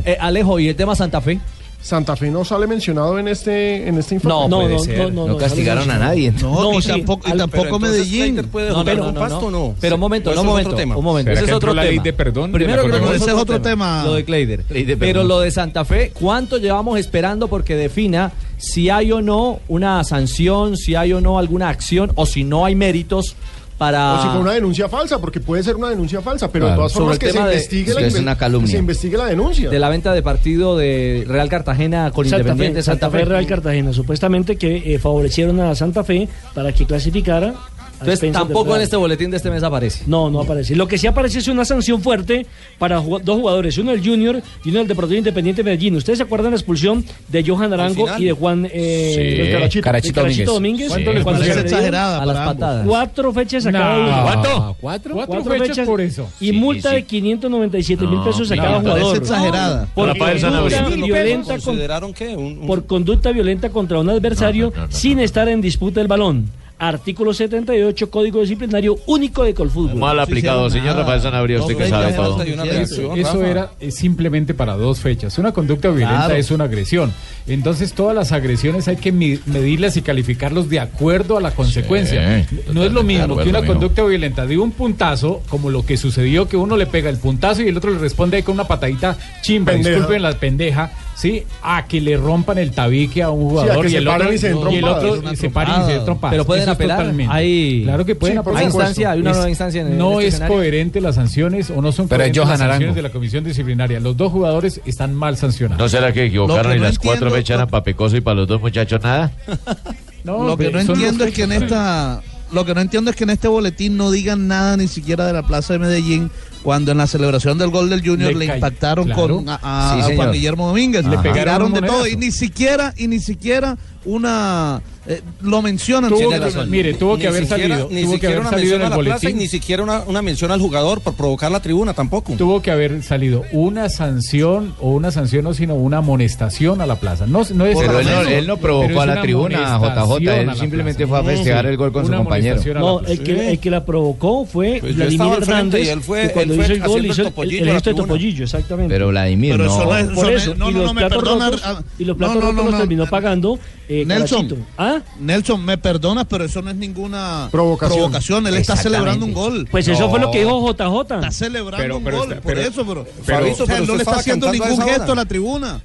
Speaker 15: Eh, Alejo, ¿y el tema Santa Fe?
Speaker 11: Santa Fe no sale mencionado en este en este informe.
Speaker 15: No, No, puede no, ser. no, no, No no, castigaron sale a mencionado. nadie, entonces.
Speaker 36: No,
Speaker 15: No,
Speaker 36: y
Speaker 15: sí,
Speaker 36: tampoco, y
Speaker 15: al-
Speaker 36: tampoco
Speaker 15: pero entonces
Speaker 36: Medellín. Slater puede No, jugar no, con no, Pasto, no. Pero un momento, O ese un Pues es otro momento, tema. un momento. ¿Será Ese que es otro entró la tema. ley de perdón de Primero la que no, Conmebol? ese es otro tema.
Speaker 15: Lo de Kleider.
Speaker 36: Ley de
Speaker 15: Pero
Speaker 36: perdón.
Speaker 15: lo de Santa Fe, ¿cuánto llevamos esperando porque defina si hay o no una sanción, si hay o no alguna acción o si no hay méritos
Speaker 12: Ah.
Speaker 15: para...
Speaker 11: O si fue una denuncia falsa, porque puede ser una denuncia falsa, pero de
Speaker 15: Claro.
Speaker 11: todas
Speaker 15: Sobre
Speaker 11: formas
Speaker 15: el
Speaker 11: que se,
Speaker 15: tema de-
Speaker 11: investigue la
Speaker 15: que es
Speaker 11: inve-
Speaker 15: una calumnia.
Speaker 11: que se investigue la denuncia.
Speaker 15: de la venta de partido de Real Cartagena con
Speaker 13: Santa
Speaker 15: Independiente
Speaker 13: Fe, Santa Fe Real Cartagena, supuestamente que eh, favorecieron a Santa Fe para que clasificara. a
Speaker 15: Entonces
Speaker 13: expensas del
Speaker 15: tampoco en
Speaker 13: Real.
Speaker 15: este boletín de este mes aparece.
Speaker 13: No, no aparece. Lo que sí aparece es una sanción fuerte para ju- dos jugadores, uno del Junior y uno del Deportivo Independiente de Medellín. ¿Ustedes se acuerdan la expulsión de Johan Arango
Speaker 28: final.
Speaker 13: y de Juan eh,
Speaker 28: Sí,
Speaker 13: del
Speaker 28: Carachito
Speaker 13: del Carachito Domínguez? eh,
Speaker 28: Domínguez. Sí. ¿Cuánto
Speaker 13: se
Speaker 28: es
Speaker 13: le dio?
Speaker 28: exagerada
Speaker 13: A las
Speaker 28: para ambos.
Speaker 13: patadas. Cuatro fechas a
Speaker 28: No.
Speaker 13: cada uno.
Speaker 28: ¿Cuánto?
Speaker 13: ¿Cuatro?
Speaker 28: Cuatro fechas por eso.
Speaker 13: Y multa de 597 mil
Speaker 28: No,
Speaker 13: pesos a
Speaker 28: no,
Speaker 13: cada
Speaker 28: me parece
Speaker 13: jugador.
Speaker 28: exagerada.
Speaker 13: Por
Speaker 28: Rafael Sanabria.
Speaker 13: conducta
Speaker 28: Mil pesos.
Speaker 13: violenta con-
Speaker 28: ¿Consideraron qué? Un- un-
Speaker 13: por conducta violenta contra un adversario sin estar en disputa el balón. Artículo 78, Código Disciplinario Único de Colfútbol.
Speaker 29: Mal aplicado, señor Rafael Sanabria, usted que sabe todo.
Speaker 12: Eso, eso era eh, simplemente para dos fechas. Una conducta violenta
Speaker 29: Claro.
Speaker 12: es una agresión. Entonces todas las agresiones hay que mi- medirlas y calificarlos de acuerdo a la consecuencia. no es lo mismo
Speaker 29: claro,
Speaker 12: que
Speaker 29: es lo
Speaker 12: una
Speaker 29: mismo.
Speaker 12: conducta violenta de un puntazo, como lo que sucedió que uno le pega el puntazo y el otro le responde ahí con una patadita chimba,
Speaker 11: Pendeja.
Speaker 12: disculpen la pendeja, sí, a que le rompan el tabique a un jugador
Speaker 11: que
Speaker 12: y,
Speaker 11: se
Speaker 12: el
Speaker 11: paran
Speaker 12: otro,
Speaker 11: y se den
Speaker 12: y el
Speaker 11: trompadas.
Speaker 12: otro
Speaker 11: Es una
Speaker 12: se paran y se den trompadas.
Speaker 15: Pero pueden
Speaker 12: Eso es
Speaker 15: apelar,
Speaker 12: totalmente.
Speaker 15: hay-
Speaker 12: Claro que pueden
Speaker 15: Sí, por
Speaker 12: apelar.
Speaker 15: Hay supuesto. instancia, hay una
Speaker 12: Es-
Speaker 15: nueva instancia en el-
Speaker 12: No
Speaker 15: en este
Speaker 12: es
Speaker 15: escenario.
Speaker 12: coherente las sanciones o no son
Speaker 29: Pero es
Speaker 12: coherentes
Speaker 29: Johan
Speaker 12: las sanciones
Speaker 29: Arango.
Speaker 12: de la comisión disciplinaria. Los dos jugadores están mal sancionados.
Speaker 29: ¿No será que equivocaron
Speaker 12: Lo que
Speaker 29: y
Speaker 12: no
Speaker 29: las cuatro
Speaker 12: entiendo-
Speaker 29: me echaran para Pecoso y para los dos muchachos nada?
Speaker 28: lo que no entiendo es que en esta lo que no entiendo es que en este boletín no digan nada ni siquiera de la Plaza de Medellín cuando en la celebración del gol del Junior Le le, cayó, impactaron claro. con a, a- Sí, a Juan señor. Guillermo Domínguez, Le le pegaron pegaron un de todo monedazo. y ni siquiera y ni siquiera una eh, lo mencionan.
Speaker 12: Tuvo
Speaker 28: Tiene
Speaker 12: que-
Speaker 28: razón.
Speaker 12: mire, tuvo que haber salido,
Speaker 28: ni
Speaker 12: tuvo que
Speaker 28: siquiera
Speaker 12: haber
Speaker 28: una
Speaker 12: salido en
Speaker 28: mención
Speaker 12: el
Speaker 28: a la plaza y
Speaker 12: boletín.
Speaker 28: ni siquiera una, una mención al jugador por provocar la tribuna tampoco.
Speaker 12: Tuvo que haber salido una sanción o una sanción no, sino una amonestación a la plaza. No, no es
Speaker 38: Pero él no,
Speaker 12: sanción,
Speaker 38: él no
Speaker 12: pero
Speaker 38: provocó
Speaker 12: es
Speaker 38: a la
Speaker 12: una
Speaker 38: tribuna, JJ.
Speaker 12: amonestación a
Speaker 38: Él
Speaker 12: la
Speaker 38: simplemente
Speaker 12: plaza.
Speaker 38: fue a festejar
Speaker 12: Sí.
Speaker 38: el gol con su
Speaker 12: Una
Speaker 38: compañero.
Speaker 12: amonestación a la
Speaker 13: No,
Speaker 12: plaza.
Speaker 13: el que, el que la provocó fue
Speaker 38: Pues yo
Speaker 13: Vladimir
Speaker 38: estaba al frente
Speaker 13: Hernández.
Speaker 38: y él fue-
Speaker 13: que cuando
Speaker 38: él fue
Speaker 13: hizo el gol,
Speaker 38: haciendo
Speaker 13: hizo
Speaker 38: el
Speaker 13: el-
Speaker 38: topollillo
Speaker 13: el
Speaker 38: a la
Speaker 13: gesto de
Speaker 38: tribuna.
Speaker 13: topollillo, exactamente.
Speaker 38: Pero Vladimir,
Speaker 13: Por
Speaker 38: Pero no. eso no es-
Speaker 13: Por
Speaker 38: eso
Speaker 13: eso,
Speaker 38: no-
Speaker 13: y
Speaker 38: no,
Speaker 13: los
Speaker 38: no, me
Speaker 13: platos
Speaker 38: perdona,
Speaker 13: rotos-
Speaker 38: ah,
Speaker 13: Y los platos
Speaker 28: no, no,
Speaker 13: rotos
Speaker 28: no,
Speaker 13: los
Speaker 28: no.
Speaker 13: terminó pagando eh, Carachito.
Speaker 28: Nelson, Nelson, me perdonas, pero eso no es ninguna provocación. Él está celebrando un gol.
Speaker 13: Pues eso fue lo que dijo JJ.
Speaker 28: Está celebrando
Speaker 13: Pero-
Speaker 28: un
Speaker 13: pero
Speaker 28: gol,
Speaker 13: está-
Speaker 28: por
Speaker 13: pero-
Speaker 28: eso, pero,
Speaker 13: pero-
Speaker 28: Fabito, o sea,
Speaker 13: pero
Speaker 28: no
Speaker 13: usted
Speaker 28: le está
Speaker 13: estaba
Speaker 28: haciendo
Speaker 13: cantando a
Speaker 28: ningún
Speaker 13: esa hora.
Speaker 28: gesto a la tribuna.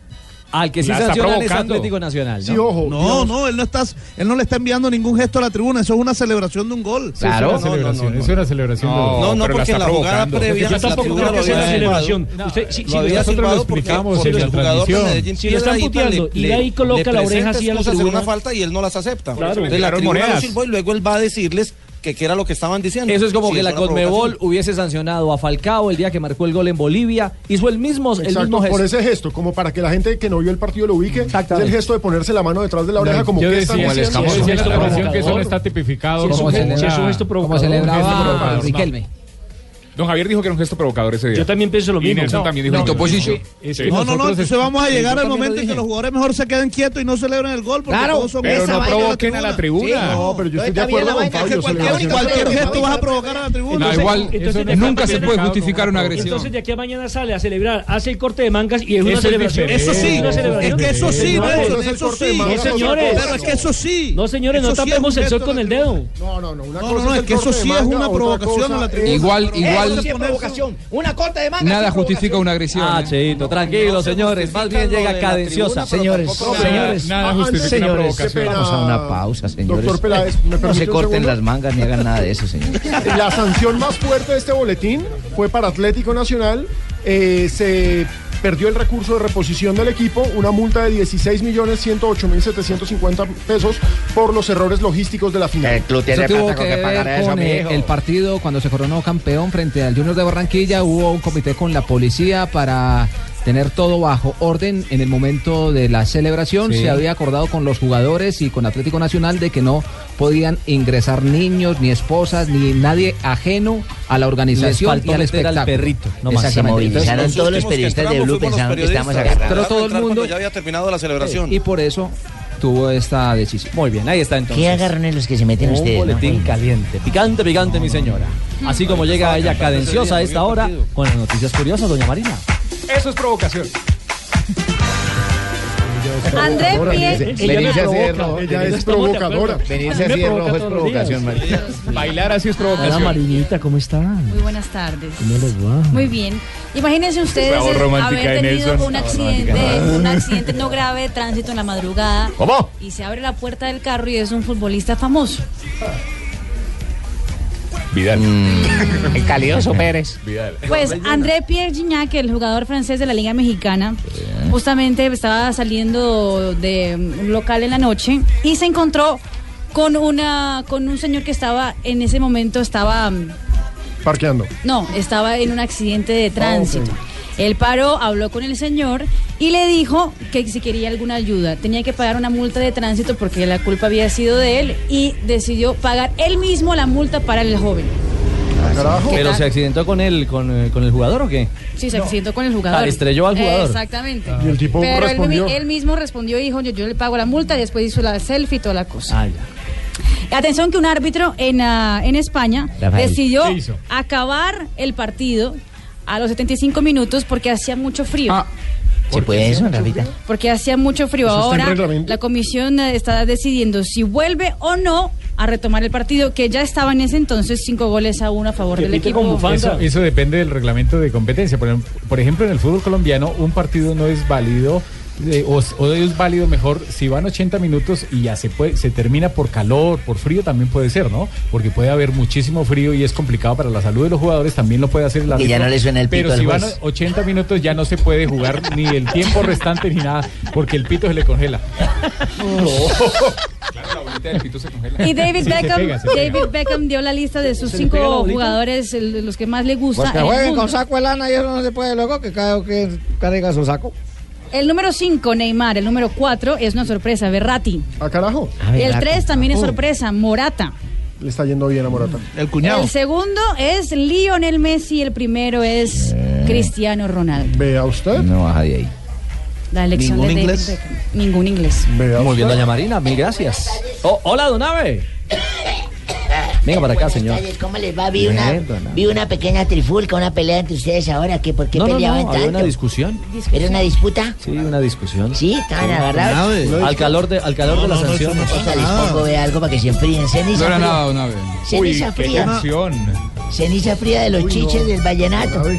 Speaker 15: Al que sí La está sancionan es provocando. Atlético Nacional,
Speaker 28: Sí,
Speaker 15: ¿no?
Speaker 28: ojo. No,
Speaker 15: Dios.
Speaker 28: no, él no, está, él no le está enviando ningún gesto a la tribuna. Eso es una celebración de un gol.
Speaker 12: Sí, es una celebración, es una celebración.
Speaker 28: No, no,
Speaker 12: pero
Speaker 28: porque
Speaker 12: está
Speaker 28: en la jugada
Speaker 12: provocando.
Speaker 28: previa
Speaker 12: Yo tampoco creo que sea la celebración. Usted, si, si nosotros lo explicamos en la transmisión.
Speaker 13: Si lo están puteando y de ahí coloca la oreja así a la
Speaker 28: hacer una
Speaker 13: tribuna.
Speaker 28: falta y él no las acepta.
Speaker 13: Claro.
Speaker 28: Entonces, la
Speaker 13: Tiraron
Speaker 28: tribuna no
Speaker 13: monedas.
Speaker 28: silbó y luego él va a decirles que qué era lo que estaban diciendo.
Speaker 15: Eso es como
Speaker 28: Sí,
Speaker 15: que la
Speaker 28: una provocación.
Speaker 15: Conmebol hubiese sancionado a Falcao el día que marcó el gol en Bolivia. Hizo el mismo, el
Speaker 11: Exacto,
Speaker 15: mismo gesto.
Speaker 11: por ese gesto, como para que la gente que no vio el partido lo ubique, es el gesto de ponerse la mano detrás de la oreja
Speaker 12: No,
Speaker 11: como
Speaker 12: yo
Speaker 11: que están
Speaker 12: decía,
Speaker 11: diciendo?
Speaker 12: yo decía en la transmisión que eso no está
Speaker 13: Si
Speaker 12: tipificado
Speaker 13: es
Speaker 12: como
Speaker 13: un gesto- si es un
Speaker 12: una-
Speaker 13: gesto
Speaker 12: como
Speaker 13: provocador,
Speaker 12: celebraba
Speaker 13: un gesto provocador, no.
Speaker 12: Riquelme.
Speaker 30: Don Javier dijo que era un gesto provocador ese día.
Speaker 13: Yo también pienso lo
Speaker 30: Y
Speaker 13: mismo.
Speaker 30: Nelson
Speaker 13: No.
Speaker 30: también dijo
Speaker 13: No,
Speaker 30: lo mismo.
Speaker 13: Topollillo.
Speaker 30: Es
Speaker 28: Sí.
Speaker 30: que
Speaker 28: No, no, no,
Speaker 30: nosotros-
Speaker 28: entonces vamos a
Speaker 30: Sí,
Speaker 28: llegar
Speaker 30: yo
Speaker 28: al
Speaker 30: también
Speaker 28: momento en
Speaker 30: lo
Speaker 28: que
Speaker 30: dije.
Speaker 28: los jugadores mejor se queden quietos y no celebran el gol porque
Speaker 11: Claro,
Speaker 28: todos son
Speaker 11: pero
Speaker 28: esa
Speaker 11: no
Speaker 28: vaina de
Speaker 11: provoquen a la tribuna. No, pero yo estoy de
Speaker 28: está bien
Speaker 11: acuerdo
Speaker 28: la
Speaker 11: con
Speaker 28: vaina,
Speaker 11: Fabio,
Speaker 28: que
Speaker 11: celebración.
Speaker 28: Cualquier, cualquier gesto vas a provocar a la tribuna.
Speaker 11: No, igual, eso
Speaker 13: de
Speaker 11: nunca
Speaker 13: aquí a
Speaker 11: se
Speaker 13: mañana-
Speaker 11: puede justificar una agresión.
Speaker 13: Entonces de aquí a mañana sale a celebrar, hace el corte de mangas y es una
Speaker 28: Eso es
Speaker 13: celebración.
Speaker 28: diferente. Eso sí,
Speaker 13: una celebración.
Speaker 28: es que eso sí,
Speaker 13: Señores,
Speaker 28: Nelson, eso
Speaker 13: no,
Speaker 28: sí.
Speaker 13: No, señores.
Speaker 28: Pero es que eso sí.
Speaker 13: No, señores, no
Speaker 28: Eso sí es
Speaker 13: tapemos
Speaker 28: un
Speaker 13: el sol
Speaker 28: gesto
Speaker 13: con el dedo.
Speaker 11: No, no, no. Una
Speaker 28: No, no, no, es que eso sí es una provocación a la tribuna.
Speaker 25: Eso sí es provocación. Una corta de manga. sí es provocación.
Speaker 15: agresión. Ah, Cheito, tranquilo, señores. Más bien llega cadenciosa.
Speaker 38: Señores, señores,
Speaker 15: Ah,
Speaker 38: señores, vamos a una pausa, señores.
Speaker 11: Doctor Peláez, ¿me
Speaker 38: no
Speaker 11: permite
Speaker 38: se
Speaker 11: un
Speaker 38: corten
Speaker 11: segundo?
Speaker 38: las mangas ni hagan nada de eso, señores.
Speaker 11: La sanción más fuerte de este boletín fue para Atlético Nacional. Eh, se perdió el recurso de reposición del equipo, una multa de 16 millones 108 mil 750 pesos por los errores logísticos de la final.
Speaker 8: Eso tuvo que ver con eh, el partido cuando se coronó campeón frente al Junior de Barranquilla. Hubo un comité con la policía para tener todo bajo orden en el momento de la celebración.
Speaker 15: Sí.
Speaker 8: Se había acordado con los jugadores y con Atlético Nacional de que no podían ingresar niños, ni esposas, ni nadie ajeno a la organización
Speaker 15: Les faltó
Speaker 8: y al
Speaker 15: meter al
Speaker 8: espectáculo.
Speaker 15: perrito, nomás.
Speaker 38: Se
Speaker 8: Exactamente.
Speaker 38: movilizaron
Speaker 8: Entonces,
Speaker 38: todos los
Speaker 8: últimos que
Speaker 38: periodistas de
Speaker 8: entramos
Speaker 38: Blue,
Speaker 8: fuimos los
Speaker 38: pensaron que estamos
Speaker 8: periodistas.
Speaker 38: agarrados.
Speaker 8: Entró todo el mundo.
Speaker 28: Ya había terminado la celebración.
Speaker 8: Y por eso tuvo esta decisión.
Speaker 15: Muy bien, ahí está entonces.
Speaker 38: ¿Qué agarran en los que se meten
Speaker 15: Un
Speaker 38: ustedes? no?
Speaker 15: boletín caliente. Picante, picante, mi señora. Así como llega ella cadenciosa a esta hora con las noticias curiosas, doña Marina.
Speaker 12: Eso es provocación.
Speaker 16: Andrés Pie-
Speaker 11: Ella me
Speaker 28: Venirse así de
Speaker 11: provoca,
Speaker 28: rojo.
Speaker 11: ella es
Speaker 28: Estamos de acuerdo.
Speaker 11: provocadora.
Speaker 28: Venirse así de rojo es provocación, María.
Speaker 30: Bailar así es provocación.
Speaker 13: Hola Marinita, ¿cómo está?
Speaker 17: Muy buenas tardes.
Speaker 13: ¿Cómo les va?
Speaker 17: Muy bien. Imagínense ustedes
Speaker 13: Bravo,
Speaker 17: eh,
Speaker 13: romántica
Speaker 17: haber
Speaker 13: en
Speaker 17: tenido
Speaker 13: eso.
Speaker 17: un accidente,
Speaker 13: romántica.
Speaker 17: un accidente no grave de tránsito en la madrugada.
Speaker 13: ¿Cómo?
Speaker 17: Y se abre la puerta del carro y es un futbolista famoso.
Speaker 30: Vidal.
Speaker 16: Mm,
Speaker 28: Calioso Pérez.
Speaker 30: Vidal.
Speaker 17: Pues André Pierre Gignac, el jugador francés de la Liga Mexicana, justamente estaba saliendo de un local en la noche y se encontró con una con un señor que estaba en ese momento estaba mm,
Speaker 11: Parqueando.
Speaker 17: No, estaba en un accidente de tránsito. Él paró, habló con el señor y le dijo que si quería alguna ayuda. Tenía que pagar una multa de tránsito porque la culpa había sido de él y decidió pagar él mismo la multa para el joven.
Speaker 15: ¿Pero se accidentó con el, con, eh, con el jugador o qué?
Speaker 17: Sí, se accidentó con el jugador.
Speaker 15: Ah, estrelló al jugador.
Speaker 17: Exactamente.
Speaker 7: Ah.
Speaker 15: Y el tipo
Speaker 17: Pero él mi-
Speaker 15: respondió.
Speaker 17: Él, mismo respondió y dijo, yo, yo le pago la multa y después hizo la selfie y toda la
Speaker 15: Ah,
Speaker 17: cosa. Atención que un árbitro en, ah, en España
Speaker 7: Rafael.
Speaker 17: decidió
Speaker 7: ¿Qué hizo?
Speaker 17: acabar el partido a los 75 minutos porque hacía mucho frío.
Speaker 7: ¿Se puede eso, Rafita?
Speaker 17: Porque hacía mucho frío.
Speaker 7: Ah. ¿Eso está en
Speaker 17: Ahora
Speaker 7: reglamento?
Speaker 17: la comisión eh, está decidiendo si vuelve o no a retomar el partido que ya estaba en ese entonces cinco goles a uno a favor del equipo.
Speaker 12: Eso, eso depende del reglamento de competencia. Por, ejem- por ejemplo, en el fútbol colombiano, un partido no es válido. eh, o, s- o es válido mejor si van 80 minutos y ya se puede, se termina por calor, por frío también puede ser, ¿no? Porque puede haber muchísimo frío y es complicado para la salud de los jugadores, también lo puede hacer el
Speaker 7: Que ya
Speaker 12: árbitro,
Speaker 7: no le suena el pito
Speaker 12: Pero
Speaker 7: al
Speaker 12: si van
Speaker 7: juez.
Speaker 12: 80 minutos ya no se puede jugar ni el tiempo restante ni nada, porque el pito se le congela.
Speaker 17: Y
Speaker 12: Sí,
Speaker 17: David
Speaker 12: se
Speaker 17: Beckham,
Speaker 12: pega, se pega.
Speaker 17: David Beckham dio la lista de sus
Speaker 12: ¿Se le pega la
Speaker 17: cinco
Speaker 12: bolita?
Speaker 17: jugadores, el- los que más le gusta.
Speaker 39: Pues que
Speaker 17: en el
Speaker 39: jueguen
Speaker 17: mundo.
Speaker 39: con saco de lana y eso no se puede, luego que cada que carga su saco.
Speaker 17: El número 5, Neymar. El número 4 es una sorpresa, Berrati.
Speaker 39: Ah,
Speaker 11: ¿A carajo?
Speaker 17: El 3 también
Speaker 12: Uh.
Speaker 17: es
Speaker 11: Oh,
Speaker 17: sorpresa, Morata.
Speaker 11: Le está yendo bien a Morata.
Speaker 40: El
Speaker 17: El segundo es Lionel Messi. El primero es
Speaker 12: Eh.
Speaker 17: Cristiano Ronaldo.
Speaker 11: Vea usted.
Speaker 7: No baja de ahí.
Speaker 17: La elección
Speaker 7: ¿Ningún
Speaker 17: de David
Speaker 7: inglés?
Speaker 17: Beckham. Ningún inglés.
Speaker 7: Muy
Speaker 15: bien, doña Marina, mil gracias. Oh, hola, don Ave. Venga para acá,
Speaker 7: Buenas
Speaker 15: señor.
Speaker 7: tardes, ¿Cómo les va? Vi una,
Speaker 15: Bien, don Ave.
Speaker 7: vi una pequeña trifulca, una pelea entre ustedes ahora. que ¿Por qué
Speaker 15: No, no,
Speaker 7: peleaban
Speaker 15: no, había
Speaker 7: tanto?
Speaker 15: una discusión.
Speaker 7: ¿Era una disputa?
Speaker 15: Sí, una discusión.
Speaker 7: Sí, estaban agarrados.
Speaker 15: Al calor de, al calor de las sanciones.
Speaker 7: Un poco de algo para que se enfríen. Ceniza fría.
Speaker 12: Ave.
Speaker 7: Ceniza fría. Ceniza fría de los chiches del vallenato.
Speaker 11: Pero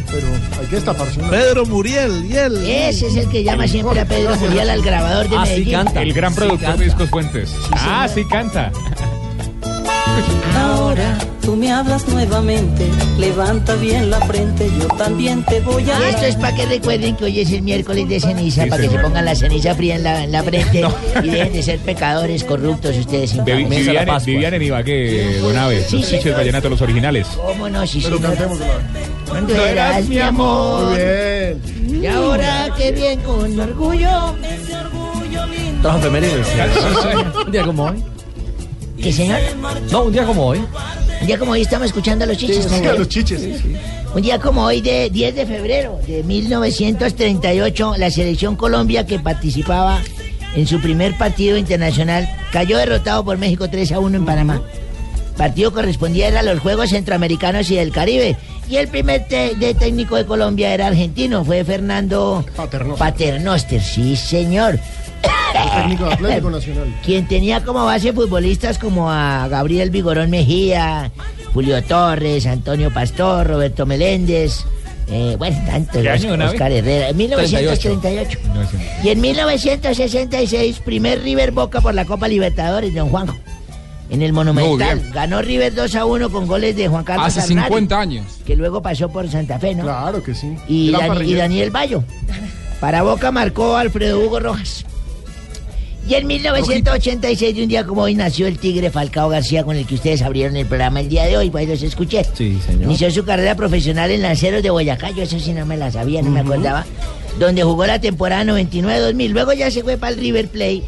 Speaker 11: hay que destaparse una.
Speaker 40: Pedro Muriel, y él.
Speaker 7: Ese es el que llama siempre a Pedro Muriel al grabador
Speaker 15: Ah,
Speaker 7: de Medellín.
Speaker 30: Ah, El gran productor de discos fuentes. ah, sí canta.
Speaker 41: Ahora tú me hablas nuevamente, levanta bien la frente, yo también te voy a...
Speaker 7: Y Ah, esto es para que recuerden que hoy es el miércoles de ceniza, para que se pongan la ceniza fría en la, en la frente y dejen de ser pecadores corruptos ustedes.
Speaker 30: Vivi-
Speaker 7: infames.
Speaker 30: Vivian, Vivian en Ibagué, Don Ave.
Speaker 7: Sí,
Speaker 30: Los chiches
Speaker 7: señor.
Speaker 30: vallenato, los originales.
Speaker 7: ¿Cómo no, sí,
Speaker 11: Pero
Speaker 7: señor?
Speaker 11: cantemos
Speaker 7: Cuando eras mi amor. Y ahora que bien con orgullo.
Speaker 15: Trajo efemérides. Un día como hoy.
Speaker 7: ¿Qué, señor?
Speaker 15: No, un día como hoy.
Speaker 7: Un día como hoy estamos escuchando a los chiches.
Speaker 11: Sí,
Speaker 7: ¿no?
Speaker 11: a los chiches.
Speaker 7: Un día como hoy de 10 de febrero de 1938, la selección Colombia que participaba en su primer partido internacional cayó derrotado por México 3 a 1 en Panamá. Partido correspondía era a los Juegos Centroamericanos y del Caribe. Y el primer te- de técnico de Colombia era argentino, fue Fernando Paternoster. sí señor.
Speaker 11: Técnico de Atlético Nacional.
Speaker 7: quien tenía como base futbolistas como a Gabriel Vigorón Mejía, Julio Torres, Antonio Pastor, Roberto Meléndez, eh, bueno, tantos,
Speaker 30: ¿Qué año, Navi?
Speaker 7: Oscar Herrera, en 1938. Y en 1966, primer River Boca por la Copa Libertadores, don Juanjo. En el
Speaker 17: Muy
Speaker 7: Monumental.
Speaker 17: bien.
Speaker 7: Ganó River 2 a 1 con goles de Juan Carlos
Speaker 17: Hace
Speaker 7: Arnari,
Speaker 17: 50 años.
Speaker 7: Que luego pasó por Santa Fe, ¿no?
Speaker 11: Claro que sí.
Speaker 7: Y,
Speaker 11: Gran
Speaker 7: Dani- y
Speaker 11: parrillero.
Speaker 7: Daniel Bayo. Para Boca marcó Alfredo Hugo Rojas. Y en 1986, de un día como hoy, nació el Tigre Falcao García, con el que ustedes abrieron el programa el día de hoy. Pues los escuché.
Speaker 15: Sí, señor.
Speaker 7: Inició su carrera profesional en Lanceros de Boyacá, yo eso sí no me la sabía, no me acordaba, donde jugó la temporada 99-2000. Luego ya se fue para el River Plate,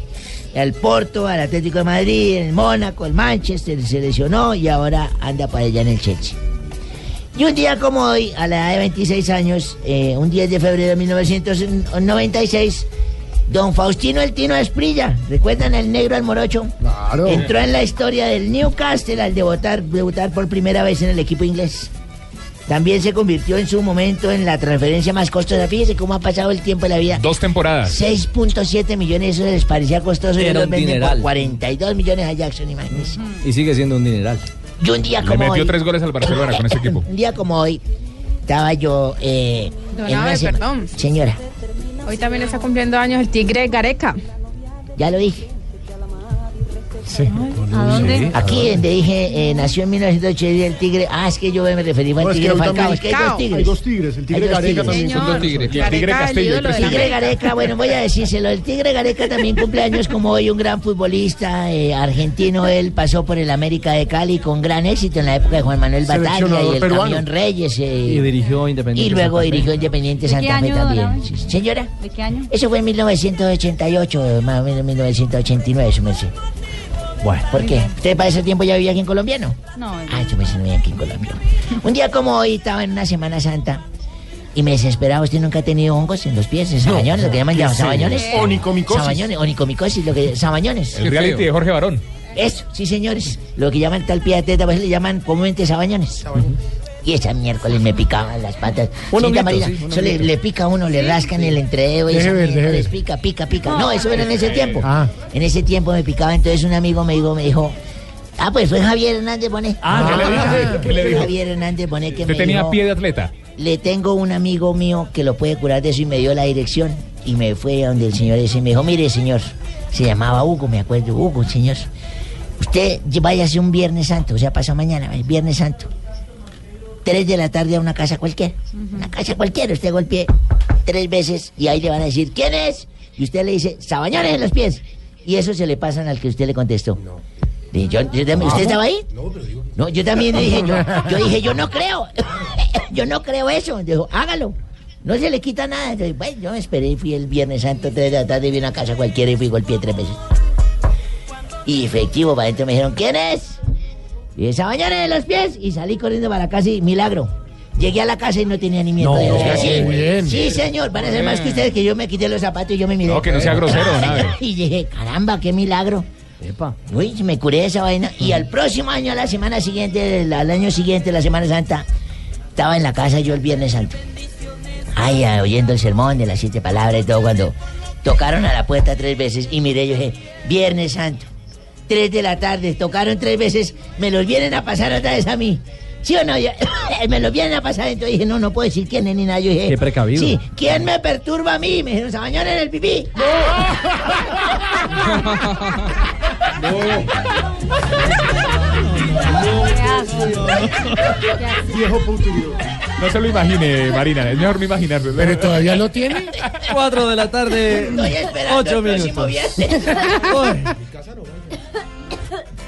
Speaker 7: al Porto, al Atlético de Madrid, el Mónaco, el Manchester, se lesionó y ahora anda para allá en el Chelsea. Y un día como hoy, a la edad de 26 años, eh, un 10 de febrero de 1996, don Faustino El Tino Esprilla, ¿recuerdan el negro al morocho?
Speaker 11: Claro.
Speaker 7: Entró en la historia del Newcastle al debutar, debutar por primera vez en el equipo inglés. También se convirtió en su momento en la transferencia más costosa. Fíjese cómo ha pasado el tiempo de la vida.
Speaker 30: Dos temporadas.
Speaker 7: 6.7 millones, eso les parecía costoso. y
Speaker 15: Era
Speaker 7: los
Speaker 15: un
Speaker 7: venden por
Speaker 15: dineral.
Speaker 7: 42 millones a Jackson, imagínense.
Speaker 15: Y sigue siendo un dineral.
Speaker 7: Yo un día
Speaker 30: Le
Speaker 7: como
Speaker 30: metió
Speaker 7: hoy-
Speaker 30: tres goles al Barcelona con ese equipo.
Speaker 7: Un día como hoy, estaba yo. Eh,
Speaker 26: Don
Speaker 7: en una
Speaker 26: Abel,
Speaker 7: sema-
Speaker 26: perdón.
Speaker 7: Señora,
Speaker 26: Hoy también está cumpliendo años el tigre Gareca.
Speaker 7: ya lo dije.
Speaker 12: Sí.
Speaker 26: ¿A dónde? Sí.
Speaker 15: Ah.
Speaker 7: Aquí donde dije, eh, nació en 1980 el tigre. Ah, es que yo me referí al
Speaker 11: No, es que
Speaker 7: tigre
Speaker 11: hoy
Speaker 7: Falcao.
Speaker 11: también
Speaker 7: Es que hay dos tigres.
Speaker 11: hay dos tigres, el tigre
Speaker 7: Hay dos
Speaker 11: Gareca
Speaker 7: tigres.
Speaker 11: también son dos tigres. Y el tigre Gareca, Castillo, el el ídolo de la
Speaker 7: El tigre
Speaker 11: América.
Speaker 7: Gareca, bueno, voy a decírselo. El tigre Gareca también cumple años como hoy, un gran futbolista eh, argentino. Él pasó por el América de Cali con gran éxito en la época de Juan Manuel Batalla y
Speaker 15: Seleccionador
Speaker 7: el
Speaker 15: peruano.
Speaker 7: Camión Reyes. eh,
Speaker 15: Y dirigió Independiente.
Speaker 7: y luego
Speaker 15: Santa Fe.
Speaker 7: dirigió Independiente
Speaker 15: ¿De qué
Speaker 7: Santa Fe
Speaker 15: año, don
Speaker 7: también.
Speaker 15: Abel?
Speaker 7: Sí, Señora.
Speaker 2: ¿De qué año?
Speaker 7: Eso fue en 1988, más o menos 1989, su merced. Bueno. ¿Por
Speaker 2: Muy
Speaker 7: qué?
Speaker 2: bien.
Speaker 7: ¿Usted para ese tiempo ya vivía aquí en Colombia, no?
Speaker 2: No,
Speaker 7: Ah, yo me vivía aquí en Colombia. Un día como hoy estaba en una Semana Santa y me desesperaba. ¿Usted nunca ha tenido hongos en los pies? ¿En ¿Sabañones? ¿Lo que llaman ya?
Speaker 30: ¿qué es
Speaker 7: ¿Sabañones?
Speaker 30: eso? Onicomicosis.
Speaker 7: Sabañones, onicomicosis, lo que sabañones.
Speaker 30: El reality de Jorge Barón.
Speaker 7: Eso, sí, señores. Lo que llaman tal pie de teta, pues le llaman comúnmente sabañones. Y esa miércoles me picaban las patas.
Speaker 31: Un
Speaker 7: Señorita
Speaker 31: honguito,
Speaker 7: Marina,
Speaker 31: sí, un
Speaker 7: eso le,
Speaker 31: honguito.
Speaker 7: le pica a uno, le rascan el entrededo y
Speaker 31: Deje
Speaker 7: esa
Speaker 31: ver,
Speaker 7: mierda
Speaker 31: deje
Speaker 7: les
Speaker 31: ver. Ah.
Speaker 7: pica, pica, pica. No, eso era en ese tiempo. En ese tiempo me picaba, entonces un amigo me dijo, me dijo, ah, pues fue Javier Hernández Bonet.
Speaker 30: Ah, ¿qué le dijo? ¿Qué le
Speaker 7: Fue
Speaker 30: dijo?
Speaker 7: Javier Hernández Bonet que
Speaker 30: Usted
Speaker 7: me
Speaker 30: tenía
Speaker 7: dijo,
Speaker 30: pie de atleta.
Speaker 7: le tengo un amigo mío que lo puede curar de eso y me dio la dirección. Y me fue a donde el señor ese y me dijo, mire señor, se llamaba Hugo, me acuerdo, Hugo, señor. Usted váyase un viernes santo, o sea, pasa mañana, el viernes santo. Tres de la tarde a una casa cualquiera. Una casa cualquiera, usted golpee tres veces y ahí le van a decir, ¿quién es? Y usted le dice, Sabañones en los pies. Y eso se le pasan al que usted le contestó. Dije, yo- yo también- ¿Usted estaba ahí? No, pero digo. No, yo también dije, yo, yo dije, yo no creo. yo no creo eso. Dijo, hágalo. No se le quita nada. Entonces, bueno, yo me esperé y fui el Viernes Santo, tres de la tarde, vi una casa cualquiera y fui golpeé tres veces. Y efectivo, para adentro me dijeron, ¿quién es? Y esa mañana de los pies. Y salí corriendo para la casa y milagro. Llegué a la casa y no tenía ni miedo
Speaker 30: No,
Speaker 7: de los pies.
Speaker 30: qué
Speaker 7: Sí,
Speaker 30: bien.
Speaker 7: sí, señor, van a ser más que ustedes que yo me quité los zapatos y yo me miré.
Speaker 30: No, que no sea grosero, nada.
Speaker 7: y dije, caramba, qué milagro. Uy, me curé de esa vaina. Y al próximo año, a la semana siguiente, el- al año siguiente, la Semana Santa, estaba en la casa yo el Viernes Santo. Ay, ah, oyendo el sermón de las siete palabras y todo, cuando tocaron a la puerta tres veces y miré, yo dije, Viernes Santo, tres de la tarde, tocaron tres veces, me los vienen a pasar otra vez a mí. ¿Sí o no? Yo- me los vienen a pasar, entonces dije, no, no puedo decir quién es ni nada. Yo dije,
Speaker 15: Qué precavido.
Speaker 7: Sí, ¿quién me perturba a mí? Me dijeron, Sabañón en el pipí.
Speaker 30: Viejo No se lo imagine, Marina. Es mejor no imaginarlo. Pero todavía lo tiene.
Speaker 15: Cuatro de la tarde, ocho minutos.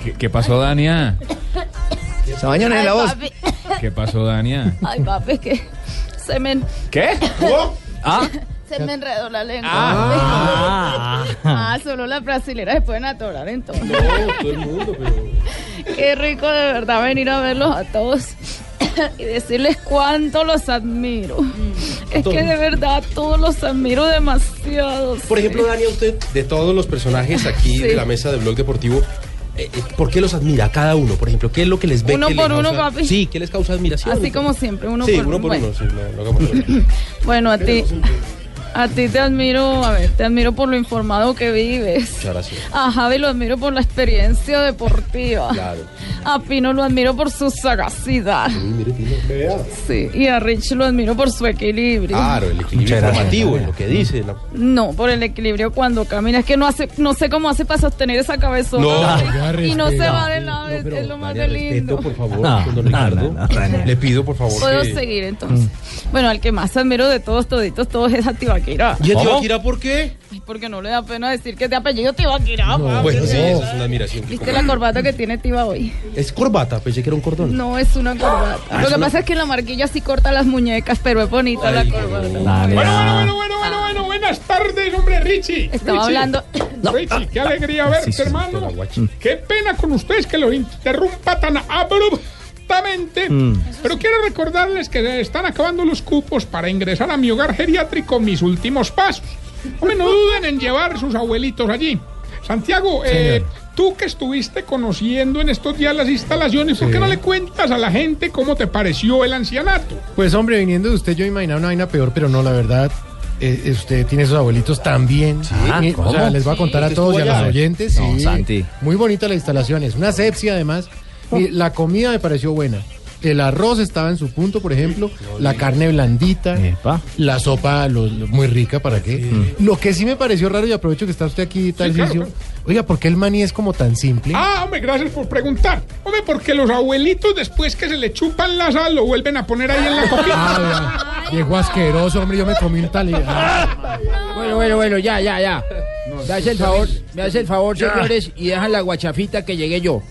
Speaker 30: ¿Qué, qué pasó, Dania?
Speaker 26: Ay,
Speaker 5: Sabañones
Speaker 26: papi.
Speaker 30: ¿Qué pasó, Dania?
Speaker 26: Ay, papi, que se me,
Speaker 30: ¿Qué? ¿Ah?
Speaker 26: se me enredó la lengua.
Speaker 30: Ah.
Speaker 26: Ah, solo las brasileras se pueden atorar entonces. Qué rico de verdad venir a verlos a todos y decirles cuánto los admiro. Es que de verdad Mm. todos los admiro demasiado. Por ejemplo, Dania, usted, de todos los personajes aquí Sí. de la mesa de Blog Deportivo, eh, eh, ¿por qué los admira a cada uno? Por ejemplo, ¿qué es lo que les ve? Uno que les por uno, causa- papi. Sí, ¿qué les causa admiración? Así como siempre, uno sí, por uno por Bueno. uno, sí, no, no hagamos eso. Bueno, a ti, a ti te admiro, a ver, te admiro por lo informado que vives. Muchas gracias. A Javi lo admiro por la experiencia deportiva. Claro. A Pino lo admiro por su sagacidad. Uy, mire, tiene- Sí. Y a Rich lo admiro por su equilibrio. Claro, el equilibrio Muchas gracias, informativo, Dania. lo que dice. la- No, por el equilibrio cuando camina. Es que no hace, no sé cómo hace para sostener esa cabezona. No, así, Daria, y no se respeta. va de lado, es- es lo más de lindo. por favor, don Ricardo. Le pido, por favor, Puedo que- seguir, entonces. Bueno, al que más admiro de todos, toditos, todos es a Tibaquira. ¿Y a ¿Cómo? Tibaquira por qué? porque no le da pena decir que te apellido Tibaquira. papi. Bueno, sí, No. eso es una admiración. ¿Viste la corbata que tiene Tiba hoy? ¿Es corbata? Pensé que era un cordón. No es una corbata. Ah, Lo es que una- pasa es que la marquilla sí corta las muñecas, pero es bonita la corbata.
Speaker 30: Bueno, bueno, bueno, bueno, buenas tardes, hombre Richie.
Speaker 26: Estaba
Speaker 30: Richie.
Speaker 26: hablando-
Speaker 30: Richie, qué alegría verte,
Speaker 26: Ah, Sí, Mm. sí,
Speaker 30: hermano. Qué pena con ustedes que lo interrumpa tan abruptamente.
Speaker 38: Mm.
Speaker 30: Pero quiero recordarles que se están acabando los cupos para ingresar a mi hogar geriátrico mis últimos pasos. Hombre, no duden en llevar sus abuelitos allí.
Speaker 31: Santiago, eh, tú que estuviste conociendo en estos días las instalaciones, ¿por qué
Speaker 27: Sí.
Speaker 31: no le cuentas a la gente cómo te pareció el ancianato?
Speaker 27: Pues hombre, viniendo de usted yo imaginaba una vaina peor, pero no, la verdad, eh, eh, usted tiene sus abuelitos también. Eh, o sea,
Speaker 15: ¿cómo?
Speaker 27: les voy a contar a
Speaker 15: ¿Usted
Speaker 27: todos y a
Speaker 15: estuvo
Speaker 27: los
Speaker 15: allá?
Speaker 27: oyentes.
Speaker 15: No,
Speaker 27: sí.
Speaker 15: Santi.
Speaker 27: Muy bonita la instalación, es una sepsia además. Mire, la comida me pareció buena. El arroz estaba en su punto, por ejemplo, la carne blandita, la sopa lo- lo- muy rica, ¿para qué? Lo que sí me pareció raro, y aprovecho que está usted aquí, Tarcisio,
Speaker 31: claro,
Speaker 27: oiga, ¿por qué el maní es como tan simple?
Speaker 31: Ah, hombre, gracias por preguntar. Hombre, porque los abuelitos después que se le chupan la sal lo vuelven a poner ahí en la copita.
Speaker 27: Ah, Viejo asqueroso, hombre, yo me comí un Ah, tal...
Speaker 16: Bueno, bueno, bueno, ya, ya, ya. Me hace el favor, me hace el favor,
Speaker 27: Ya.
Speaker 16: señores, y dejan la guachafita que llegué yo.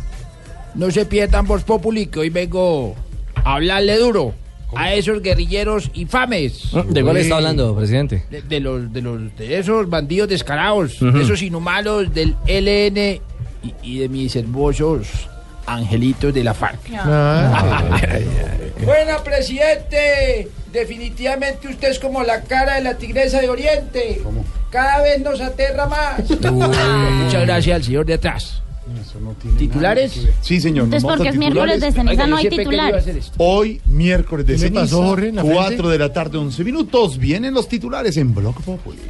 Speaker 16: No se pierdan Voz Populi, que hoy vengo a hablarle duro a esos guerrilleros infames.
Speaker 15: Ah, ¿De cuál está hablando, presidente?
Speaker 16: De, de los, de los, de esos bandidos descarados, de esos inhumanos del LN y, y de mis hermosos angelitos de la FARC.
Speaker 8: Ah.
Speaker 16: Buena, presidente. Definitivamente usted es como la cara de la tigresa de Oriente. Cada vez nos aterra más. Muchas gracias al señor de atrás. ¿Titulares?
Speaker 28: Sí, señor. nos
Speaker 16: Entonces,
Speaker 28: vamos
Speaker 16: porque
Speaker 28: a
Speaker 16: es miércoles de
Speaker 28: titulares.
Speaker 16: ceniza, Oiga, no yo hay siempre he querido titulares. hacer esto.
Speaker 28: Hoy, miércoles de ¿Qué le ceniza, pasó, Jorge, en la 4 frente? de la tarde, 11 minutos. Vienen los titulares en Blog Populi.